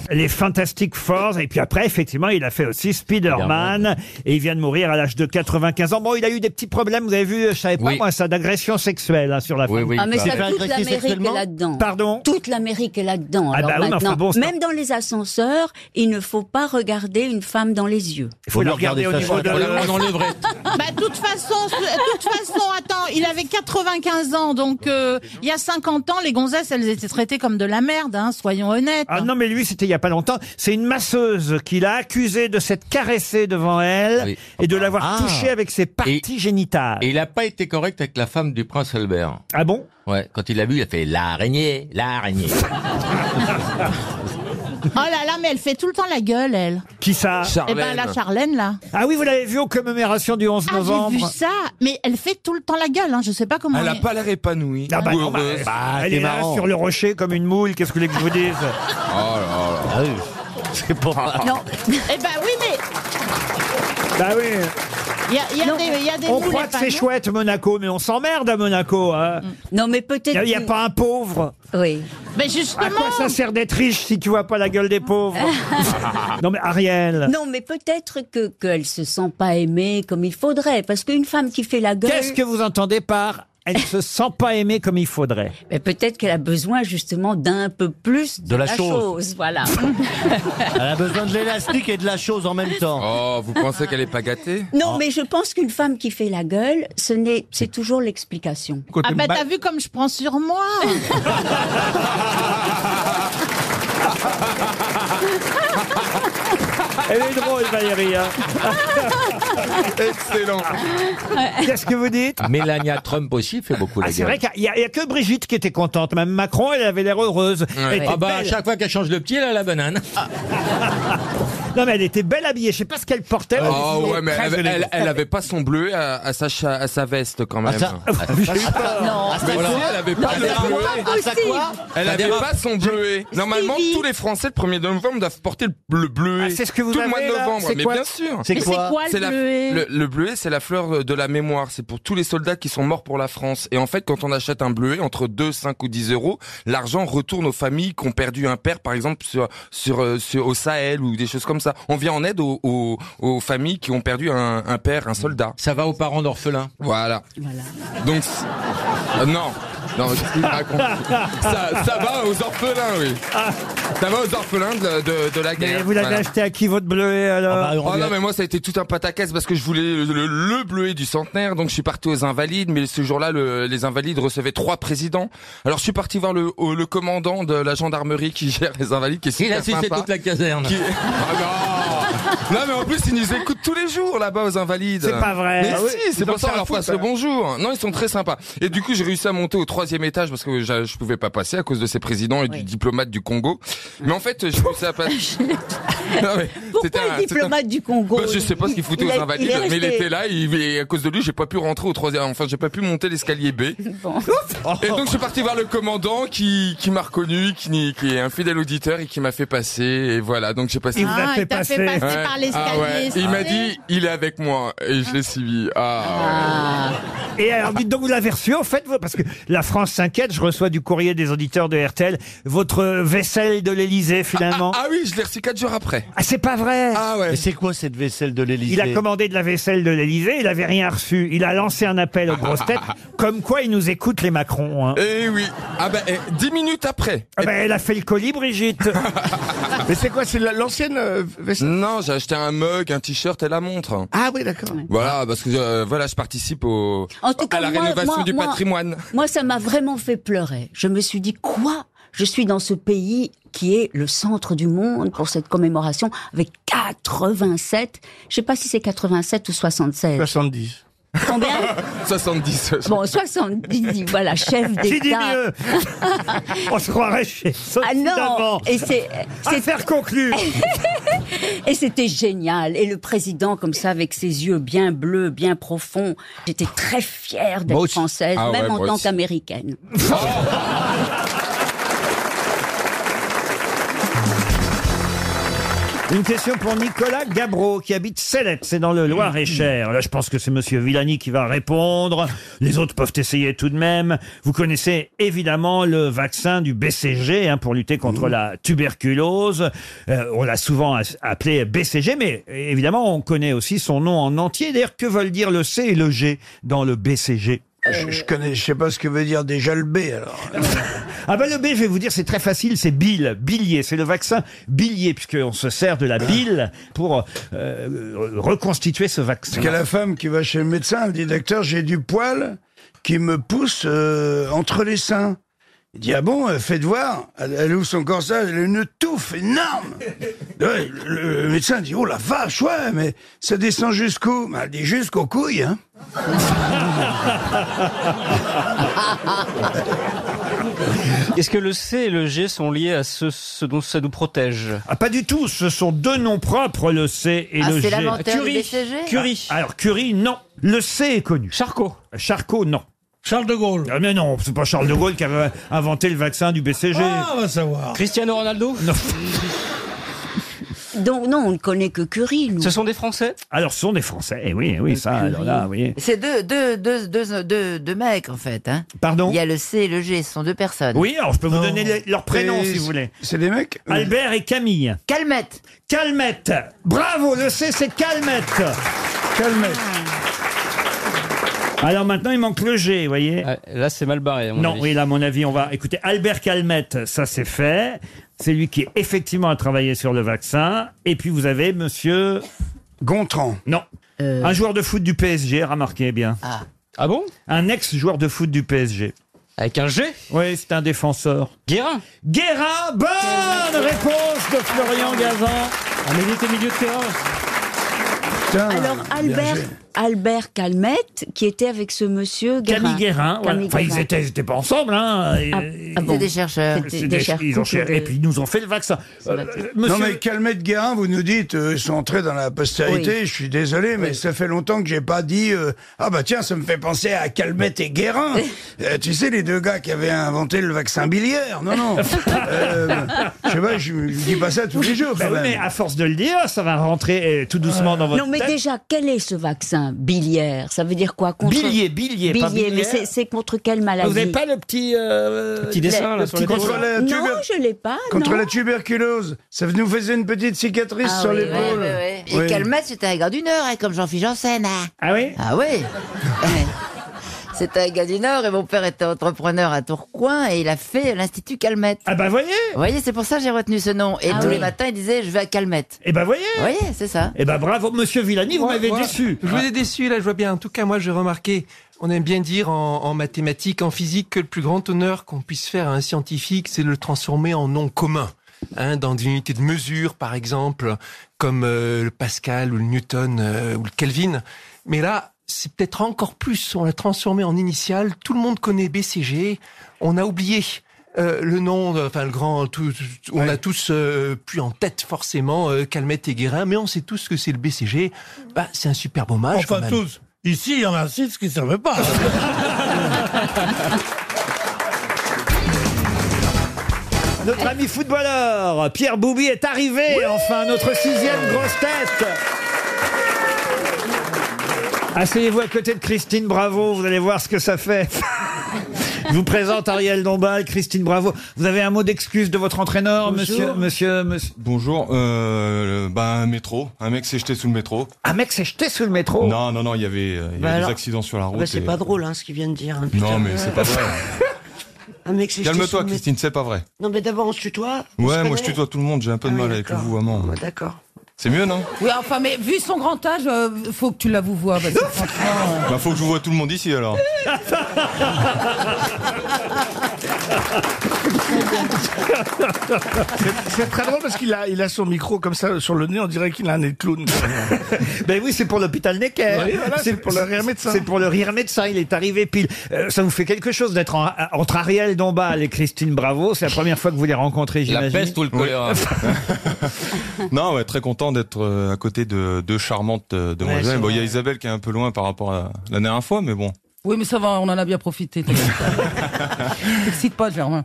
Speaker 1: Les Fantastic Four, et puis après, effectivement, il a fait aussi Spider-Man, et il vient de mourir à l'âge de 95 ans. Bon, il a eu des petits problèmes, vous avez vu, je savais pas, moi, ça, d'agression sexuelle hein, sur la fin.
Speaker 26: ah, mais ça, toute l'Amérique est là-dedans.
Speaker 1: Pardon
Speaker 26: Toute l'Amérique est là-dedans.
Speaker 1: Ah,
Speaker 26: Alors
Speaker 1: bah oui, mais enfin
Speaker 26: maintenant,
Speaker 1: bon, c'est-
Speaker 26: même dans les ascenseurs, il ne faut pas regarder une femme dans les yeux.
Speaker 1: Il faut la regarder au niveau de
Speaker 21: Bah, toute façon, toute façon, attends, il avait 95 ans, donc euh, il y a 50 ans, les gonzesses, elles étaient traitées comme de la merde, hein, soyons honnêtes.
Speaker 1: Ah non, mais lui, c'était il y a pas longtemps. C'est une masseuse qui l'a accusé de s'être caressée devant elle et de l'avoir
Speaker 15: Ah.
Speaker 1: touchée avec ses parties génitales.
Speaker 15: Et il n'a pas été correct avec la femme du prince Albert.
Speaker 1: Ah bon
Speaker 15: Ouais, quand il l'a vu, il a fait l'araignée, l'araignée.
Speaker 21: Oh là là, mais elle fait tout le temps la gueule, elle.
Speaker 1: Qui ça
Speaker 21: Eh ben, la Charlène, là.
Speaker 1: Ah oui, vous l'avez vu aux commémorations du 11
Speaker 21: Ah,
Speaker 1: novembre.
Speaker 21: j'ai vu ça, mais elle fait tout le temps la gueule, hein, je sais pas comment. on est-
Speaker 1: l'air épanouie. Ah bah,
Speaker 21: Ou
Speaker 1: non, bah,
Speaker 21: heureuse.
Speaker 1: bah, elle
Speaker 21: c'est
Speaker 1: est là
Speaker 21: marrant.
Speaker 1: sur le rocher comme une moule. Qu'est-ce que vous voulez que je vous dise
Speaker 21: Oh
Speaker 1: Ah C'est pas.
Speaker 21: Non. eh ben oui, mais
Speaker 1: Bah oui.
Speaker 21: il y a, il y a des, il y a des
Speaker 1: on
Speaker 21: moules
Speaker 1: croit que c'est
Speaker 21: épanouies.
Speaker 1: chouette Monaco, mais on s'emmerde à Monaco. hein.
Speaker 21: Mm.
Speaker 26: Non, mais peut-être.
Speaker 1: Il n'y a,
Speaker 26: que-
Speaker 1: pas un pauvre.
Speaker 26: Oui.
Speaker 21: Mais
Speaker 1: À quoi ça sert d'être riche si tu vois pas la gueule des pauvres Non mais Ariel.
Speaker 26: Non, mais peut-être que qu'elle se sent pas aimée comme il faudrait, parce qu'une femme qui fait la gueule.
Speaker 1: Qu'est-ce que vous entendez par elle ne se sent pas aimée comme il faudrait
Speaker 26: Mais peut-être qu'elle a besoin justement d'un peu plus de,
Speaker 1: De la
Speaker 26: chose.
Speaker 1: chose.
Speaker 26: Voilà.
Speaker 25: Elle a besoin de l'élastique et de la chose en même temps. Oh.
Speaker 8: Oh, vous pensez qu'elle est pas gâtée
Speaker 1: Ah.
Speaker 26: non, mais je pense qu'une femme qui fait la gueule, ce n'est, c'est toujours l'explication.
Speaker 21: Ah bah t'as vu comme je prends sur moi
Speaker 1: Elle est drôle Valérie. hein.
Speaker 8: Excellent.
Speaker 1: Qu'est-ce que vous dites
Speaker 15: Melania Trump aussi fait beaucoup la
Speaker 1: Ah, c'est
Speaker 15: gueule.
Speaker 1: vrai qu'il n'y a, il y a que Brigitte qui était contente. Même Macron, elle avait l'air heureuse.
Speaker 15: Ouais.
Speaker 1: Elle était
Speaker 15: Ah bah, à
Speaker 1: belle. Ah,
Speaker 15: chaque fois qu'elle change le pied, elle a la banane.
Speaker 1: Non, mais elle était belle habillée. Je sais pas ce qu'elle portait. mais
Speaker 8: Ah
Speaker 1: elle était
Speaker 8: ouais, mais
Speaker 1: très
Speaker 8: elle,
Speaker 1: jolie.
Speaker 8: elle, elle avait pas son bleu à, à sa, cha- à sa veste quand même.
Speaker 1: Ah, ça- Ah,
Speaker 8: J'ai eu peur.
Speaker 1: Non.
Speaker 8: Mais voilà, elle avait
Speaker 1: Non,
Speaker 8: pas
Speaker 1: mais
Speaker 8: le bleu.
Speaker 1: c'est pas possible.
Speaker 8: Elle avait
Speaker 1: C'est-à-dire-
Speaker 8: pas son bleuet. Normalement, tous les Français le 1er de novembre doivent porter le, le bleuet.
Speaker 1: Ah, c'est ce que vous
Speaker 8: Tout le mois
Speaker 1: avez,
Speaker 8: de
Speaker 1: là
Speaker 8: novembre,
Speaker 1: C'est
Speaker 8: mais
Speaker 1: quoi
Speaker 8: bien sûr.
Speaker 1: C'est Mais quoi c'est quoi, le eh
Speaker 8: C'est la-
Speaker 1: bleuet
Speaker 8: le, le bleuet, c'est la fleur de la mémoire. C'est pour tous les soldats qui sont morts pour la France. Et en fait, quand on achète un bleuet, entre 2, 5 ou 10 euros, l'argent retourne aux familles qui ont perdu un père, par exemple, sur, sur, euh, sur- au Sahel ou des choses comme ça. On vient en aide aux, aux, aux familles qui ont perdu un, un père, un soldat. Ça va aux parents d'orphelins. Voilà. Donc, c- euh, non. Non, qu'est-ce qu'il me raconte ça, ça va aux orphelins, oui. Ça va aux orphelins de, de- de la guerre.
Speaker 1: Et vous l'avez
Speaker 8: Voilà.
Speaker 1: acheté à qui votre bleuet alors
Speaker 15: Ah,
Speaker 8: Oh non mais moi ça a été tout un pataquès parce que je voulais le, le- le bleuet du centenaire donc je suis parti aux invalides mais ce jour-là le- les invalides recevaient trois présidents alors je suis parti voir le, au- le commandant de la gendarmerie qui gère les invalides qui est
Speaker 11: Il a
Speaker 8: super
Speaker 11: sucé
Speaker 8: sympa.
Speaker 11: toute la caserne.
Speaker 8: Qui- Ah non non mais en plus ils nous écoutent tous les jours là-bas aux invalides
Speaker 1: C'est pas vrai.
Speaker 8: mais
Speaker 1: Ah oui,
Speaker 8: si c'est
Speaker 1: ils en
Speaker 8: pour ça
Speaker 1: font
Speaker 8: qu'on
Speaker 1: la
Speaker 8: leur fasse
Speaker 1: foutre,
Speaker 8: le
Speaker 1: alors.
Speaker 8: bonjour non ils sont très sympas et du coup j'ai réussi à monter au troisième étage parce que j'a- je pouvais pas passer à cause de ces présidents et du diplomate du Congo mais en fait je réussi à passer Non, mais c'était
Speaker 26: Pourquoi
Speaker 8: un-
Speaker 26: le
Speaker 8: c'était un-
Speaker 26: diplomate du Congo
Speaker 8: bah, je sais pas ce qu'il foutait
Speaker 26: il
Speaker 8: aux
Speaker 26: a-
Speaker 8: invalides,
Speaker 26: est
Speaker 8: mais
Speaker 26: resté-
Speaker 8: il était là il- et à cause de lui, j'ai pas pu rentrer au troisième. Enfin, j'ai pas pu monter l'escalier B. Et donc, je suis parti voir le commandant qui, qui m'a reconnu, qui, n'y- qui est un fidèle auditeur et qui m'a fait passer. Et voilà, donc j'ai passé.
Speaker 1: Il vous a Ah, fait il t'a fait passer. passer
Speaker 8: Ouais.
Speaker 1: par l'escalier,
Speaker 8: Ah ouais. Il m'a
Speaker 1: c'est-
Speaker 8: dit, il est avec moi et je l'ai suivi. Ah.
Speaker 1: Et alors, dites donc, vous l'avez reçu, en fait, vous- parce que la France s'inquiète, je reçois du courrier des auditeurs de RTL, votre vaisselle de l'Elysée, finalement.
Speaker 8: Ah, oui, je l'ai reçu quatre jours après.
Speaker 1: Ah, c'est pas vrai
Speaker 8: Ah ouais.
Speaker 3: Mais c'est quoi cette vaisselle de l'Élysée
Speaker 1: Il a commandé de la vaisselle de l'Elysée, il avait rien reçu. Il a lancé un appel aux grosses
Speaker 8: Ah,
Speaker 1: têtes, comme quoi ils nous écoutent, les Macron. hein.
Speaker 8: Et oui. Ah bah, eh, dix minutes après.
Speaker 1: Ah bah, elle a fait le colis, Brigitte.
Speaker 8: Mais c'est quoi, c'est l'ancienne
Speaker 1: euh,
Speaker 8: vaisselle Non, j'ai acheté un mug, un t-shirt et la montre.
Speaker 26: Ah oui, d'accord.
Speaker 8: Voilà, parce que euh, voilà, je participe au
Speaker 26: En tout cas,
Speaker 8: à la
Speaker 26: moi-
Speaker 8: rénovation
Speaker 26: moi-
Speaker 8: du
Speaker 26: moi-
Speaker 8: patrimoine.
Speaker 26: Moi, ça m'a vraiment fait pleurer. Je me suis dit, quoi Je suis dans ce pays qui est le centre du monde pour cette commémoration avec 87. Je sais pas si c'est 87 ou 76.
Speaker 5: 70.
Speaker 8: 70.
Speaker 26: Bon, 70, voilà, chef d'État.
Speaker 1: Qui dit mieux On se croirait chez Sophie
Speaker 26: Ah non
Speaker 1: Davant.
Speaker 26: Et c'est... c'est-
Speaker 1: Affaire conclue
Speaker 26: et c'était génial. Et le président, comme ça, avec ses yeux bien bleus, bien profonds, j'étais très fière
Speaker 8: Moi
Speaker 26: d'être
Speaker 8: aussi.
Speaker 26: française,
Speaker 8: Ah
Speaker 26: même
Speaker 8: ouais,
Speaker 26: en
Speaker 8: moi
Speaker 26: tant
Speaker 8: aussi.
Speaker 26: qu'américaine.
Speaker 18: Ah,
Speaker 1: Une question pour Nicolas Gabro qui habite Célette, c'est dans le Loir-et-Cher. Là, je pense que c'est Monsieur Villani qui va répondre. Les autres peuvent essayer tout de même. Vous connaissez évidemment le vaccin du BCG hein, pour lutter contre la tuberculose. Euh, on l'a souvent as- appelé BCG, mais évidemment, on connaît aussi son nom en entier. D'ailleurs, que veulent dire le C et le G dans le BCG
Speaker 18: Ah, Je, je connais, je sais pas ce que veut dire déjà le B alors.
Speaker 1: Ah ben le B, je vais vous dire, c'est très facile, c'est bile, bilier, c'est le vaccin bilier, puisqu'on se sert de la bile pour euh, reconstituer ce vaccin.
Speaker 18: Parce que la femme qui va chez le médecin, elle dit docteur, j'ai du poil qui me pousse euh, entre les seins. Il dit ah bon, euh, faites voir. Elle, elle ouvre son corsage, elle a une touffe énorme. Ouais, le, le médecin dit oh la vache ouais, mais ça descend jusqu'où Ben, Elle dit jusqu'aux couilles. Hein.
Speaker 22: Est-ce que le C et le G sont liés à ce, ce dont ça nous protège
Speaker 1: Ah, pas du tout, ce sont deux noms propres, le C et
Speaker 22: Ah,
Speaker 1: le G.
Speaker 22: c'est l'inventaire du Curie. BCG Curie.
Speaker 1: Ah, alors, Curie, non. Le C est connu. Charcot. Charcot, non. Charles de Gaulle. Ah, mais non, c'est pas Charles de Gaulle qui avait inventé le vaccin du BCG.
Speaker 18: Ah, on va savoir.
Speaker 22: Cristiano Ronaldo
Speaker 1: Non.
Speaker 26: Donc non, on ne connaît que Curie, nous.
Speaker 22: Ce sont des Français
Speaker 1: Alors, ce sont des Français, eh oui, eh oui, ça, alors là, vous voyez.
Speaker 23: C'est deux, deux, deux, deux, deux, deux mecs, en fait. Hein.
Speaker 1: Pardon
Speaker 23: Il y a le C et le G, ce sont deux personnes.
Speaker 1: Oui, alors je peux vous donner les- leurs prénoms,
Speaker 18: Et
Speaker 1: si vous voulez.
Speaker 18: C'est des mecs euh,
Speaker 1: Albert et Camille.
Speaker 23: Calmette.
Speaker 1: Calmette. Bravo, le C, c'est Calmette.
Speaker 18: Calmette.
Speaker 1: Alors maintenant, il manque le G, vous voyez.
Speaker 22: Ah, Là, c'est mal barré. à mon
Speaker 1: non,
Speaker 22: avis.
Speaker 1: oui, là, à mon avis, on va écouter Albert Calmette, ça c'est fait. C'est lui qui effectivement a travaillé sur le vaccin. Et puis vous avez Monsieur
Speaker 18: Gontran.
Speaker 1: Non, un joueur de foot du PSG, remarquez bien.
Speaker 23: Ah,
Speaker 1: bon Un ex joueur de foot du PSG. Avec un G Oui, c'est un défenseur. Guérin. Guérin, bonne réponse de Florian Gazan.
Speaker 22: Ah, mais il était milieu de terrain.
Speaker 18: Putain,
Speaker 26: Alors
Speaker 18: bien
Speaker 26: Albert,
Speaker 18: joué.
Speaker 26: Albert Calmette qui était avec ce monsieur Guérin.
Speaker 1: Camille Guérin. voilà.
Speaker 26: Camille
Speaker 1: Enfin, ils
Speaker 26: Guérin.
Speaker 1: étaient, ils étaient pas ensemble. Hein. Et-
Speaker 26: Ah, ah bon.
Speaker 1: ils-
Speaker 26: des chercheurs.
Speaker 1: c'est
Speaker 26: C'était
Speaker 1: des-
Speaker 26: des chercheurs.
Speaker 1: ils ont cher- Et puis ils nous ont fait le vaccin. Euh,
Speaker 5: Non
Speaker 1: monsieur-
Speaker 5: mais Calmette Guérin, vous nous dites, euh, ils sont entrés dans la postérité. Je suis désolé, mais ça fait longtemps que j'ai pas dit. euh, ah bah tiens, ça me fait penser à Calmette et Guérin. Euh, tu sais les deux gars qui avaient inventé le vaccin biliaire. Non non. Euh, je sais pas, je je dis pas ça tous les jours.
Speaker 1: Bah
Speaker 5: quand
Speaker 1: oui,
Speaker 5: même.
Speaker 1: mais à force de le dire, ça va rentrer euh, tout doucement dans votre
Speaker 26: Non, mais
Speaker 1: tête.
Speaker 26: déjà, quel est ce vaccin biliaire Ça veut dire quoi contre...
Speaker 1: Bilier, bilier, pas
Speaker 26: mais
Speaker 1: biliaire.
Speaker 26: c'est- c'est contre quelle maladie
Speaker 1: n'avez pas
Speaker 26: le
Speaker 1: petit, Euh,
Speaker 26: petit dessin, là, sur les
Speaker 5: contre
Speaker 26: côtés.
Speaker 5: la
Speaker 26: Non,
Speaker 5: tuber-
Speaker 26: je l'ai pas,
Speaker 5: Contre
Speaker 26: non.
Speaker 5: la tuberculose, ça nous faisait une petite cicatrice
Speaker 21: Ah
Speaker 5: sur
Speaker 21: oui,
Speaker 5: l'épaule.
Speaker 21: ouais,
Speaker 27: Eh,
Speaker 21: ouais, ouais. Et
Speaker 5: Oui.
Speaker 21: Calmette, c'était un gars du Nord, hein, comme Jean-Philippe Janssen. hein.
Speaker 1: Ah oui
Speaker 21: Ah oui C'était un gars du Nord et mon père était entrepreneur à Tourcoing et il a fait l'Institut Calmette.
Speaker 1: Ah bah voyez
Speaker 21: Vous voyez, c'est pour ça que j'ai retenu ce nom. Et
Speaker 1: Ah
Speaker 21: tous
Speaker 1: oui.
Speaker 21: les matins, il disait Je vais à Calmette.
Speaker 1: Eh ben voyez
Speaker 21: Vous voyez, c'est ça.
Speaker 1: Eh ben bravo, monsieur Villani, vous
Speaker 10: Moi,
Speaker 1: m'avez
Speaker 10: moi,
Speaker 1: déçu.
Speaker 10: Je vous ai déçu, là, je vois bien. En tout cas, moi, j'ai remarqué, on aime bien dire en, en mathématiques, en physique, que le plus grand honneur qu'on puisse faire à un scientifique, c'est de le transformer en nom commun. Hein, dans une unité de mesure, par exemple, comme euh, le Pascal ou le Newton euh, ou le Kelvin. Mais là, c'est peut-être encore plus. On l'a transformé en initiale. Tout le monde connaît BCG. On a oublié. euh, le nom, euh, enfin le grand, tout- tout- on a tous euh, plus en tête forcément euh, Calmette et Guérin, mais on sait tous que c'est le BCG. Bah, c'est un superbe hommage.
Speaker 17: Enfin,
Speaker 10: quand même.
Speaker 17: tous. Ici, il y en a six qui ne savaient pas.
Speaker 1: Notre ami footballeur, Pierre Boubi, est arrivé, enfin, notre sixième grosse tête. Asseyez-vous à côté de Christine Bravo, vous allez voir ce que ça fait. Je vous présente Ariel Dombal, Christine Bravo. Vous avez un mot d'excuse de votre entraîneur, monsieur, monsieur, monsieur.
Speaker 9: Bonjour, euh, ben, un métro. Un mec s'est jeté sous le métro.
Speaker 1: Un mec s'est jeté sous le métro
Speaker 9: Non, non, non, il y avait, euh, il y avait
Speaker 7: Bah alors-
Speaker 9: des accidents sur la route.
Speaker 7: Bah, c'est
Speaker 9: et-
Speaker 7: pas drôle hein, ce qu'il vient de dire. hein, putain.
Speaker 9: Non, mais c'est pas vrai.
Speaker 7: Un mec, c'est jeté sous
Speaker 9: Calme-toi,
Speaker 7: le mé-
Speaker 9: Christine, c'est pas vrai.
Speaker 7: Non, mais d'abord, on se tutoie. on se
Speaker 9: Ouais, moi
Speaker 7: connaît.
Speaker 9: je tutoie tout le monde, j'ai un peu de
Speaker 7: Ah oui,
Speaker 9: mal avec le
Speaker 7: d'accord.
Speaker 9: vouvoiement.
Speaker 7: Ouais, D'accord.
Speaker 9: C'est mieux, non
Speaker 27: Oui, enfin, mais vu son grand âge, euh, faut que tu la vous vois. Parce que franchement, euh,
Speaker 9: Bah, faut que je vois tout le monde ici alors.
Speaker 17: C'est- C'est très drôle parce qu'il a, il a son micro comme ça Euh, sur le nez, on dirait qu'il a un nez de clown.
Speaker 1: ben oui, c'est pour l'hôpital Necker.
Speaker 17: Oui, voilà, c'est pour le rire médecin.
Speaker 1: C'est pour le rire médecin. Il est arrivé pile. Euh, ça vous fait quelque chose d'être en- entre Ariel Dombal et Christine Bravo. C'est la première fois que vous les rencontrez, j'imagine.
Speaker 9: Non, ouais, très content d'être euh, à côté de deux charmantes euh,
Speaker 27: Ouais,
Speaker 9: demoiselles.
Speaker 27: c'est
Speaker 9: Bon, il y a
Speaker 27: vrai.
Speaker 9: Isabelle qui est un peu loin par rapport à la dernière fois, mais bon.
Speaker 27: Oui, mais ça va, on en a bien profité. t'inquiète. T'excites pas, Germain.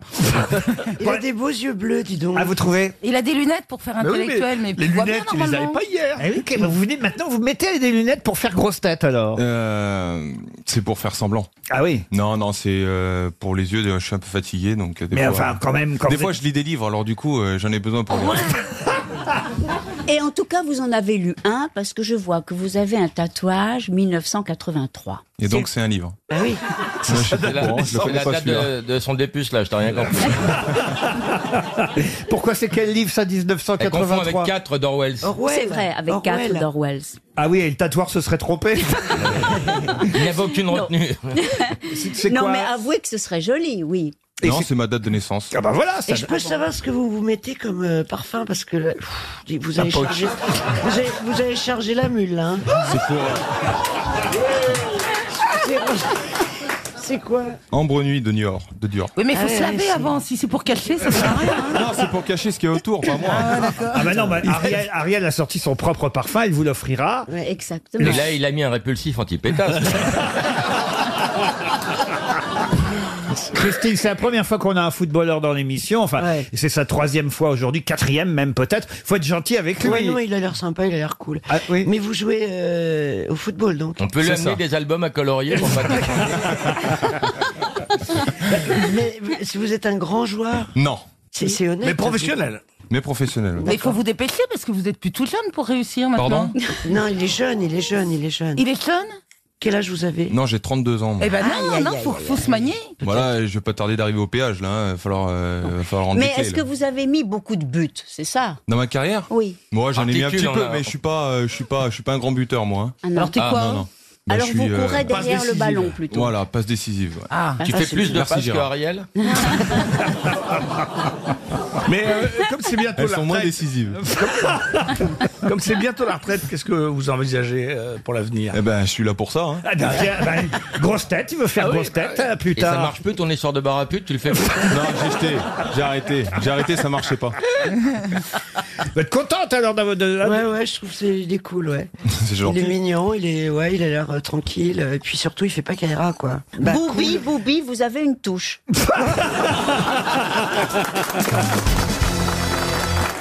Speaker 7: Il a des beaux yeux bleus, dis donc.
Speaker 1: Ah, vous trouvez
Speaker 27: Il a des lunettes pour faire
Speaker 7: Mais oui, mais
Speaker 27: intellectuel, mais,
Speaker 7: les
Speaker 27: il voit bien,
Speaker 7: lunettes, il les avait
Speaker 27: normalement.
Speaker 7: pas hier.
Speaker 1: Eh oui, ok, bah vous venez maintenant, vous mettez des lunettes pour faire grosse tête alors.
Speaker 9: Euh, c'est pour faire semblant.
Speaker 1: Oh. Ah oui
Speaker 9: Non, non, c'est euh, pour les yeux. Je suis un peu fatigué, donc. euh, Des
Speaker 1: Mais
Speaker 9: fois,
Speaker 1: enfin, quand même, quand
Speaker 9: des
Speaker 1: vous
Speaker 9: fois,
Speaker 1: êtes-
Speaker 9: je lis des livres, alors du coup, euh, j'en ai besoin pour. lire.
Speaker 26: Et en tout cas, vous en avez lu un parce que je vois que vous avez un tatouage 1983.
Speaker 9: Et donc, c'est un livre.
Speaker 7: Ah oui.
Speaker 9: Moi, je suis pas
Speaker 15: C'est la,
Speaker 9: au courant, je le
Speaker 15: c'est
Speaker 9: connais
Speaker 15: la
Speaker 9: pas,
Speaker 15: date
Speaker 9: celui-là.
Speaker 15: de, de son dépuce, là, je t'ai rien compris.
Speaker 1: Pourquoi c'est quel livre ça
Speaker 15: Elle confond
Speaker 1: 1983
Speaker 15: avec 4 d'Orwell.
Speaker 26: C'est vrai, avec
Speaker 1: Orwell.
Speaker 26: quatre d'Orwell.
Speaker 1: Ah oui, et le tatoueur se serait trompé.
Speaker 15: Il n'y avait aucune retenue.
Speaker 1: C'est
Speaker 26: non,
Speaker 9: quoi
Speaker 26: mais avouez que ce serait joli, oui.
Speaker 9: Non, c'est ma date de naissance.
Speaker 1: Ah bah voilà,
Speaker 7: Et je peux savoir ce que vous vous mettez comme euh, parfum parce que là, pff, vous,
Speaker 9: Un
Speaker 7: avez
Speaker 9: poche.
Speaker 7: chargé, vous, avez, vous avez chargé la mule là. hein.
Speaker 9: C'est pour euh,
Speaker 7: C'est- C'est quoi
Speaker 9: Ambre Nuit de Dior. De Dior.
Speaker 27: Oui, mais
Speaker 7: Ah
Speaker 27: faut
Speaker 7: ouais, Ah,
Speaker 27: se laver
Speaker 7: ouais,
Speaker 27: avant. Si c'est pour cacher, ça sert à rien. hein.
Speaker 9: Non, c'est pour cacher ce qu'il y a autour, pas moi.
Speaker 1: Ah bah non, bah, Ariel, Ariel a sorti son propre parfum, il vous l'offrira.
Speaker 26: exactement.
Speaker 15: Mais là, il a mis un répulsif anti-pétasse.
Speaker 1: Christine, c'est la première fois qu'on a un footballeur dans l'émission. Enfin, c'est sa troisième fois aujourd'hui, quatrième même peut-être. Faut être gentil avec lui.
Speaker 7: Ouais, non, il a l'air sympa, il a l'air cool. Mais vous jouez euh, au football donc
Speaker 15: On peut lui amener des albums à colorier pour pas
Speaker 7: Mais vous- si vous êtes un grand joueur,
Speaker 9: Non.
Speaker 7: c'est c'est honnête.
Speaker 9: Mais professionnel.
Speaker 27: Mais il faut vous dépêcher parce que vous êtes plus tout jeune pour réussir maintenant.
Speaker 9: Pardon
Speaker 7: Non, il est jeune, il est jeune, il est jeune.
Speaker 27: Il est jeune
Speaker 7: Quel âge vous avez
Speaker 9: Non, j'ai 32 ans. moi.
Speaker 27: Eh ben non,
Speaker 7: Aïe, aïe,
Speaker 27: non,
Speaker 7: aïe,
Speaker 27: faut,
Speaker 7: aïe,
Speaker 27: faut se manier.
Speaker 9: Voilà, je vais pas tarder d'arriver au péage, là. hein. Il va falloir, euh, il va falloir rendre
Speaker 26: Mais
Speaker 9: les clés,
Speaker 26: est-ce que
Speaker 9: là.
Speaker 26: vous avez mis beaucoup de buts, c'est ça
Speaker 9: Dans ma carrière
Speaker 26: Oui.
Speaker 9: Moi, j'en ai mis un
Speaker 15: Articule,
Speaker 9: petit peu,
Speaker 15: on a-
Speaker 9: mais je suis pas, euh, je suis pas, je suis pas un grand buteur, moi. hein.
Speaker 26: Ah non. Alors, t'es quoi,
Speaker 9: non,
Speaker 26: hein
Speaker 9: non. Bah,
Speaker 26: Alors,
Speaker 9: je suis,
Speaker 26: vous courez
Speaker 9: passe
Speaker 26: derrière le
Speaker 9: décisive.
Speaker 26: ballon, plutôt.
Speaker 9: Voilà, passe
Speaker 15: Ah.
Speaker 9: décisive. ouais.
Speaker 15: tu fais plus de
Speaker 9: Merci,
Speaker 15: passes que
Speaker 9: Gérard.
Speaker 15: Ariel
Speaker 3: Mais euh, comme c'est bientôt
Speaker 9: Elles
Speaker 3: la
Speaker 9: sont moins
Speaker 3: retraite- euh,
Speaker 9: décisives.
Speaker 3: Comme- Comme c'est bientôt la retraite, qu'est-ce que vous envisagez euh, pour l'avenir
Speaker 9: Eh ben, je suis là pour ça. hein.
Speaker 1: Ah, ben, tiens, ben, grosse tête, il veut faire grosse tête euh, plus
Speaker 15: Et ça
Speaker 1: tard.
Speaker 15: marche plus ton histoire de bar à pute, tu le fais plus
Speaker 9: Non, j'ai jeté, j'ai arrêté, j'ai arrêté, ça marchait pas.
Speaker 1: Vous êtes contente alors d'avoir.
Speaker 12: Ouais, ouais, je trouve que c'est il est cool, ouais.
Speaker 9: C'est
Speaker 12: il est
Speaker 9: gentil.
Speaker 12: mignon, il est, ouais, il a l'air euh, tranquille, euh, et puis surtout, il fait pas Kaira, quoi. Bah,
Speaker 1: Bah,
Speaker 26: Boubi, Boubi, vous avez une touche.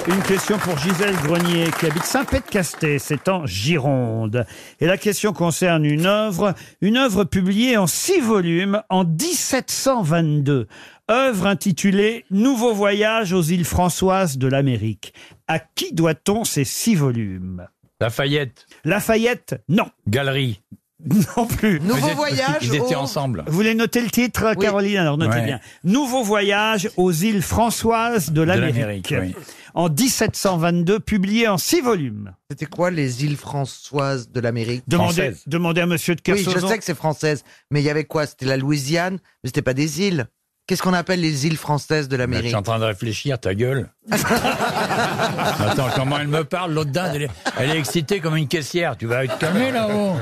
Speaker 1: Une question pour Gisèle Grenier qui habite Saint-Pé-de-Casté, c'est en Gironde. Et la question concerne une œuvre, une œuvre publiée en six volumes en 1722. Œuvre intitulée Nouveau voyage aux îles Françoises de l'Amérique. À qui doit-on ces six volumes
Speaker 6: Lafayette.
Speaker 1: Lafayette, non.
Speaker 6: Galerie.
Speaker 1: Non plus.
Speaker 6: Nouveau Ils étaient- voyage ils étaient aux- ensemble.
Speaker 1: Vous voulez noter le titre, Caroline Alors notez
Speaker 6: Ouais.
Speaker 1: bien. Nouveau voyage aux îles Françoises de l'Amérique.
Speaker 6: l'Amérique, oui.
Speaker 1: En 1722, publié en six volumes.
Speaker 4: C'était quoi les îles françoises de l'Amérique
Speaker 1: Demandez, demandez à monsieur de
Speaker 4: Oui,
Speaker 1: Kersauzon.
Speaker 4: je sais que c'est française, mais il y avait quoi C'était la Louisiane, mais c'était pas des îles. Qu'est-ce qu'on appelle les îles françaises de
Speaker 6: Je
Speaker 4: l'Amérique
Speaker 6: suis Bah, en train de réfléchir, ta gueule. Attends, comment elle me parle, l'autre dinde, elle est, elle est excitée comme une caissière. Tu vas être calmé là-haut.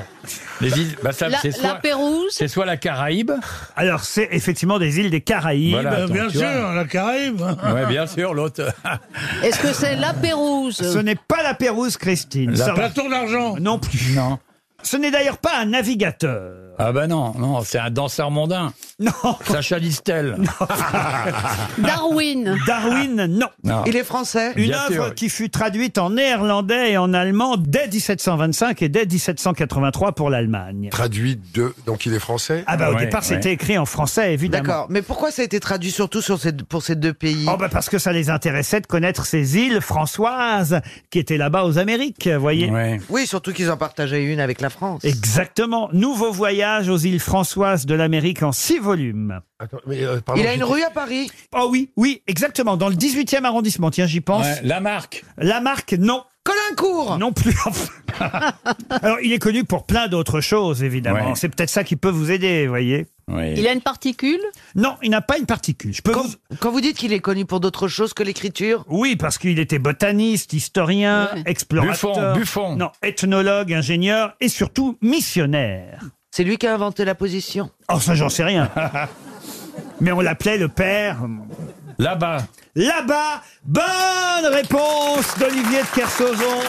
Speaker 6: Les îles, bah ça,
Speaker 21: La-
Speaker 6: c'est
Speaker 21: la
Speaker 6: soit,
Speaker 21: Pérouse.
Speaker 6: c'est soit la Caraïbe.
Speaker 1: Alors, c'est effectivement des îles des Caraïbes. Ben,
Speaker 6: Voilà, attends, Bien tu sûr, vois.
Speaker 1: bah, la Caraïbe.
Speaker 6: Ouais, bien sûr, l'autre.
Speaker 21: Est-ce que c'est la Pérouse
Speaker 1: Ce n'est pas la Pérouse, Christine.
Speaker 6: La
Speaker 1: Ça va.
Speaker 6: Pérouse.
Speaker 1: d'argent. Non plus.
Speaker 6: Non.
Speaker 1: Ce n'est d'ailleurs pas un navigateur.
Speaker 6: Ah bah non, non, c'est un danseur mondain.
Speaker 1: Non.
Speaker 6: Sacha Distel.
Speaker 21: Darwin.
Speaker 1: Darwin, non.
Speaker 6: Non. Il est
Speaker 4: français.
Speaker 1: Une
Speaker 6: Bien
Speaker 1: œuvre
Speaker 6: sûr.
Speaker 1: qui fut traduite en néerlandais et en allemand dès 1725 et dès 1783 pour l'Allemagne.
Speaker 14: Traduit de. Donc il est français
Speaker 1: Ah bah au départ c'était écrit en français évidemment.
Speaker 4: D'accord, mais pourquoi ça a été traduit surtout sur ces, pour ces deux pays
Speaker 1: Oh bah parce que ça les intéressait de connaître ces îles françoises qui étaient là-bas aux Amériques, vous voyez.
Speaker 4: Oui, surtout qu'ils en partageaient une avec la France.
Speaker 1: Exactement. Nouveau voyage aux îles françoises de l'Amérique en six volumes.
Speaker 14: Attends, mais, euh, pardon,
Speaker 4: il a une
Speaker 14: j'étais-
Speaker 4: rue à Paris
Speaker 1: Oh oui, oui, exactement. Dans le 18e arrondissement, tiens, j'y pense.
Speaker 6: Ouais, la marque.
Speaker 1: La marque, non.
Speaker 4: Colincourt
Speaker 1: Non plus. Alors, il est connu pour plein d'autres choses, évidemment.
Speaker 6: Ouais.
Speaker 1: C'est peut-être ça qui peut vous aider, vous voyez.
Speaker 6: Oui.
Speaker 21: a une particule
Speaker 1: Non, il n'a pas une particule. Je peux vous...
Speaker 4: Quand vous dites qu'il est connu pour d'autres choses que l'écriture
Speaker 1: Oui, parce qu'il était botaniste, historien, explorateur.
Speaker 6: Buffon, Buffon.
Speaker 1: Non, ethnologue, ingénieur et surtout missionnaire.
Speaker 4: C'est lui qui a inventé la position.
Speaker 1: Oh, ça, j'en sais rien. Mais on l'appelait le père.
Speaker 6: Là-bas.
Speaker 1: Là-bas, bonne réponse d'Olivier de Kersauzon.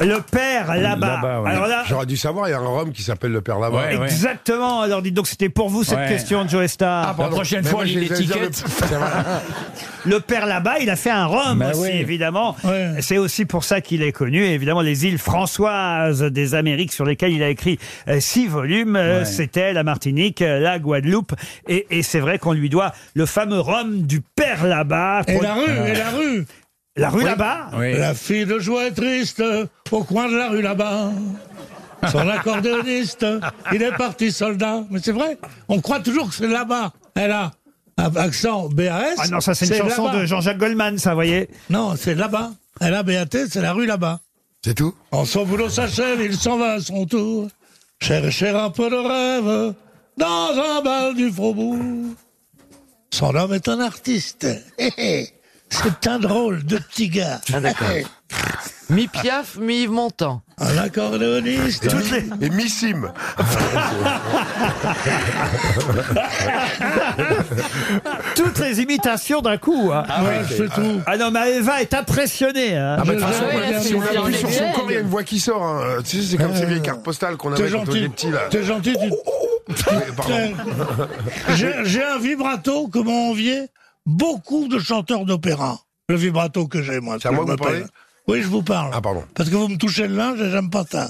Speaker 1: Le père là-bas.
Speaker 14: Là-bas, ouais.
Speaker 1: Alors là,
Speaker 14: J'aurais dû savoir, il y a un Rome qui s'appelle le Père là-bas.
Speaker 1: exactement. Alors dites donc, c'était pour vous cette
Speaker 14: Ouais.
Speaker 1: question, Joe Star.
Speaker 14: Ah, pardon. Mais moi, je les ai jamais- C'est vrai.
Speaker 1: Le père là-bas, il a fait un rhum
Speaker 6: Bah
Speaker 1: aussi,
Speaker 6: oui.
Speaker 1: évidemment. C'est aussi pour ça qu'il est connu. Et évidemment, les îles françoises des Amériques sur lesquelles il a écrit euh, six volumes, euh,
Speaker 6: Ouais.
Speaker 1: c'était la Martinique, euh, la Guadeloupe. Et, et c'est vrai qu'on lui doit le fameux rhum du père là-bas. Euh,
Speaker 5: Et la rue, et la rue.
Speaker 1: La rue là-bas
Speaker 6: Oui.
Speaker 5: La fille de joie est triste au coin de la rue là-bas. Son accordéoniste, il est parti soldat. Mais c'est vrai, on croit toujours que c'est là-bas. Elle a un accent BAS.
Speaker 1: Ah non, ça c'est une chanson
Speaker 5: là-bas.
Speaker 1: de Jean-Jacques Goldman, ça, vous voyez.
Speaker 5: Non, c'est là-bas. Elle a BAT, c'est la rue là-bas.
Speaker 14: C'est tout
Speaker 5: En son boulot s'achève, il s'en va à son tour. Chercher un peu de rêve dans un bal du faubourg. Son homme est un artiste. Hé, hé. C'est un drôle de petit gars.
Speaker 14: Ah,
Speaker 4: Mi Piaf, mi Yves Montand.
Speaker 5: Un accordéoniste. hein.
Speaker 14: Et Missime.
Speaker 1: Ah, Toutes les imitations d'un coup. hein.
Speaker 14: Ah ouais, c'est tout.
Speaker 1: Ah non, mais Eva est impressionnée. hein.
Speaker 14: Ah bah, de toute façon,
Speaker 5: Ah ouais,
Speaker 14: si on
Speaker 5: c'est
Speaker 14: appuie sur son
Speaker 5: génial.
Speaker 14: corps, il y a une voix qui sort. hein. Tu sais, c'est comme ces vieilles cartes postales qu'on avait
Speaker 5: T'es
Speaker 14: quand on était
Speaker 5: gentil.
Speaker 14: petits, là.
Speaker 5: T'es gentil. tu-
Speaker 14: Pardon.
Speaker 5: J'ai j'ai un vibrato que m'ont envié beaucoup de chanteurs d'opéra. Le vibrato que j'ai, moi.
Speaker 14: C'est à
Speaker 5: que
Speaker 14: moi
Speaker 5: je
Speaker 14: que vous
Speaker 5: m'appelle.
Speaker 14: parlez
Speaker 5: Oui, je vous parle.
Speaker 14: Ah, pardon.
Speaker 5: Parce que vous me touchez le linge et j'aime pas ça.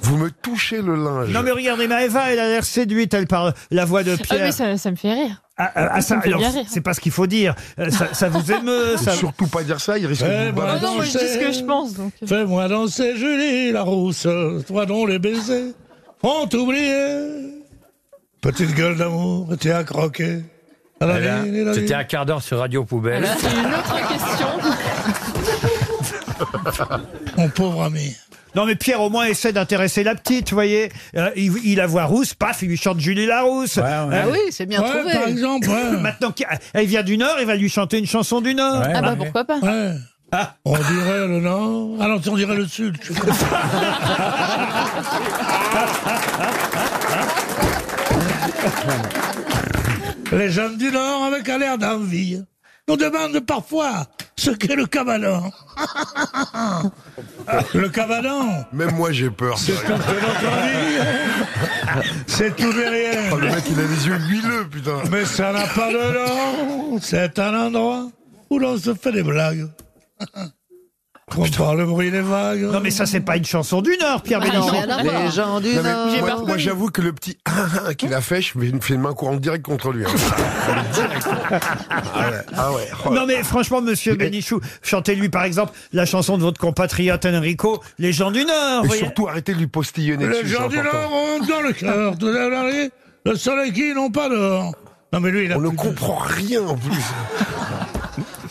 Speaker 14: Vous me touchez le linge.
Speaker 1: Non mais regardez, Maëva, elle a l'air séduite, elle parle la voix de
Speaker 13: Ah,
Speaker 1: Pierre.
Speaker 13: mais ça, ça me fait rire.
Speaker 1: Ah, ah, ah, ça,
Speaker 13: Ça me fait
Speaker 1: alors,
Speaker 13: bien rire.
Speaker 1: c'est pas ce qu'il faut dire. Euh, Ça, ça vous émeut,
Speaker 14: Faut
Speaker 1: ça.
Speaker 14: Surtout pas dire ça, il risque de vous
Speaker 5: Eh ben,
Speaker 14: battre.
Speaker 13: Ah non, moi, je dis ce que je pense, donc.
Speaker 5: Fais-moi danser Julie la rousse, toi dont les baisers ont oublié. Petite gueule d'amour, t'es à croquer. À la
Speaker 6: Voilà.
Speaker 5: ligne, à la
Speaker 6: Eh ben, C'était
Speaker 5: ligne.
Speaker 6: un quart d'heure sur Radio Poubelle.
Speaker 13: Alors, c'est une autre question.
Speaker 5: Mon pauvre ami.
Speaker 1: Non, mais Pierre, au moins, essaie d'intéresser la petite, vous voyez. Euh, il, il la voit rousse, paf, il lui chante Julie Larousse. Hein
Speaker 13: Ah oui, c'est bien Ouais, trouvé. par exemple, ouais.
Speaker 1: Maintenant qu'elle vient du Nord, il va lui chanter une chanson du Nord. Ah.
Speaker 13: Ah bah pourquoi pas
Speaker 5: Ouais. On dirait le Nord. Ah non, on dirait le Sud. Les jeunes du Nord, avec un air d'envie, nous demandent parfois ce qu'est le cabanon. le cabanon
Speaker 14: Même moi, j'ai peur.
Speaker 5: C'est tout Ah. C'est tout derrière.
Speaker 14: Oh, le mec, il a les yeux huileux, putain.
Speaker 5: Mais ça n'a pas de nom. C'est un endroit où l'on se fait des blagues.
Speaker 14: Ah,
Speaker 5: Comme par le bruit des vagues.
Speaker 1: Non, mais ça, c'est pas une chanson du Nord, Pierre
Speaker 5: Ah,
Speaker 1: Bénichou.
Speaker 5: rien à voir. Les gens du
Speaker 14: Non, mais
Speaker 5: Nord. J'ai pas
Speaker 14: Moi, moi,
Speaker 5: reconnu.
Speaker 14: j'avoue que le petit qu'il a fait, je me fais une main courante direct contre lui. hein. Direct. Ah ouais. Ah ouais. Oh.
Speaker 1: Non mais franchement, monsieur Benichou, chantez-lui par exemple la chanson de votre compatriote Enrico, Les gens du Nord.
Speaker 14: Et
Speaker 1: voyez.
Speaker 14: surtout, arrêtez de lui postillonner
Speaker 5: Les
Speaker 14: dessus. c'est
Speaker 5: gens du
Speaker 14: important.
Speaker 5: Nord ont dans le cœur de la vallée le soleil qui n'ont pas dehors. Non, mais lui, il a On ne comprend
Speaker 14: rien en plus.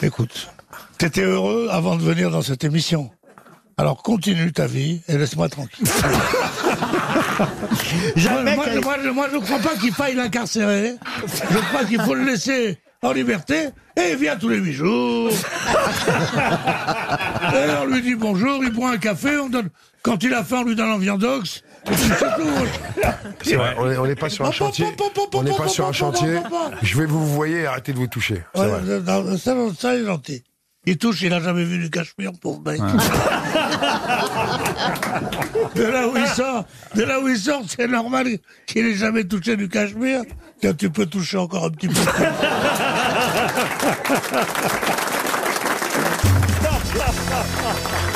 Speaker 5: Écoute, t'étais heureux avant de venir dans cette émission. Alors continue ta vie et laisse-moi tranquille.
Speaker 1: Jamais
Speaker 5: moi,
Speaker 1: qu'elle-
Speaker 5: moi, moi, moi, je ne crois pas qu'il faille l'incarcérer. Je crois qu'il faut le laisser en liberté et il vient tous les huit jours. et on lui dit bonjour, il boit un café, on donne... quand il a faim, on lui donne un viandox. Et puis c'est tout.
Speaker 14: C'est vrai, on est- on n'est pas sur un chantier. On n'est pas sur un chantier. Je vais vous vous voyez, arrêtez de vous toucher. C'est
Speaker 5: Ouais,
Speaker 14: vrai.
Speaker 5: euh, non, ça, non, ça, il est gentil. Il touche, il a jamais vu du cachemire, pauvre mec. de là où il sort, de là où il sort, c'est normal qu'il ait jamais touché du cachemire. Tiens, tu peux toucher encore un petit peu.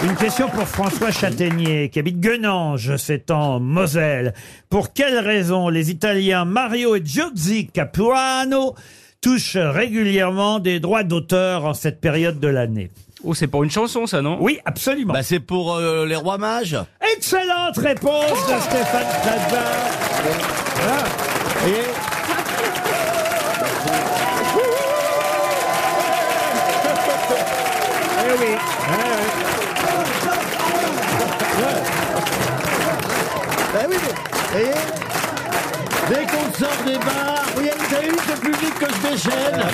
Speaker 1: Une question pour François Châtaignier, qui habite Guenange, c'est en Moselle. Pour quelles raisons les Italiens Mario et Giozzi Capuano touchent régulièrement des droits d'auteur en cette période de l'année Oh, c'est pour une chanson, ça, non Oui, absolument. Bah, c'est pour
Speaker 7: euh,
Speaker 1: les Rois Mages Excellente réponse de Stéphane Plaza. Voilà. Et- Eh oui.
Speaker 7: Ben oui, mais- et dès qu'on sort des bars, vous avez vu ce public que je déchaîne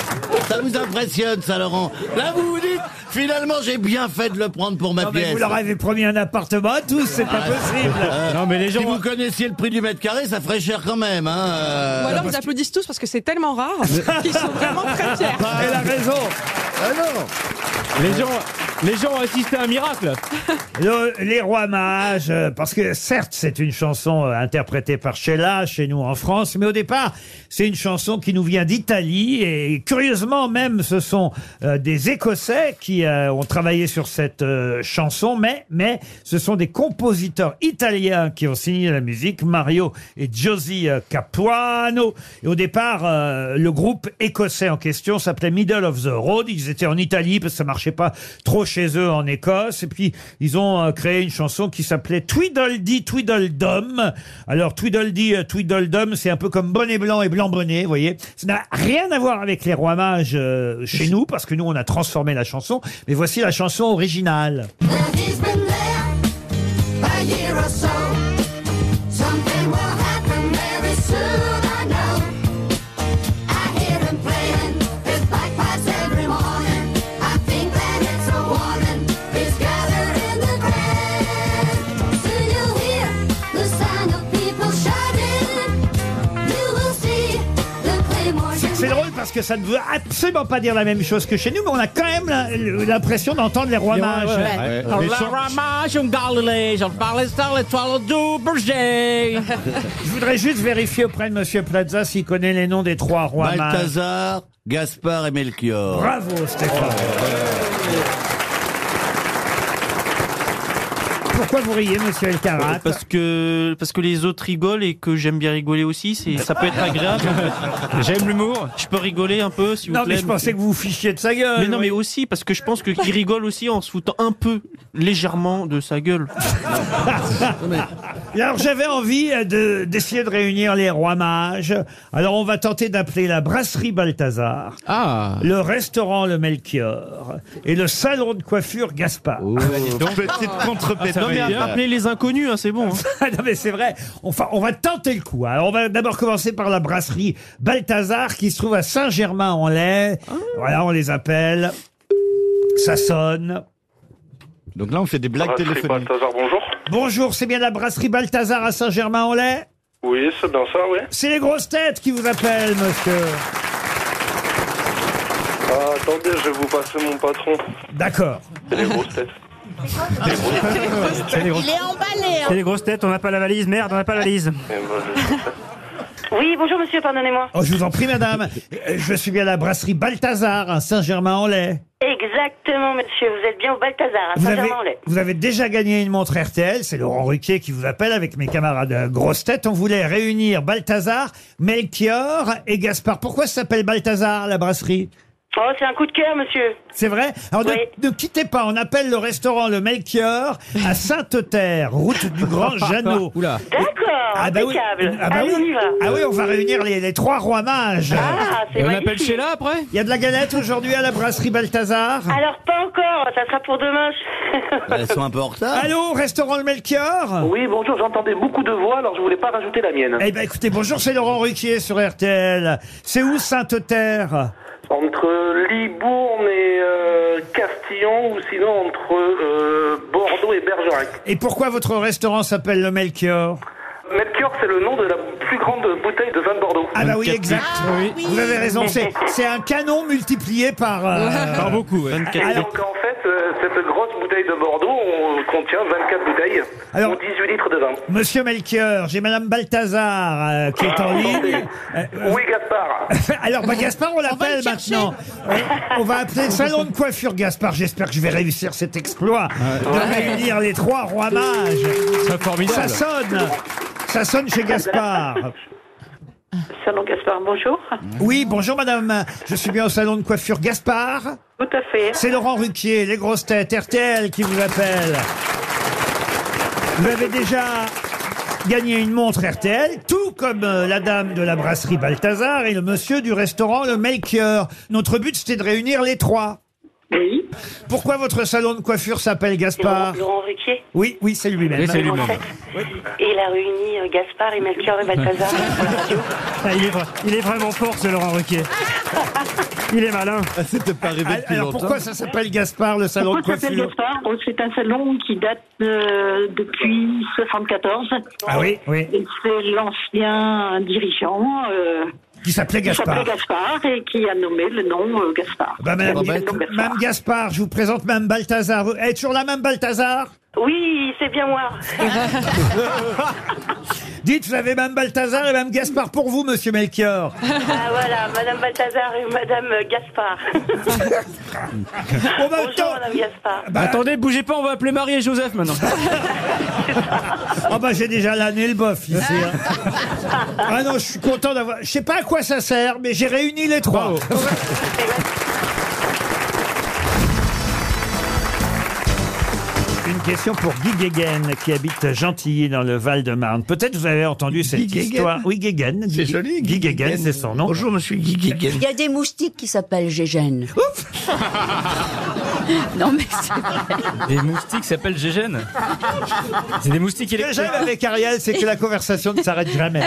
Speaker 7: Ça vous impressionne, ça, Laurent Là, vous vous dites, finalement, j'ai bien fait de le prendre pour ma
Speaker 1: Non, mais
Speaker 7: pièce.
Speaker 1: vous leur avez promis un appartement à tous, c'est pas
Speaker 7: Ah,
Speaker 1: possible.
Speaker 7: euh, Si vous connaissiez le prix du mètre carré, ça ferait cher quand même. Hein, euh.
Speaker 13: Ou alors ils applaudissent tous parce que c'est tellement rare qu'ils sont vraiment très fiers.
Speaker 1: Elle a raison.
Speaker 14: Ah
Speaker 22: Les gens, les gens ont assisté à un miracle.
Speaker 1: Le- les rois mages, euh, parce que certes c'est une chanson euh, interprétée par Sheila chez nous en France, mais au départ c'est une chanson qui nous vient d'Italie et curieusement même ce sont euh, des Écossais qui euh, ont travaillé sur cette euh, chanson, mais mais ce sont des compositeurs italiens qui ont signé la musique, Mario et Josie euh, Capuano. Et au départ euh, le groupe écossais en question s'appelait Middle of the Road, ils étaient en Italie parce que ça marchait pas trop chez eux en Écosse. Et puis, ils ont euh, créé une chanson qui s'appelait Tweedledee Tweedledum. Alors, Tweedledee euh, Tweedledum, c'est un peu comme bonnet blanc et blanc bonnet, vous voyez. Ça n'a rien à voir avec les rois mages euh, chez nous, parce que nous, on a transformé la chanson. Mais voici la chanson originale.
Speaker 17: He's been there a year or so. Something will happen very soon, I know. I hear him playing his bagpipes every morning. I think that it's a warning. He's gathered in the grand. Soon you'll hear the sound of people shouting. You will see the claymores.
Speaker 1: C'est c'est drôle parce que ça ne veut absolument pas dire la même chose que chez nous, mais on a quand même la- l'impression d'entendre les rois
Speaker 7: Ouais,
Speaker 1: mages.
Speaker 7: ouais, ouais. Ouais. Les
Speaker 1: Euh, Les
Speaker 7: chants-
Speaker 1: rois Je voudrais juste vérifier auprès de Monsieur Plaza s'il connaît les noms des trois rois mages.
Speaker 7: Balthazar, Gaspard et Melchior.
Speaker 1: Bravo, Stéphane. Pourquoi vous riez, monsieur El Karat
Speaker 22: Euh, Parce que, parce que les autres rigolent et que j'aime bien rigoler aussi, c'est, ça peut être agréable. j'aime l'humour. Je peux rigoler un peu, si vous
Speaker 1: Non,
Speaker 22: plaît.
Speaker 1: mais je pensais que vous vous fichiez de sa gueule.
Speaker 22: Mais non,
Speaker 1: oui.
Speaker 22: mais aussi, parce que je pense que qui rigole aussi en se foutant un peu légèrement de sa gueule.
Speaker 1: Et Alors j'avais envie euh, de d'essayer de réunir les rois mages. Alors on va tenter d'appeler la brasserie Balthazar,
Speaker 16: Ah.
Speaker 1: le restaurant Le Melchior et le salon de coiffure Gaspard.
Speaker 22: donc. Petite
Speaker 16: ah,
Speaker 22: contrepétrie. Non, mais appelez
Speaker 1: les inconnus, hein, c'est bon. Ah, non mais c'est vrai. Enfin, on va tenter le coup. Alors on va d'abord commencer par la brasserie Balthazar qui se trouve à Saint-Germain-en-Laye.
Speaker 16: Ah.
Speaker 1: Voilà, on les appelle. Ça sonne.
Speaker 16: Donc là, on fait des blagues
Speaker 2: Brasserie
Speaker 16: téléphoniques.
Speaker 2: Balthazar, bonjour.
Speaker 1: Bonjour, c'est bien la brasserie Balthazar à Saint-Germain-en-Laye.
Speaker 2: Oui, c'est bien ça, oui.
Speaker 1: C'est les grosses têtes qui vous appellent, monsieur.
Speaker 2: Ah, attendez, je vais vous passer mon patron.
Speaker 1: D'accord.
Speaker 2: C'est les grosses têtes.
Speaker 21: Il est emballé. hein.
Speaker 25: C'est les grosses têtes, on n'a pas la valise, merde, on n'a pas la valise.
Speaker 24: Oui, bonjour monsieur, pardonnez-moi.
Speaker 1: Oh, je vous en prie, madame. Euh, Je suis bien à la brasserie Balthazar à Saint-Germain-en-Laye.
Speaker 24: Exactement monsieur, vous êtes bien au Balthazar, à
Speaker 1: Vous avez,
Speaker 24: Saint-Germain-en-Laye.
Speaker 1: vous avez déjà gagné une montre RTL, c'est Laurent Ruquier qui vous appelle avec mes camarades euh, grosses têtes. On voulait réunir Balthazar, Melchior et Gaspard. Pourquoi ça s'appelle Balthazar, la brasserie
Speaker 24: Oh, c'est un coup de cœur monsieur.
Speaker 1: C'est vrai Alors ne- ne, quittez pas, on appelle le restaurant Le Melchior à Sainte-Terre, route du Grand Jeannot.
Speaker 16: Oula.
Speaker 24: D'accord,
Speaker 1: Ah bah oui.
Speaker 24: impeccable.
Speaker 1: Ah bah
Speaker 24: Allez,
Speaker 1: oui.
Speaker 24: on y va.
Speaker 1: Ah oui, on va réunir les, les trois rois mages.
Speaker 24: Ah, c'est Et on magnifique. appelle Sheila
Speaker 1: après Il y a de la galette aujourd'hui à la brasserie Balthazar.
Speaker 24: Alors pas encore, ça sera pour demain.
Speaker 2: Ah ben,
Speaker 16: Elles sont un peu en retard.
Speaker 1: Allô, restaurant Le Melchior
Speaker 2: Oui, bonjour, j'entendais beaucoup de voix, alors je voulais pas rajouter la mienne.
Speaker 1: Eh ben écoutez, bonjour, c'est Laurent Ruquier sur RTL. C'est où Sainte-Terre
Speaker 2: Entre Libourne et euh, Castillon, ou sinon entre euh, Bordeaux et Bergerac.
Speaker 1: Et pourquoi votre restaurant s'appelle Le Melchior
Speaker 2: Melchior, c'est le nom de la plus grande bouteille de vin de Bordeaux.
Speaker 1: Ah bah oui, exact.
Speaker 2: oui.
Speaker 1: Vous avez raison, c'est c'est un canon multiplié par... euh,
Speaker 25: beaucoup,
Speaker 2: Et donc en Ah, fait, euh, cette grosse bouteille de Bordeaux on contient 24 bouteilles,
Speaker 1: Alors-
Speaker 2: dont 18 litres de vin.
Speaker 1: Monsieur Melchior, j'ai Madame Balthazar euh, qui est en ligne.
Speaker 2: Ah,
Speaker 25: Euh,
Speaker 1: Euh,
Speaker 2: Oui, Gaspard.
Speaker 1: Alors, bah, Gaspard, on l'appelle maintenant. On, on va appeler le salon de coiffure Gaspard. J'espère que je vais réussir cet exploit de
Speaker 16: Ouais.
Speaker 1: réunir les trois rois mages.
Speaker 16: C'est
Speaker 1: Ça
Speaker 16: formidable.
Speaker 1: sonne. Ça sonne chez Gaspard.
Speaker 24: Salon Gaspard, bonjour.
Speaker 1: Oui, bonjour madame. Je suis bien au salon de coiffure Gaspard.
Speaker 24: Tout à fait.
Speaker 1: C'est Laurent Ruquier, les grosses têtes, RTL qui vous appelle. Vous avez déjà gagné une montre RTL, tout comme euh, la dame de la brasserie Balthazar et le monsieur du restaurant Le Maker. Notre but, c'était de réunir les trois.
Speaker 24: Oui.
Speaker 1: Pourquoi votre salon de coiffure s'appelle Gaspard
Speaker 24: Laurent, Laurent Ruquier.
Speaker 1: Oui, oui, c'est lui-même.
Speaker 24: Oui, c'est lui-même. Et il a réuni euh, Gaspard et Melchior et Balthazar.
Speaker 25: Ah, il, est, vra- il est vraiment fort ce Laurent Ruquier. Il est malin. C'était pas
Speaker 1: Ah, Alors pourquoi ça s'appelle Gaspard, le salon
Speaker 25: Pourquoi
Speaker 1: de
Speaker 25: ça s'appelle
Speaker 1: coiffure
Speaker 24: Gaspard, bon, c'est un salon qui date euh, depuis 74.
Speaker 1: Ah oui, oui.
Speaker 24: Et C'est l'ancien dirigeant euh,
Speaker 1: Qui s'appelait
Speaker 24: qui s'appelait
Speaker 1: Gaspard.
Speaker 24: Gaspard et qui a nommé le nom euh, Gaspard.
Speaker 1: Bah,
Speaker 24: Il a
Speaker 1: madame,
Speaker 24: nommé le nom Gaspard.
Speaker 1: Madame Gaspard, je vous présente Madame Balthazar. Elle est toujours là, Madame Balthazar
Speaker 24: Oui, c'est bien moi.
Speaker 1: Dites, vous avez Mme Balthazar et Mme Gaspard pour vous, Monsieur Melchior.
Speaker 24: ah voilà, Madame Balthazar et Madame euh, Gaspard.
Speaker 1: bah,
Speaker 24: Bonjour Madame Gaspard.
Speaker 25: Attendez, bougez pas, on va appeler Marie et Joseph maintenant.
Speaker 1: Ah bah j'ai déjà l'année le bof ici. hein. Ah non, je suis content d'avoir. Je sais pas à quoi ça sert, mais j'ai réuni les trois. Une question pour Guy Guéguen, qui habite Gentilly dans le Val-de-Marne. Peut-être vous avez entendu cette
Speaker 3: Guéguen
Speaker 1: histoire. Oui, Guéguen. C'est joli. Guy Guéguen, c'est son nom. Bonjour, monsieur Guy Guéguen.
Speaker 26: Il y a des moustiques qui s'appellent Gégène. Ouf Non mais c'est vrai.
Speaker 16: Des moustiques s'appellent Gégène. C'est des moustiques
Speaker 1: Déjà, avec Ariel, c'est que la conversation ne s'arrête jamais.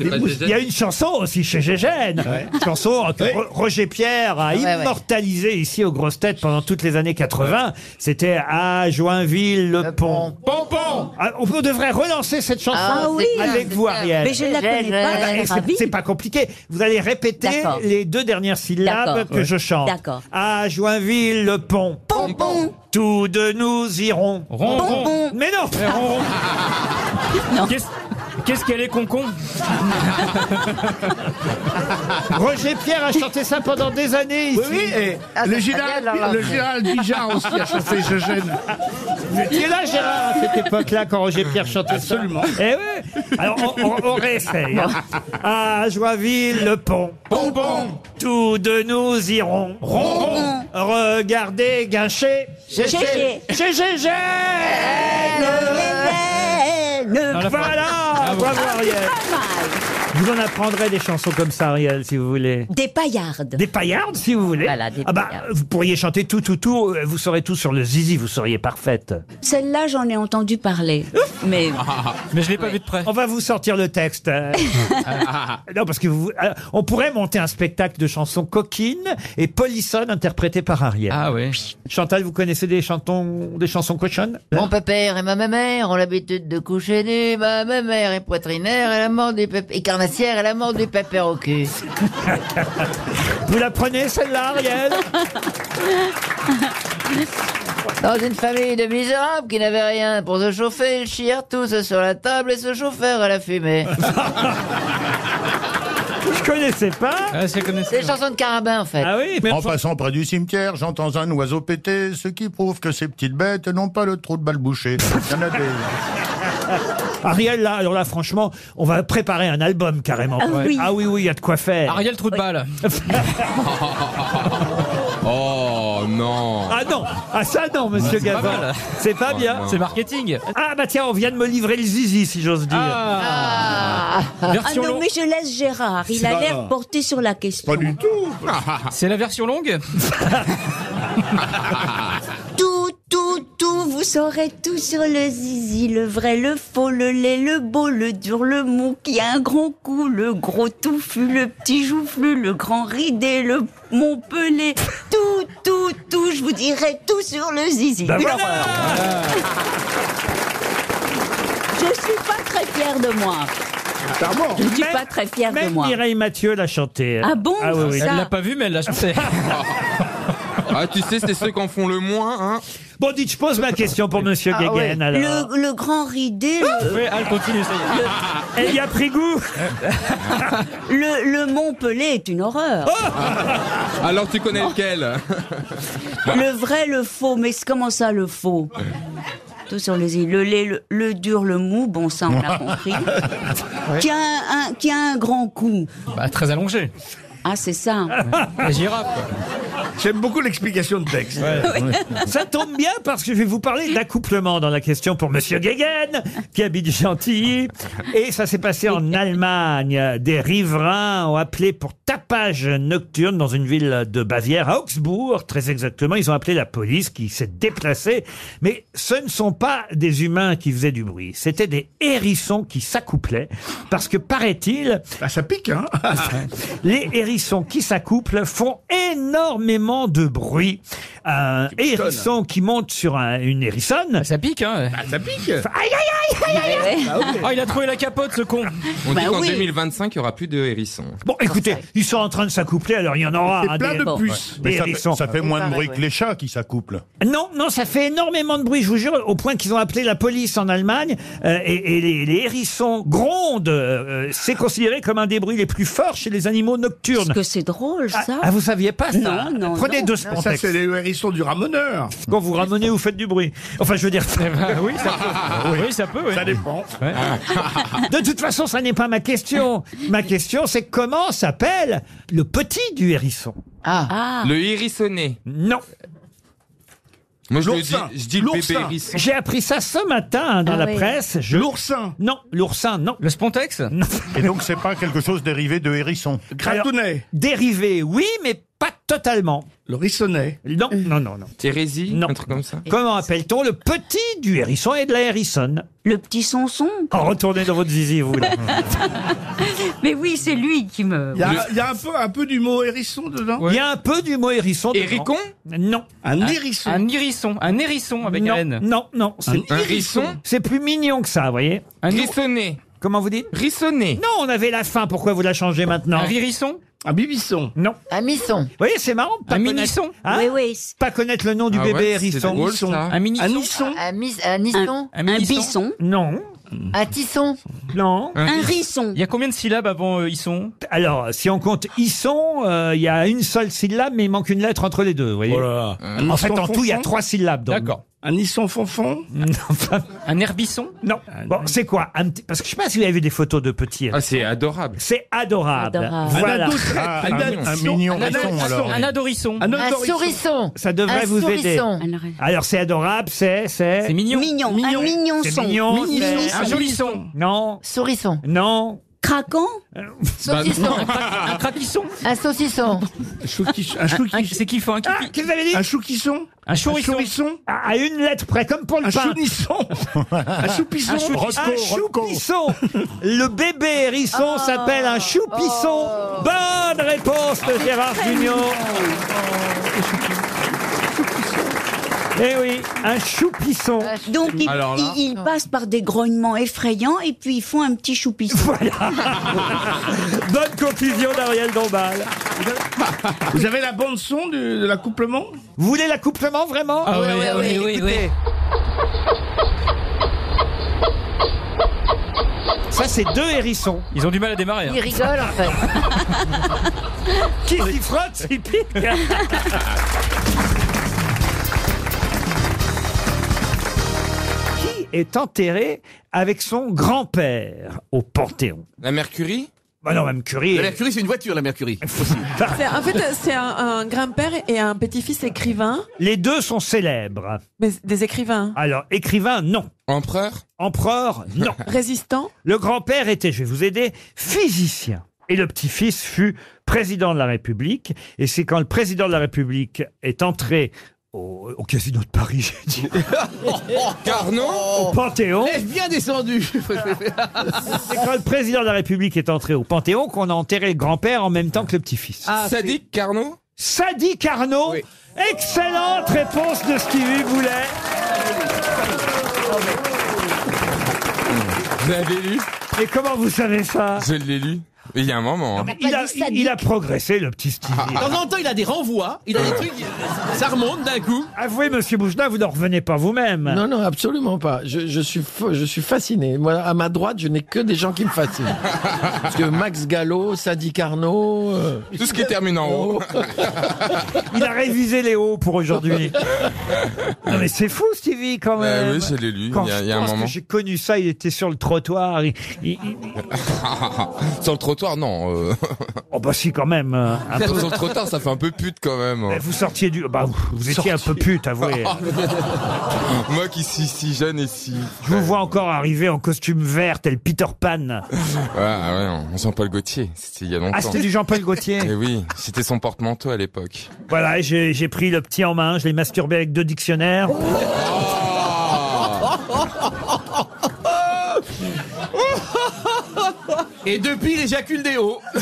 Speaker 1: Il y a une chanson aussi chez Gégène. Une chanson que Ro- Roger Pierre a
Speaker 16: Ouais, ouais.
Speaker 1: immortalisée ici aux grosses têtes pendant toutes les années 80. C'était à Joinville, le, pont.
Speaker 16: Pompon
Speaker 1: Ah, on peut- devrait relancer cette chanson
Speaker 26: Ah oui,
Speaker 1: avec
Speaker 26: c'est
Speaker 1: vous,
Speaker 26: clair.
Speaker 1: Ariel.
Speaker 26: Mais je ne la connais pas,
Speaker 1: Ah bah,
Speaker 26: je suis
Speaker 1: c'est-
Speaker 26: ravie.
Speaker 1: C'est pas compliqué. Vous allez répéter
Speaker 26: D'accord.
Speaker 1: les deux dernières syllabes
Speaker 26: D'accord.
Speaker 1: que
Speaker 26: Ouais.
Speaker 1: je chante.
Speaker 26: D'accord.
Speaker 1: À Joinville, le pont. Pompon. Tous deux nous irons.
Speaker 26: Ron, ron. Pompon.
Speaker 1: Mais non.
Speaker 25: Qu'est-ce qu'est-ce qu'elle est concon
Speaker 1: Roger Pierre a chanté ça pendant des années ici.
Speaker 18: Oui, oui, et le, général, le général Bijard aussi a chanté Je gêne.
Speaker 1: Vous étiez là, Gérard, à cette époque-là, quand Roger Pierre chantait Absolument. ça Eh ouais Alors, on, on- on réessaye. hein. À Joinville, le pont. Pompon Tous deux nous irons. Ronron Regardez, guincher.
Speaker 17: Gégé.
Speaker 1: Gégé, Gégé. Voilà Bravo, Ariel. Vous en apprendrez des chansons comme ça, Ariel, si vous voulez.
Speaker 26: Des paillardes.
Speaker 1: Des paillardes, si vous voulez. ah bah, vous pourriez chanter tout, tout, tout. euh, Vous saurez tout sur le zizi, vous seriez parfaite.
Speaker 26: Celle-là, j'en ai entendu parler. Mais
Speaker 1: Mais je l'ai pas vu de près. On va vous sortir le texte. euh. non, parce que vous, euh, on pourrait monter un spectacle de chansons coquines et polissonnes interprétées par Ariel. Ah oui. Chantal, vous connaissez des chantons, des chansons cochonnes
Speaker 10: Mon père et ma mère ont l'habitude de coucher nus. Ma mère est poitrinaire et la mort du pépère. Et carnassière et la mort du pépère au cul.
Speaker 1: Vous la prenez celle-là, Ariel
Speaker 10: Dans une famille de misérables qui n'avaient rien pour se chauffer, ils chirent tous sur la table et se chauffèrent à la fumée.
Speaker 1: Je connaissais pas.
Speaker 23: Ah,
Speaker 10: C'est les chansons de Carabin en fait.
Speaker 1: Ah oui
Speaker 11: En passant près du cimetière, j'entends un oiseau péter, ce qui prouve que ces petites bêtes n'ont pas le trou de balle bouché. Il y en a des-
Speaker 1: Ariel, là, alors là, franchement, on va préparer un album carrément.
Speaker 23: Ah oui.
Speaker 1: oui, oui, il y a de quoi faire.
Speaker 23: Ariel, trou de balle.
Speaker 1: oh non Ah non Ah ça non, monsieur
Speaker 23: C'est pas
Speaker 1: Gavin
Speaker 23: mal.
Speaker 1: C'est pas
Speaker 23: Oh,
Speaker 1: bien
Speaker 23: non. C'est
Speaker 1: marketing Ah bah tiens, on vient de me livrer le zizi, si j'ose dire.
Speaker 26: Ah,
Speaker 23: Version
Speaker 26: non,
Speaker 23: longue.
Speaker 26: mais je laisse Gérard. Il
Speaker 23: C'est
Speaker 26: a
Speaker 23: pas-
Speaker 26: l'air porté sur la question.
Speaker 23: C'est la version longue
Speaker 26: Tout, tout, tout, vous saurez tout sur le zizi, le vrai, le faux, le laid, le beau, le dur, le mou, qui a un grand coup, le gros touffu, le petit joufflu, le grand ridé, le montpelé. Tout, tout, tout, je vous dirai tout sur le zizi.
Speaker 17: Bah
Speaker 23: Ben
Speaker 26: Une
Speaker 17: voilà.
Speaker 26: horreur. Je suis pas très fière de moi. Je suis pas très fière de
Speaker 1: Même
Speaker 26: moi.
Speaker 1: Mireille Mathieu l'a chanté.
Speaker 26: Ah bon,
Speaker 1: oui, oui.
Speaker 26: ça. Elle l'a
Speaker 23: Pas vu, mais elle l'a chanté.
Speaker 1: Ah, tu sais, c'est ceux qui en font le moins. Hein. Bon, dites, je pose ma question pour Monsieur
Speaker 26: Ah ouais.
Speaker 1: Guéguen. alors.
Speaker 26: le, le grand ridé. le-
Speaker 1: Le- Elle y a pris goût.
Speaker 26: Le, le Mont Pelé est une horreur.
Speaker 1: Oh
Speaker 8: Alors tu connais lequel
Speaker 26: Le vrai, le faux. Mais c'est- comment ça, le faux Tout sur les îles. Le lait, le, le dur, le mou. Bon, ça, on l'a compris. Qui, a un, un- qui a un grand coup.
Speaker 23: très allongé.
Speaker 26: Ah, c'est ça.
Speaker 23: La girafe.
Speaker 1: J'aime beaucoup l'explication de texte.
Speaker 26: Ouais. Oui.
Speaker 1: Ça tombe bien parce que je vais vous parler d'accouplement dans la question pour Monsieur Guéguen, qui habite Gentilly. Et ça s'est passé en Allemagne. Des riverains ont appelé pour tapage nocturne dans une ville de Bavière, à Augsbourg, très exactement. Ils ont appelé la police qui s'est déplacée. Mais ce ne sont pas des humains qui faisaient du bruit. C'était des hérissons qui s'accouplaient. Parce que paraît-il. ça pique, hein Les hérissons qui s'accouplent font énormément de bruit. Un hérisson qui monte sur un- une hérissonne. Ça pique, hein Ça pique Aïe, aïe, aïe, aïe, aïe
Speaker 23: Ah, il a trouvé la capote, ce
Speaker 10: Bah
Speaker 23: con.
Speaker 8: On dit qu'en 2025, il n'y aura plus de hérissons.
Speaker 1: Bon, écoutez, ils sont en train de s'accoupler, alors il y en aura. hein, des- Bon.
Speaker 14: Mais
Speaker 1: Des
Speaker 14: ça, fait,
Speaker 1: hérissons.
Speaker 14: ça fait moins de bruit que les chats qui s'accouplent.
Speaker 1: Non, non, ça fait énormément de bruit, je vous jure, au point qu'ils ont appelé la police en Allemagne euh, et, et les, les hérissons grondent. euh, euh, c'est considéré comme un des bruits les plus forts chez les animaux nocturnes.
Speaker 26: Parce que c'est drôle, ça.
Speaker 1: Ah, vous saviez pas ça
Speaker 26: Non, non,
Speaker 1: Prenez
Speaker 26: non.
Speaker 1: deux
Speaker 26: Ça,
Speaker 1: Spantex.
Speaker 26: c'est
Speaker 1: les hérissons du ramoneur. Quand vous ramonez, vous faites du bruit. Enfin, je veux dire.
Speaker 23: Eh ben oui, ça peut. Oui, ça peut, oui. Ça
Speaker 1: Ah, dépend. De toute façon, ça n'est pas ma question. Ma question, c'est comment s'appelle le petit du hérisson
Speaker 26: Ah.
Speaker 8: Le hérissonné.
Speaker 1: Non.
Speaker 8: Moi, je, le dis, je dis le bébé hérisson.
Speaker 1: J'ai appris ça ce matin hein, dans
Speaker 8: Ah
Speaker 1: la
Speaker 8: oui.
Speaker 1: presse. L'oursin. Non, l'oursin, non. Le spontex
Speaker 14: Et donc, c'est pas quelque chose dérivé de hérisson.
Speaker 1: Dérivé, oui, mais pas totalement. L'hérissonnet. Non, non, non, non.
Speaker 8: Hérésie Un truc comme ça
Speaker 1: Comment appelle-t-on le petit du hérisson et de la hérissonne
Speaker 26: Le petit sonson
Speaker 1: En retournez dans votre zizi, vous. là.
Speaker 26: Mais oui, c'est lui qui me.
Speaker 3: Il y a, il y a un, peu, un peu du mot hérisson dedans
Speaker 1: Il y a un peu du mot hérisson. dedans.
Speaker 23: Héricon
Speaker 1: Non.
Speaker 3: Un hérisson.
Speaker 23: Un hérisson. Un hérisson avec
Speaker 1: non,
Speaker 23: un N.
Speaker 1: Non, non.
Speaker 23: Un hérisson
Speaker 1: C'est plus mignon que ça, vous voyez. Un rissonné. Comment vous dites Rissonné. Non, on avait la fin, pourquoi vous la changez maintenant
Speaker 23: Un ririsson
Speaker 1: Un bibisson. Non.
Speaker 10: Un misson.
Speaker 1: Vous voyez, c'est marrant. Pas
Speaker 23: Un
Speaker 1: connaître-
Speaker 23: minisson
Speaker 1: hein
Speaker 26: Oui, oui.
Speaker 1: Pas connaître le nom du
Speaker 23: Ah
Speaker 1: bébé
Speaker 23: ouais, c'est
Speaker 1: hérisson.
Speaker 23: drôle, ça. Un minisson
Speaker 1: Un nisson.
Speaker 10: Un, mis- un nisson.
Speaker 23: Un minisson
Speaker 1: Non.
Speaker 10: Un tisson.
Speaker 1: Non.
Speaker 26: Un risson.
Speaker 23: Il y a combien de syllabes avant euh, isson
Speaker 1: Alors, si on compte isson, euh, il y a une seule syllabe, mais il manque une lettre entre les deux, vous voyez.
Speaker 23: Oh là là.
Speaker 1: En fait, en tout, il y a trois syllabes. dans le-
Speaker 23: D'accord.
Speaker 28: Un nisson fonfon
Speaker 1: Un herbisson Non. Bon, c'est quoi Un petit- Parce que je sais pas si vous avez vu des photos de petits. Ah, c'est adorable. C'est adorable.
Speaker 17: Adorable.
Speaker 1: Voilà.
Speaker 17: Un ado- Ah, un un
Speaker 1: adorable.
Speaker 17: mignon Un risson, adorable. alors. Un
Speaker 1: adorisson.
Speaker 17: Un Un adorisson. sourisson.
Speaker 1: Ça devrait
Speaker 17: Un
Speaker 1: vous
Speaker 17: sourisson.
Speaker 1: aider. Alors, c'est adorable, c'est... C'est Ah
Speaker 26: mignon. Mignon. Un mignon
Speaker 1: C'est
Speaker 26: son.
Speaker 1: mignon.
Speaker 26: Mignon
Speaker 1: c'est-
Speaker 26: son. Un joli son.
Speaker 1: Non.
Speaker 21: Sourisson.
Speaker 1: Non. Bah,
Speaker 26: Craquant
Speaker 21: Saucisson.
Speaker 1: Un craquisson
Speaker 21: Un saucisson.
Speaker 1: C'est qu'il faut un Ah, qu'est-ce que vous avez dit Un chouquisson Un chourisson. à, à une lettre près, comme pour le
Speaker 17: Un
Speaker 1: pain.
Speaker 17: chounisson.
Speaker 1: un
Speaker 17: choupisson.
Speaker 1: Un
Speaker 17: Rocco, Rocco.
Speaker 1: choupisson. Le bébé hérisson
Speaker 29: Ah.
Speaker 1: s'appelle un choupisson.
Speaker 29: Oh.
Speaker 1: Bonne réponse de Gérard Junior. Eh oui, un choupisson.
Speaker 26: Ah, Donc ils,
Speaker 1: Alors là-
Speaker 26: ils- ils passent par des grognements effrayants et puis ils font un petit choupisson.
Speaker 1: Bonne conclusion d'Ariel Dombal.
Speaker 28: Vous avez la bande son du- de l'accouplement
Speaker 1: Vous voulez l'accouplement vraiment
Speaker 17: Ah oui, oui, oui, oui,
Speaker 1: écoutez. Ça, c'est deux hérissons.
Speaker 30: Ils ont du mal à démarrer. hein.
Speaker 21: Il rigole en fait.
Speaker 1: Qui s'y frotte, s'y pique. Qui est enterré avec son grand-père au Panthéon La Mercury Bah non, la Mercury.
Speaker 2: La Mercury, c'est une voiture, la Mercury.
Speaker 29: C'est- En fait, euh, c'est un, un grand-père et un petit-fils écrivain,
Speaker 1: Les deux sont célèbres.
Speaker 29: mais des écrivains.
Speaker 1: Alors, écrivain, non. Empereur Empereur, non.
Speaker 29: Résistant
Speaker 1: Le grand-père était, je vais vous aider, physicien. Et le petit-fils fut président de la République. Et c'est quand le président de la République est entré au, au casino de Paris, j'ai dit. Carnot Au Panthéon.
Speaker 2: Laisse bien descendu.
Speaker 1: C'est quand le président de la République est entré au Panthéon qu'on a enterré le grand-père en même temps que le petit-fils.
Speaker 2: Sadique Carnot
Speaker 1: Sadi Ah, Carnot Excellente réponse de Stevie Boulet.
Speaker 8: Vous l'avez lu
Speaker 1: Et comment vous savez ça
Speaker 8: Je l'ai lu. Il y a un moment. hein.
Speaker 1: Il a, il a progressé, le petit Stevie.
Speaker 2: De temps en temps, il a des renvois, il a des trucs, ça remonte d'un coup.
Speaker 1: Avouez, monsieur Bouchna, vous n'en revenez pas vous-même.
Speaker 2: Non, non, absolument pas. Je, je suis, fo- je suis fasciné. Moi, à ma droite, je n'ai que des gens qui me fascinent. Parce que Max Gallo, euh, Sadi Carnot.
Speaker 8: Tout ce qui termine en haut.
Speaker 1: Il a révisé les hauts pour aujourd'hui. Non Ah, mais c'est fou Stevie quand
Speaker 8: Euh,
Speaker 1: même.
Speaker 8: oui, je l'ai lu,
Speaker 1: Quand
Speaker 8: il y a-
Speaker 1: je
Speaker 8: il y a un
Speaker 1: pense que
Speaker 8: moment.
Speaker 1: J'ai connu ça, il était sur le trottoir. il- il- il-
Speaker 8: Sur le trottoir, non. euh.
Speaker 1: Oh bah si quand même. euh, un peu.
Speaker 8: Sur le trottoir, ça fait un peu pute quand même. hein.
Speaker 1: Eh, Vous sortiez du... Bah, vous- vous étiez un peu pute, avouez.
Speaker 8: Moi qui suis si jeune et si.
Speaker 1: Je vous vois encore arriver en costume vert, tel Peter Pan.
Speaker 8: Ouais, Ah, ouais, on Jean-Paul Gaultier, c'était il y a longtemps.
Speaker 1: Ah, c'était du Jean-Paul Gaultier.
Speaker 8: Eh oui, c'était son porte-manteau à l'époque.
Speaker 1: Voilà, et j'ai j'ai pris le petit en main, je l'ai masturbé avec deux dictionnaires.
Speaker 2: Et depuis, il éjacule des hauts.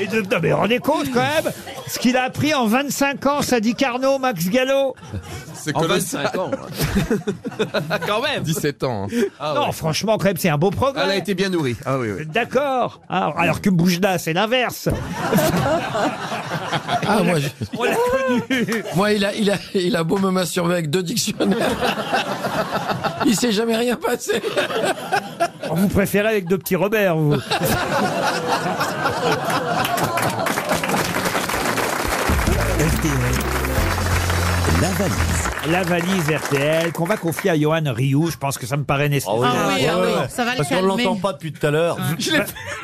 Speaker 1: Et de, non, mais rendez compte quand même ce qu'il a appris en 25 ans, ça dit Carnot, Max Gallo.
Speaker 8: C'est
Speaker 2: En 25 ans. Quand même.
Speaker 8: 17 ans.
Speaker 1: hein. Non, franchement, quand même, c'est un beau progrès.
Speaker 2: Ah Elle a été bien nourrie. Ah oui, oui.
Speaker 1: D'accord. Alors, alors que Boujda, c'est l'inverse.
Speaker 2: Ah, moi, je-
Speaker 1: On l'a connu.
Speaker 2: moi, il a, il a, il a beau me masturber avec deux dictionnaires. Il s'est jamais rien passé.
Speaker 1: Alors, Oh, Vous préférez avec deux petits Robert, vous. La valise. La valise RTL qu'on va confier à Johan Rioux. Je pense que ça me paraît nécessaire.
Speaker 2: Ah oui, Ah oui, ah oui, ça va le parce qu'on calmer. Ah. l'entend pas
Speaker 1: depuis tout à l'heure.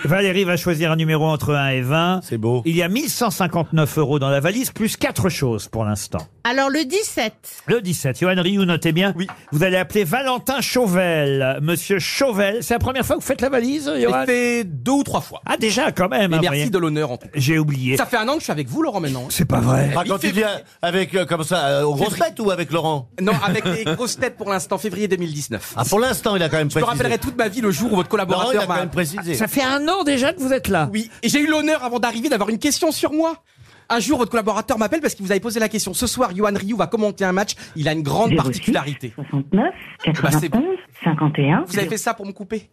Speaker 1: Valérie va choisir un numéro entre 1 et 20. C'est beau. Il y a 1159 euros dans la valise, plus quatre choses pour l'instant.
Speaker 4: Alors le 17.
Speaker 1: Le 17. Johan Rioux, notez bien. Vous allez appeler Valentin Chauvel. Monsieur Chauvel. C'est la première fois que vous faites la valise, Johan
Speaker 2: fait deux ou trois fois.
Speaker 1: Ah, déjà, quand même.
Speaker 2: Mais
Speaker 1: hein,
Speaker 2: merci
Speaker 1: voyez.
Speaker 2: de l'honneur en tout cas.
Speaker 1: J'ai oublié.
Speaker 2: Ça fait un an que je suis avec vous, Laurent, maintenant.
Speaker 1: C'est pas vrai.
Speaker 12: Ah, quand tu viens avec, euh, comme ça, euh, aux grosses têtes ou avec Laurent
Speaker 2: Non, avec les grosses têtes pour l'instant, février 2019.
Speaker 12: Ah, pour l'instant, il a quand même
Speaker 2: Je me
Speaker 12: précisé.
Speaker 2: rappellerai toute ma vie le jour où votre
Speaker 12: Laurent, il a
Speaker 2: collaborateur
Speaker 12: quand
Speaker 2: m'a.
Speaker 12: même précisé.
Speaker 1: bah, Ça fait un an déjà que vous êtes là.
Speaker 2: Oui, et j'ai eu l'honneur avant d'arriver d'avoir une question sur moi. Un jour, votre collaborateur m'appelle parce qu'il vous avait posé la question. Ce soir, Johan Rioux va commenter un match. Il a une grande particularité.
Speaker 31: 69,
Speaker 2: Bah, c'est bon.
Speaker 31: 51.
Speaker 2: Vous avez fait ça pour me couper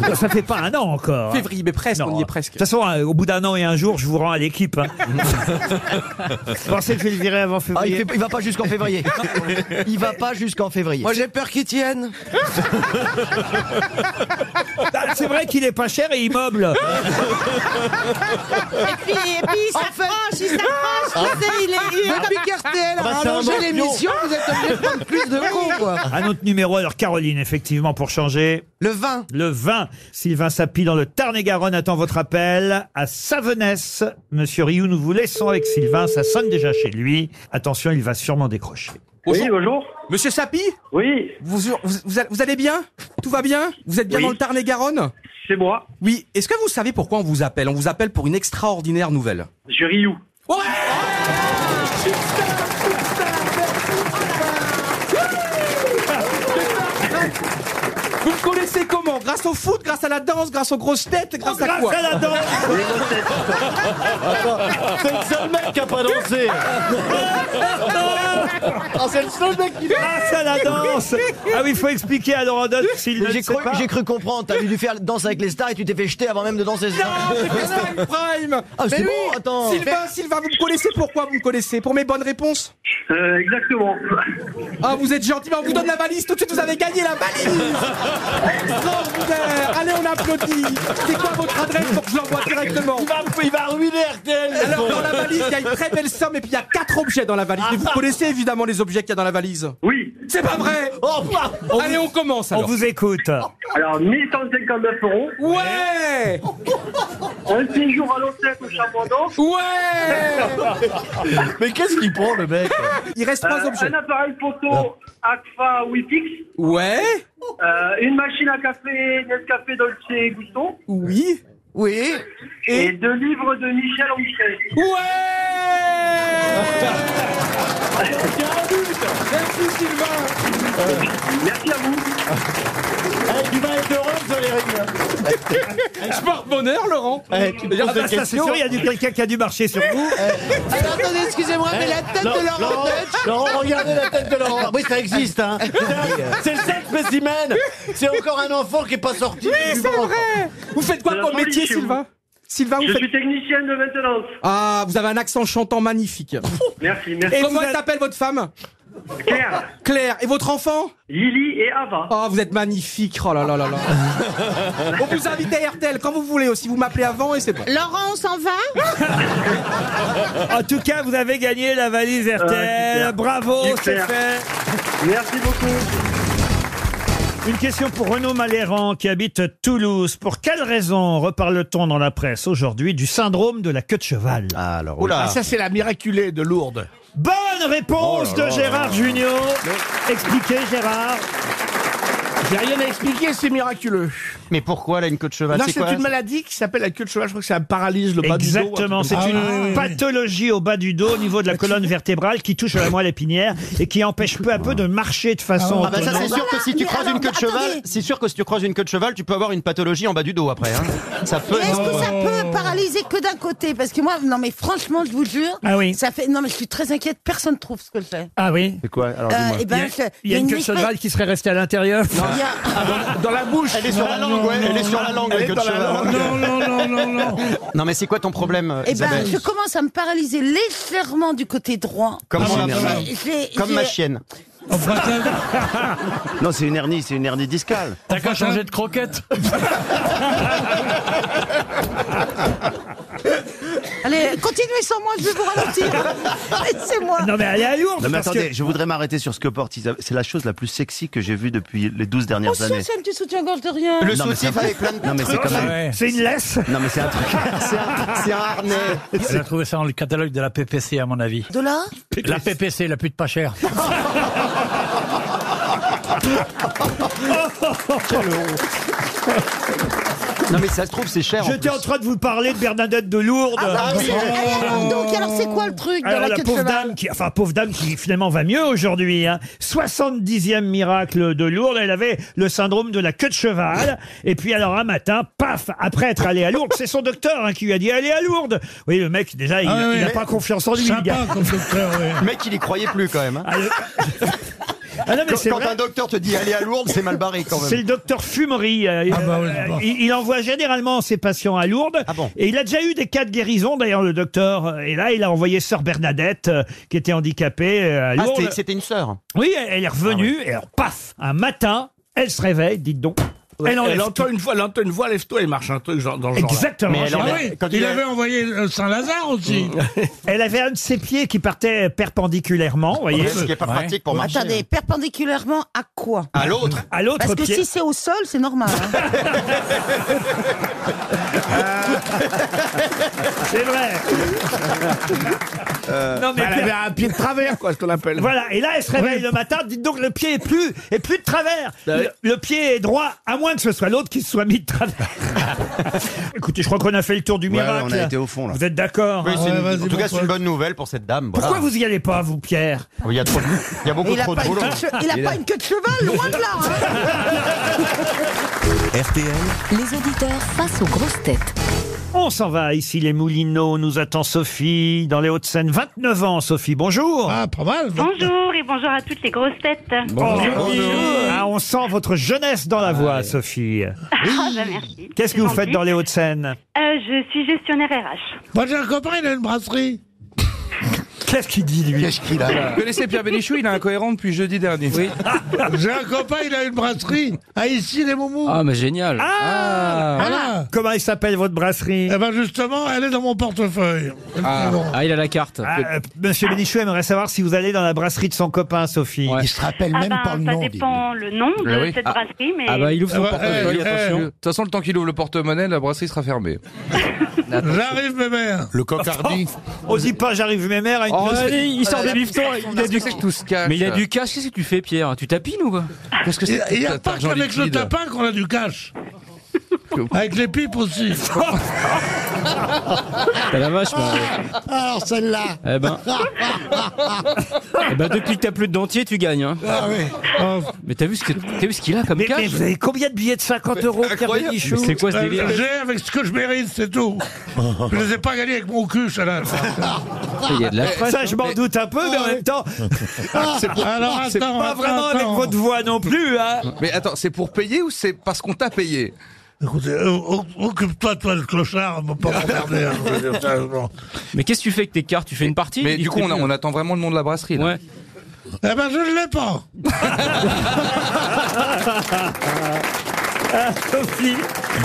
Speaker 1: Ah, Ça fait pas un an encore. hein.
Speaker 2: Février, mais presque, on y est presque.
Speaker 1: De toute façon, euh, au bout d'un an et un jour, je vous rends à l'équipe. hein. Vous Pensez que je vais le virer avant février.
Speaker 12: Ah, il fait- il va pas jusqu'en février.
Speaker 2: Il va pas jusqu'en février.
Speaker 12: Moi, j'ai peur qu'il tienne.
Speaker 1: Ah, C'est vrai qu'il est pas cher et immeuble.
Speaker 4: Et puis, et puis il s'affranchit,
Speaker 17: il s'approche,
Speaker 5: Ah.
Speaker 17: tu sais, il est.
Speaker 4: Depuis qu'RTL a Bah, c'est un rallongé morpion. l'émission, vous êtes obligés de prendre plus de cons, quoi.
Speaker 1: Un autre numéro, alors Caroline, effectivement, pour changer. Le 20. Le 20. Sylvain Sapie dans le Tarn-et-Garonne attend votre appel à Savenesse. Monsieur Rioux, nous vous laissons avec Sylvain. Ça sonne déjà chez lui. Attention, il va sûrement décrocher.
Speaker 12: Oui, bonjour. Monsieur Sapi Oui. Vous, vous- vous allez- vous allez bien Tout va bien Vous êtes bien
Speaker 1: Oui.
Speaker 12: dans le Tarn-et-Garonne C'est moi. Oui. Est-ce que vous savez pourquoi on vous appelle On vous appelle pour une extraordinaire nouvelle.
Speaker 18: Je ris où
Speaker 12: Vous me connaissez comment Grâce au foot, grâce à la danse, grâce aux grosses têtes, grâce à
Speaker 4: grâce
Speaker 12: quoi
Speaker 4: à la danse. Les grosses
Speaker 2: C'est le seul mec qui a pas dansé.
Speaker 4: c'est le seul mec qui
Speaker 1: Grâce à la danse Ah oui, il faut expliquer à Laurent Dodge s'il ne
Speaker 2: J'ai
Speaker 1: le sait
Speaker 2: cru,
Speaker 1: pas.
Speaker 2: j'ai cru comprendre, t'as dû faire danse avec les stars et tu t'es fait jeter avant même de danser.
Speaker 12: Prime, Prime
Speaker 2: Ah,
Speaker 12: Mais
Speaker 2: c'est
Speaker 12: oui
Speaker 2: bon, attends.
Speaker 12: Sylvain, Sylvain, vous me connaissez pourquoi vous me connaissez Pour mes bonnes réponses Exactement. Ah, vous êtes gentil, mais on vous donne la valise, tout de suite vous avez gagné la valise Extraordinaire Allez, on applaudit C'est quoi votre adresse pour que je l'envoie directement il va, ruiner RTL Alors, dans la valise, il y a une très belle somme et puis il y a quatre objets dans la valise. Mais vous connaissez évidemment les objets qu'il y a dans la valise Oui C'est pas vrai Allez, on commence
Speaker 1: On
Speaker 12: alors
Speaker 1: vous écoute.
Speaker 18: Alors, 1159 euros.
Speaker 12: Ouais
Speaker 18: Un séjour à l'hôtel au Chambondon.
Speaker 12: Ouais
Speaker 2: Mais qu'est-ce qu'il prend le mec
Speaker 12: Il reste
Speaker 18: Euh, Un appareil photo Agfa Wipix.
Speaker 12: Ouais.
Speaker 18: Euh, une machine à café Nescafé Dolce Gusto.
Speaker 12: Oui.
Speaker 18: Oui. Et, deux livres de Michel Ancel.
Speaker 12: Ouais Merci Sylvain
Speaker 18: Merci à vous.
Speaker 2: tu vas être heureux, vous allez régler.
Speaker 12: Je porte bonheur, Laurent.
Speaker 2: Eh, tu te poses
Speaker 1: Ah bah,
Speaker 2: des
Speaker 1: ça, c'est
Speaker 2: questions. Eh,
Speaker 1: sûr, il y a du- quelqu'un qui a dû marcher sur vous.
Speaker 2: Alors
Speaker 4: attendez, excusez-moi, mais la tête de Laurent Deutsch-
Speaker 2: Eh, Laurent, regardez la tête de Laurent. Oui, ça existe, hein. C'est le seul spécimen. C'est encore un enfant qui est pas sorti.
Speaker 12: Oui,
Speaker 2: du
Speaker 12: c'est
Speaker 2: bon
Speaker 12: vrai. Vous faites quoi
Speaker 2: C'est la
Speaker 12: comme
Speaker 2: folie
Speaker 12: métier,
Speaker 2: chez vous.
Speaker 12: Sylvain Sylvain, vous
Speaker 18: Je
Speaker 12: faites-
Speaker 18: suis technicien de maintenance.
Speaker 12: Ah, vous avez un accent chantant magnifique.
Speaker 18: Merci, merci.
Speaker 12: Et comment elle s'appelle votre femme
Speaker 18: Claire.
Speaker 12: Claire. Et votre enfant
Speaker 18: Lily et Ava.
Speaker 12: Oh, vous êtes magnifique. Oh là là là là. on vous invite à RTL quand vous voulez aussi. Vous m'appelez avant et c'est bon.
Speaker 17: Laurent, on s'en va
Speaker 1: En tout cas, vous avez gagné la valise RTL.
Speaker 18: Ah, super.
Speaker 1: Bravo, c'est
Speaker 18: Super.
Speaker 1: fait.
Speaker 18: Merci beaucoup.
Speaker 1: Une question pour Renaud Maléran qui habite Toulouse. Pour quelle raison reparle-t-on dans la presse aujourd'hui du syndrome de la queue de cheval alors,
Speaker 16: Ah, ça, c'est la miraculée de Lourdes.
Speaker 1: Bonne
Speaker 2: Oh
Speaker 1: réponse de Gérard Junior. Expliquez, Gérard.
Speaker 16: J'ai rien à expliquer, c'est miraculeux.
Speaker 2: Mais pourquoi elle a une queue de
Speaker 6: Bah,
Speaker 2: cheval
Speaker 16: non, c'est une maladie qui s'appelle la queue de cheval. Je crois que ça paralyse le bas
Speaker 1: Exactement,
Speaker 16: du
Speaker 1: c'est
Speaker 16: dos.
Speaker 1: une pathologie au bas du dos, au niveau de la colonne vertébrale qui touche à la moelle épinière et qui empêche peu à peu de marcher de façon.
Speaker 2: Ah bah ça c'est
Speaker 1: autonome.
Speaker 2: sûr que si tu croises une queue de cheval, c'est sûr que si tu croises une queue de cheval, tu peux avoir une pathologie en bas du dos après. hein. Ça peut.
Speaker 7: Est-ce que
Speaker 2: Oh.
Speaker 7: ça peut paralyser que d'un côté Parce que moi, non mais franchement, je vous jure,
Speaker 1: Ah oui.
Speaker 7: ça fait. Non mais je suis très inquiète. Personne ne trouve ce que je fais.
Speaker 1: Ah oui
Speaker 2: C'est quoi
Speaker 7: Euh, dis-moi. eh ben,
Speaker 1: Il y a-
Speaker 7: je-
Speaker 1: Il y a une
Speaker 7: une
Speaker 1: queue de cheval
Speaker 7: espèce-
Speaker 1: qui serait restée à l'intérieur.
Speaker 7: Il y a-
Speaker 2: Dans la bouche. Elle est sur la langue, ouais. Elle est sur la langue la queue de cheval. Non non non non non. Non mais c'est quoi ton problème euh,
Speaker 7: Eh ben,
Speaker 2: Isabelle
Speaker 7: je commence à me paralyser légèrement du côté droit.
Speaker 2: Comme mon
Speaker 7: J'ai-
Speaker 2: lapin.
Speaker 7: j'ai-
Speaker 2: Comme ma
Speaker 7: j'ai-
Speaker 2: chienne.
Speaker 1: Oh,
Speaker 2: non, c'est une hernie, c'est une hernie discale.
Speaker 6: T'as qu'à changer de croquette
Speaker 7: Allez, continuez sans moi, je vais vous ralentir. Laissez-moi.
Speaker 32: Non, mais attendez, je voudrais m'arrêter sur ce que porte Isabelle. C'est la chose la plus sexy que j'ai vue depuis les 12
Speaker 7: On
Speaker 32: dernières
Speaker 7: se
Speaker 32: années.
Speaker 7: sent, c'est un petit soutien-gorge de rien.
Speaker 32: Non, mais c'est un truc- Non, mais c'est quand même.
Speaker 1: C'est une laisse
Speaker 32: Non, mais c'est un truc. C'est un, c'est un harnais.
Speaker 6: Elle a trouvé ça dans le catalogue de la PPC, à mon avis.
Speaker 7: De là
Speaker 6: La PPC, la pute pas chère.
Speaker 1: Ah,
Speaker 2: Non, mais ça se trouve, c'est cher.
Speaker 1: J'étais en train de vous parler de Bernadette de Lourdes.
Speaker 7: Ah, bah, c'est- allez, alors, donc, alors, c'est quoi le truc de
Speaker 1: eh, Alors,
Speaker 7: la
Speaker 1: la
Speaker 7: queue de
Speaker 1: pauvre
Speaker 7: cheval
Speaker 1: dame qui, enfin pauvre dame qui finalement va mieux aujourd'hui. Hein. 70e miracle de Lourdes, elle avait le syndrome de la queue de cheval. Et puis alors un matin, paf, après être allée à Lourdes, c'est son docteur hein, qui lui a dit allez à Lourdes. Oui, le mec déjà il
Speaker 6: Ah,
Speaker 1: il
Speaker 6: oui,
Speaker 1: n'a
Speaker 6: oui.
Speaker 1: pas confiance en lui.
Speaker 6: Sympa
Speaker 1: le gars.
Speaker 6: comme docteur, oui.
Speaker 2: Le mec, il y croyait plus quand même. hein.
Speaker 1: Ah non, mais
Speaker 2: quand
Speaker 1: c'est
Speaker 2: quand
Speaker 1: vrai.
Speaker 2: un docteur te dit allez à Lourdes, c'est mal barré quand même.
Speaker 1: C'est le docteur Fumery. euh,
Speaker 33: Ah bah
Speaker 1: euh, il, il envoie généralement ses patients à Lourdes.
Speaker 2: Ah
Speaker 1: Et il a déjà eu des cas de guérison, d'ailleurs, le docteur. Et là, il a envoyé sœur Bernadette, euh, qui était handicapée, euh,
Speaker 2: Ah,
Speaker 1: à Lourdes.
Speaker 2: c'était- c'était une sœur.
Speaker 1: Oui, elle- elle est revenue, et alors paf, un matin, elle se réveille, dites donc.
Speaker 34: Elle,
Speaker 1: Elle enlève
Speaker 34: entend une voix, elle entend une voix, lève-toi et marche un truc genre, dans le genre.
Speaker 1: Exactement. Mais elle
Speaker 34: Ah
Speaker 1: enlève-
Speaker 34: oui,
Speaker 1: quand il
Speaker 34: il
Speaker 1: a-
Speaker 34: avait envoyé euh, Saint-Lazare aussi.
Speaker 2: Mm.
Speaker 1: Elle avait un de ses pieds qui partait perpendiculairement, vous
Speaker 2: Ah,
Speaker 1: voyez.
Speaker 33: Ce qui est pas pratique pour marcher.
Speaker 2: hein.
Speaker 33: Attendez, perpendiculairement à quoi
Speaker 1: À l'autre. À l'autre
Speaker 33: Parce que
Speaker 1: pied.
Speaker 33: si c'est au sol, c'est normal.
Speaker 1: C'est vrai. Euh,
Speaker 34: non,
Speaker 2: Bah,
Speaker 1: bah,
Speaker 34: mais elle avait un pied de travers, quoi, ce qu'on appelle.
Speaker 1: Voilà, et là, elle se réveille le matin, dites donc, le pied est plus, est plus de travers. Le, le pied est droit, à moins que ce soit l'autre qui se soit mis de travers. Écoutez, je crois qu'on a fait le tour du
Speaker 35: Ouais,
Speaker 1: miracle.
Speaker 35: on a été au fond, là.
Speaker 1: Vous êtes d'accord
Speaker 5: Oui,
Speaker 1: hein
Speaker 5: c'est une- en tout cas, c'est une bonne nouvelle pour cette dame. voilà. Oh,
Speaker 1: Pourquoi vous y allez pas, vous, Pierre
Speaker 5: Il y a, trop de- il y a beaucoup
Speaker 33: il a
Speaker 5: trop de
Speaker 33: pas, une
Speaker 5: boulot.
Speaker 33: queue de che- il a
Speaker 5: Il
Speaker 33: pas
Speaker 5: a-
Speaker 33: une queue de cheval, loin de là. hein.
Speaker 5: RTL.
Speaker 26: Les auditeurs face aux grosses têtes.
Speaker 1: On s'en va ici, les Moulineaux. Nous attend Sophie, dans les Hauts-de-Seine. 29 ans, Sophie, bonjour. Ah, pas mal.
Speaker 24: Bonjour et bonjour à toutes les grosses têtes.
Speaker 1: Bonjour. Ah, on sent votre jeunesse dans la voix, Sophie.
Speaker 24: Ah, bah merci.
Speaker 1: Qu'est-ce
Speaker 24: C'est
Speaker 1: que vous
Speaker 24: gentil.
Speaker 1: faites dans les Hauts-de-Seine
Speaker 24: Euh, Je suis gestionnaire RH.
Speaker 1: Moi, j'ai un copain, il a une brasserie. Qu'est-ce qu'il dit, lui Qu'est-ce qu'il
Speaker 8: Vous connaissez Pierre Bénichou, il est incohérent depuis jeudi dernier. Oui.
Speaker 5: J'ai un copain, il a une brasserie. Ah, ici, les momous.
Speaker 8: Ah, mais génial.
Speaker 5: Ah,
Speaker 1: voilà. Comment il s'appelle votre brasserie
Speaker 5: Eh ben justement, elle est dans mon portefeuille.
Speaker 8: Ah, ah, il a la carte.
Speaker 1: euh,
Speaker 24: Ah.
Speaker 1: Monsieur Bénichou aimerait savoir si vous allez dans la brasserie de son copain, Sophie. Il se rappelle
Speaker 24: Ah ben, ça dépend le nom de
Speaker 8: Ah oui.
Speaker 24: cette
Speaker 8: Ah.
Speaker 24: brasserie, mais.
Speaker 8: son
Speaker 1: Euh,
Speaker 5: Ah, eh, eh.
Speaker 8: De toute façon, le temps qu'il ouvre le porte-monnaie, la brasserie sera fermée.
Speaker 5: J'arrive, mes mères.
Speaker 8: Le
Speaker 5: cocardi.
Speaker 1: Oh, On dit pas, j'arrive mes mères à une
Speaker 8: Oh, allez,
Speaker 5: il sort des
Speaker 8: biftons, il a du-
Speaker 5: tout se cache.
Speaker 2: Mais il y a du cash, qu'est-ce que tu fais, Pierre Tu tapines ou quoi Qu'est-ce que
Speaker 5: Il
Speaker 2: c'est
Speaker 5: n'y a
Speaker 2: cet
Speaker 5: pas
Speaker 2: argent
Speaker 5: qu'avec le
Speaker 2: liquide
Speaker 5: tapin qu'on a du cash. Avec les pipes aussi.
Speaker 2: T'as la vache, bah, ouais.
Speaker 5: Alors celle-là.
Speaker 2: Eh ben. Eh ben, depuis que t'as plus de dentier, tu gagnes. Hein.
Speaker 5: Ah oui.
Speaker 2: Oh, Mais t'as vu ce que- t'as vu ce qu'il a comme
Speaker 5: Mais-
Speaker 2: cash
Speaker 5: mais vous avez
Speaker 1: combien de billets de 50 euros,
Speaker 5: Incroyable.
Speaker 2: Mais C'est quoi ce
Speaker 5: Euh,
Speaker 2: délire
Speaker 5: J'ai avec ce que je mérite, c'est tout. je les ai pas gagnés avec mon cul, celle-là.
Speaker 2: Il y a de la fraîche,
Speaker 1: Ça,
Speaker 2: hein.
Speaker 1: je m'en doute un peu, mais en même temps,
Speaker 2: Ah,
Speaker 5: C'est pour- ah, Alors,
Speaker 1: c'est
Speaker 5: attends,
Speaker 1: pas
Speaker 5: attends,
Speaker 1: vraiment avec
Speaker 5: attends.
Speaker 1: votre voix non plus. Hein.
Speaker 8: Mais attends, c'est pour payer ou c'est parce qu'on t'a payé
Speaker 5: Écoutez, o- o- occupe-toi, toi, le clochard, on va pas m'emmerder. hein, je veux dire, sérieusement.
Speaker 2: Mais qu'est-ce que tu fais avec tes cartes Tu fais une partie
Speaker 8: Mais
Speaker 2: Tu
Speaker 8: du coup, on, a-
Speaker 2: distribues
Speaker 8: on attend vraiment le nom de la brasserie. Là.
Speaker 2: Ouais.
Speaker 5: Eh ben, je ne l'ai pas.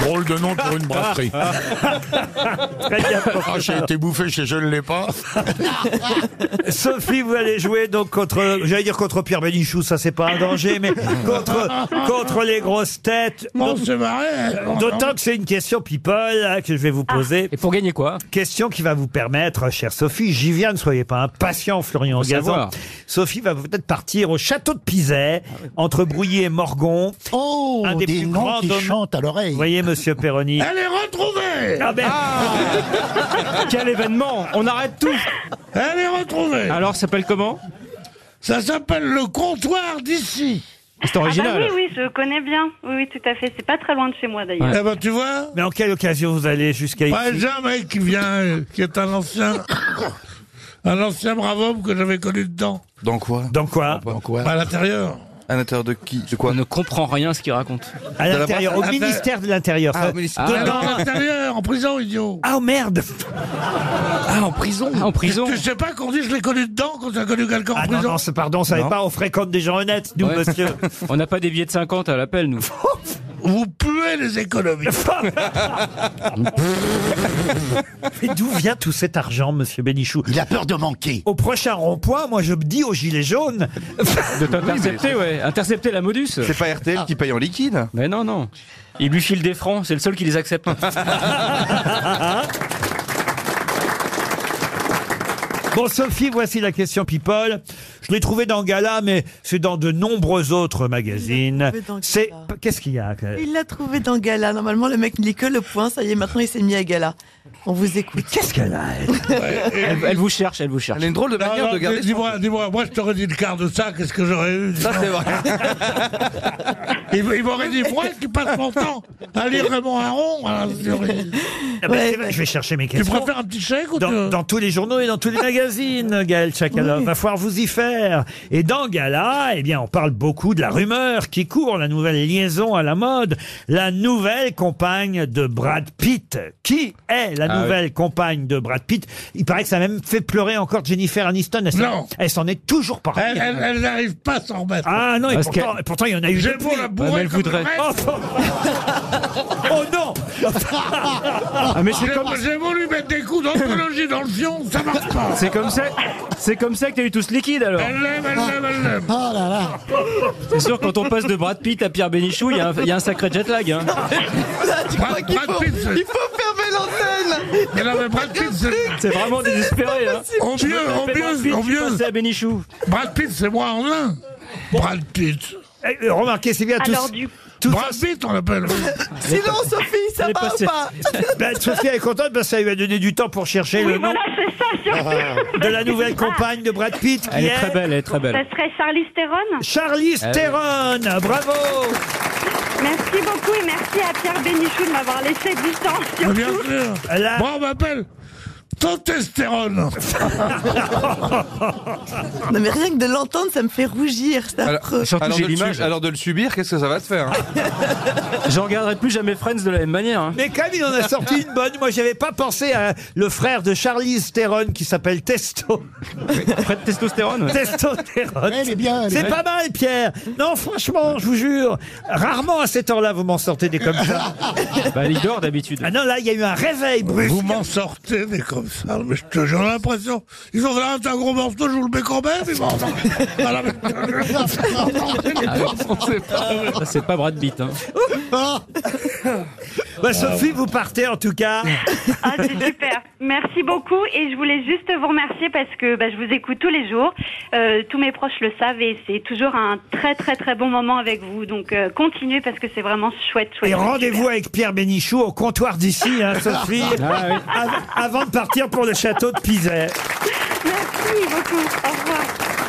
Speaker 17: Drôle de nom pour une brasserie.
Speaker 2: Ah.
Speaker 1: Ah,
Speaker 17: j'ai été bouffé chez Je ne l'ai pas.
Speaker 1: Sophie, vous allez jouer donc contre, j'allais dire contre Pierre Bénichou, ça c'est pas un danger, mais contre, contre les grosses têtes.
Speaker 5: On se
Speaker 1: hein,
Speaker 5: marrait.
Speaker 1: D'autant que c'est une question people hein, que je vais vous poser. Et
Speaker 2: Ah. pour gagner quoi
Speaker 1: Question qui va vous permettre, chère Sophie, j'y viens, ne soyez pas impatient, Florian
Speaker 2: Faut
Speaker 1: Gazan.
Speaker 2: savoir.
Speaker 1: Sophie va peut-être partir au château de Pizet, entre Brouilly et Morgon. Oh, un des, plus grands qui chantent à l'oreille. Voyez, monsieur Perroni.
Speaker 5: Elle est retrouvée.
Speaker 1: Ah, ben-
Speaker 2: Quel événement On arrête tout
Speaker 5: Elle est retrouvée.
Speaker 2: Alors, ça s'appelle comment
Speaker 5: Ça s'appelle le comptoir d'ici.
Speaker 2: C'est
Speaker 24: Ah bah
Speaker 2: original.
Speaker 24: oui, oui, je connais bien. Oui, oui, tout à fait. C'est pas très loin de chez moi d'ailleurs.
Speaker 5: Eh ben, tu vois,
Speaker 1: Mais en quelle occasion vous allez jusqu'à ici
Speaker 5: bah, j'ai un mec qui vient, euh, qui est un ancien, un ancien brave homme que j'avais connu dedans.
Speaker 8: Dans quoi
Speaker 1: Dans quoi
Speaker 8: Dans quoi
Speaker 5: Bah, à l'intérieur.
Speaker 8: À l'intérieur de qui De quoi
Speaker 2: On ne comprend rien ce qu'il raconte.
Speaker 1: À
Speaker 8: Dans la
Speaker 1: l'intérieur, au
Speaker 8: brasserie
Speaker 1: ministère de l'Intérieur.
Speaker 8: Ah,
Speaker 1: Ça-
Speaker 8: au ministère.
Speaker 1: Dedans.
Speaker 5: À l'intérieur, en prison, idiot.
Speaker 1: Ah, merde
Speaker 5: Ah, en prison
Speaker 2: En prison
Speaker 5: Tu sais pas qu'on dit je l'ai connu dedans, qu'on a connu quelqu'un en
Speaker 1: Ah non,
Speaker 5: prison
Speaker 1: non, c'est- pardon, ça n'est
Speaker 2: Non.
Speaker 1: pas, on fréquente des gens honnêtes, nous,
Speaker 2: Ouais.
Speaker 1: monsieur.
Speaker 2: On n'a pas des billets de 50 à l'appel, nous.
Speaker 5: Vous puez les économies.
Speaker 1: Mais d'où vient tout cet argent, monsieur Bénichou Il a peur de manquer. Au prochain rond-point, moi, je me dis aux gilets jaunes.
Speaker 2: De t'intercepter, ouais. Intercepter la modus.
Speaker 8: C'est pas RTL qui paye en liquide
Speaker 2: Mais non, non. Il lui file des francs, c'est le seul qui les accepte.
Speaker 1: Bon, Sophie, voici la question People. Je l'ai trouvée dans Gala, mais c'est dans de nombreux autres magazines.
Speaker 7: trouvée dans
Speaker 1: C'est. Qu'est-ce qu'il y a euh,
Speaker 7: Il l'a trouvé dans Gala. Normalement, le mec ne lit que le point. Ça y est, maintenant, il s'est mis à Gala. On vous écoute.
Speaker 1: Qu'est-ce qu'elle a
Speaker 2: elle, elle vous cherche, elle vous cherche.
Speaker 8: Elle a une drôle de
Speaker 5: Non,
Speaker 8: manière
Speaker 5: non,
Speaker 8: de garder
Speaker 5: dis- Dis-moi, dis-moi, moi je t'aurais dit le quart de ça, qu'est-ce que j'aurais eu
Speaker 8: Ça, c'est vrai.
Speaker 5: Il, il m'aurait dit, moi qui passe mon temps à lire Raymond Aron. voilà, j'aurais-
Speaker 1: Ah ben, c'est vrai, Je vais chercher mes
Speaker 5: Tu
Speaker 1: questions.
Speaker 5: préfères un petit chèque ou
Speaker 1: dans,
Speaker 5: tu-
Speaker 1: dans tous les journaux et dans tous les magazines, Gaël Chakalov. Va falloir vous y faire. Et dans Gala, eh bien, on parle beaucoup de la rumeur qui court, la nouvelle liaison à la mode, la nouvelle compagne de Brad Pitt. Qui est la
Speaker 8: Ah oui.
Speaker 1: nouvelle compagne de Brad Pitt. Il paraît que ça a même fait pleurer encore Jennifer Aniston. Elle s'en-
Speaker 5: Non.
Speaker 1: Elle s'en est toujours pas
Speaker 5: Elle,
Speaker 1: remise.
Speaker 5: elle- elle n'arrive pas à s'en remettre.
Speaker 1: Ah non, et pourtant, et pourtant, il y en a eu
Speaker 5: J'ai
Speaker 1: depuis.
Speaker 5: beau la bourrer comme le reste.
Speaker 1: Oh non
Speaker 5: Ah, mais c'est J'ai- comme- J'ai voulu mettre des coups d'anthologie dans le fion, ça marche pas.
Speaker 18: C'est comme ça, c'est comme ça que t'as eu tout ce liquide alors.
Speaker 5: Elle l'aime, elle l'aime, elle l'aime.
Speaker 18: Oh là là. C'est sûr quand on passe de Brad Pitt à Pierre Bénichou, il y, a un- il y a un sacré jet lag. Hein.
Speaker 5: Brad, Brad Pitt, c'est-
Speaker 17: fermer l'antenne
Speaker 5: Mais non, mais Brad Pitt, c'est...
Speaker 18: C'est vraiment désespéré. Hein.
Speaker 5: On
Speaker 18: Je
Speaker 5: vieux,
Speaker 18: me
Speaker 5: on
Speaker 18: tapais Brad
Speaker 5: vieux,
Speaker 18: Pitt,
Speaker 5: on
Speaker 18: je
Speaker 5: vieux.
Speaker 18: passais à Bénichou.
Speaker 5: Brad Pitt, c'est moi en un. Brad Pitt.
Speaker 1: Eh, euh, remarquez, c'est bien tous-
Speaker 5: Alors,
Speaker 1: du-
Speaker 5: Brad Pitt, on l'appelle.
Speaker 1: Silence,
Speaker 5: Sophie, ça va ou pas
Speaker 1: Ben, Sophie elle est contente parce que ça lui a donné du temps pour chercher le nom de la nouvelle compagne de Brad Pitt. qui
Speaker 18: Elle est très belle, elle est très
Speaker 24: Ça
Speaker 18: belle.
Speaker 24: serait Charlie Theron
Speaker 1: Charlize
Speaker 18: Ah oui.
Speaker 1: Theron, bravo
Speaker 24: Merci beaucoup et merci à Pierre Bénichou de m'avoir laissé du temps.
Speaker 5: Mais
Speaker 24: surtout.
Speaker 5: Bien sûr.
Speaker 1: Là-
Speaker 5: Moi, on m'appelle Testostérone.
Speaker 7: Non, mais rien que de l'entendre, ça me fait rougir. C'est
Speaker 8: Alors,
Speaker 7: affreux.
Speaker 8: alors de le su- alors de le subir, qu'est-ce que ça va te faire hein
Speaker 18: J'en regarderai plus jamais Friends de la même manière. hein.
Speaker 1: Mais quand même, il en a sorti une bonne. Moi, j'avais pas pensé à le frère de Charlize Theron qui s'appelle Testo.
Speaker 18: Près de testostérone. ouais.
Speaker 1: Testostérone.
Speaker 18: Ouais, elle est bien, elle est
Speaker 1: C'est
Speaker 18: bien.
Speaker 1: pas mal, Pierre. Non, franchement, je vous jure. Rarement à cette heure-là, vous m'en sortez des comme ça.
Speaker 18: Bah, il dort d'habitude.
Speaker 1: Ah non, là, il y a eu un réveil brusque.
Speaker 5: Vous m'en sortez, mais comme ça, mais je te jure, j'ai l'impression. Ils ont fait ah, t'as un gros morceau, je vous le mets quand même, mais bon. Voilà, mais-
Speaker 18: Ah oui. Ça, C'est pas Brad Pitt. Hein.
Speaker 1: Bah, Sophie, vous partez en tout cas.
Speaker 24: Ah, c'est super. Merci beaucoup et je voulais juste vous remercier parce que bah, je vous écoute tous les jours. Euh, tous mes proches le savent et c'est toujours un très très très bon moment avec vous. Donc euh, continuez parce que c'est vraiment chouette. chouette
Speaker 1: Et
Speaker 24: chouette.
Speaker 1: rendez-vous avec Pierre Bénichou au comptoir d'ici, hein, Sophie,
Speaker 18: Ah oui.
Speaker 1: av- avant de partir pour le château de Pizet.
Speaker 24: Merci beaucoup. Au revoir.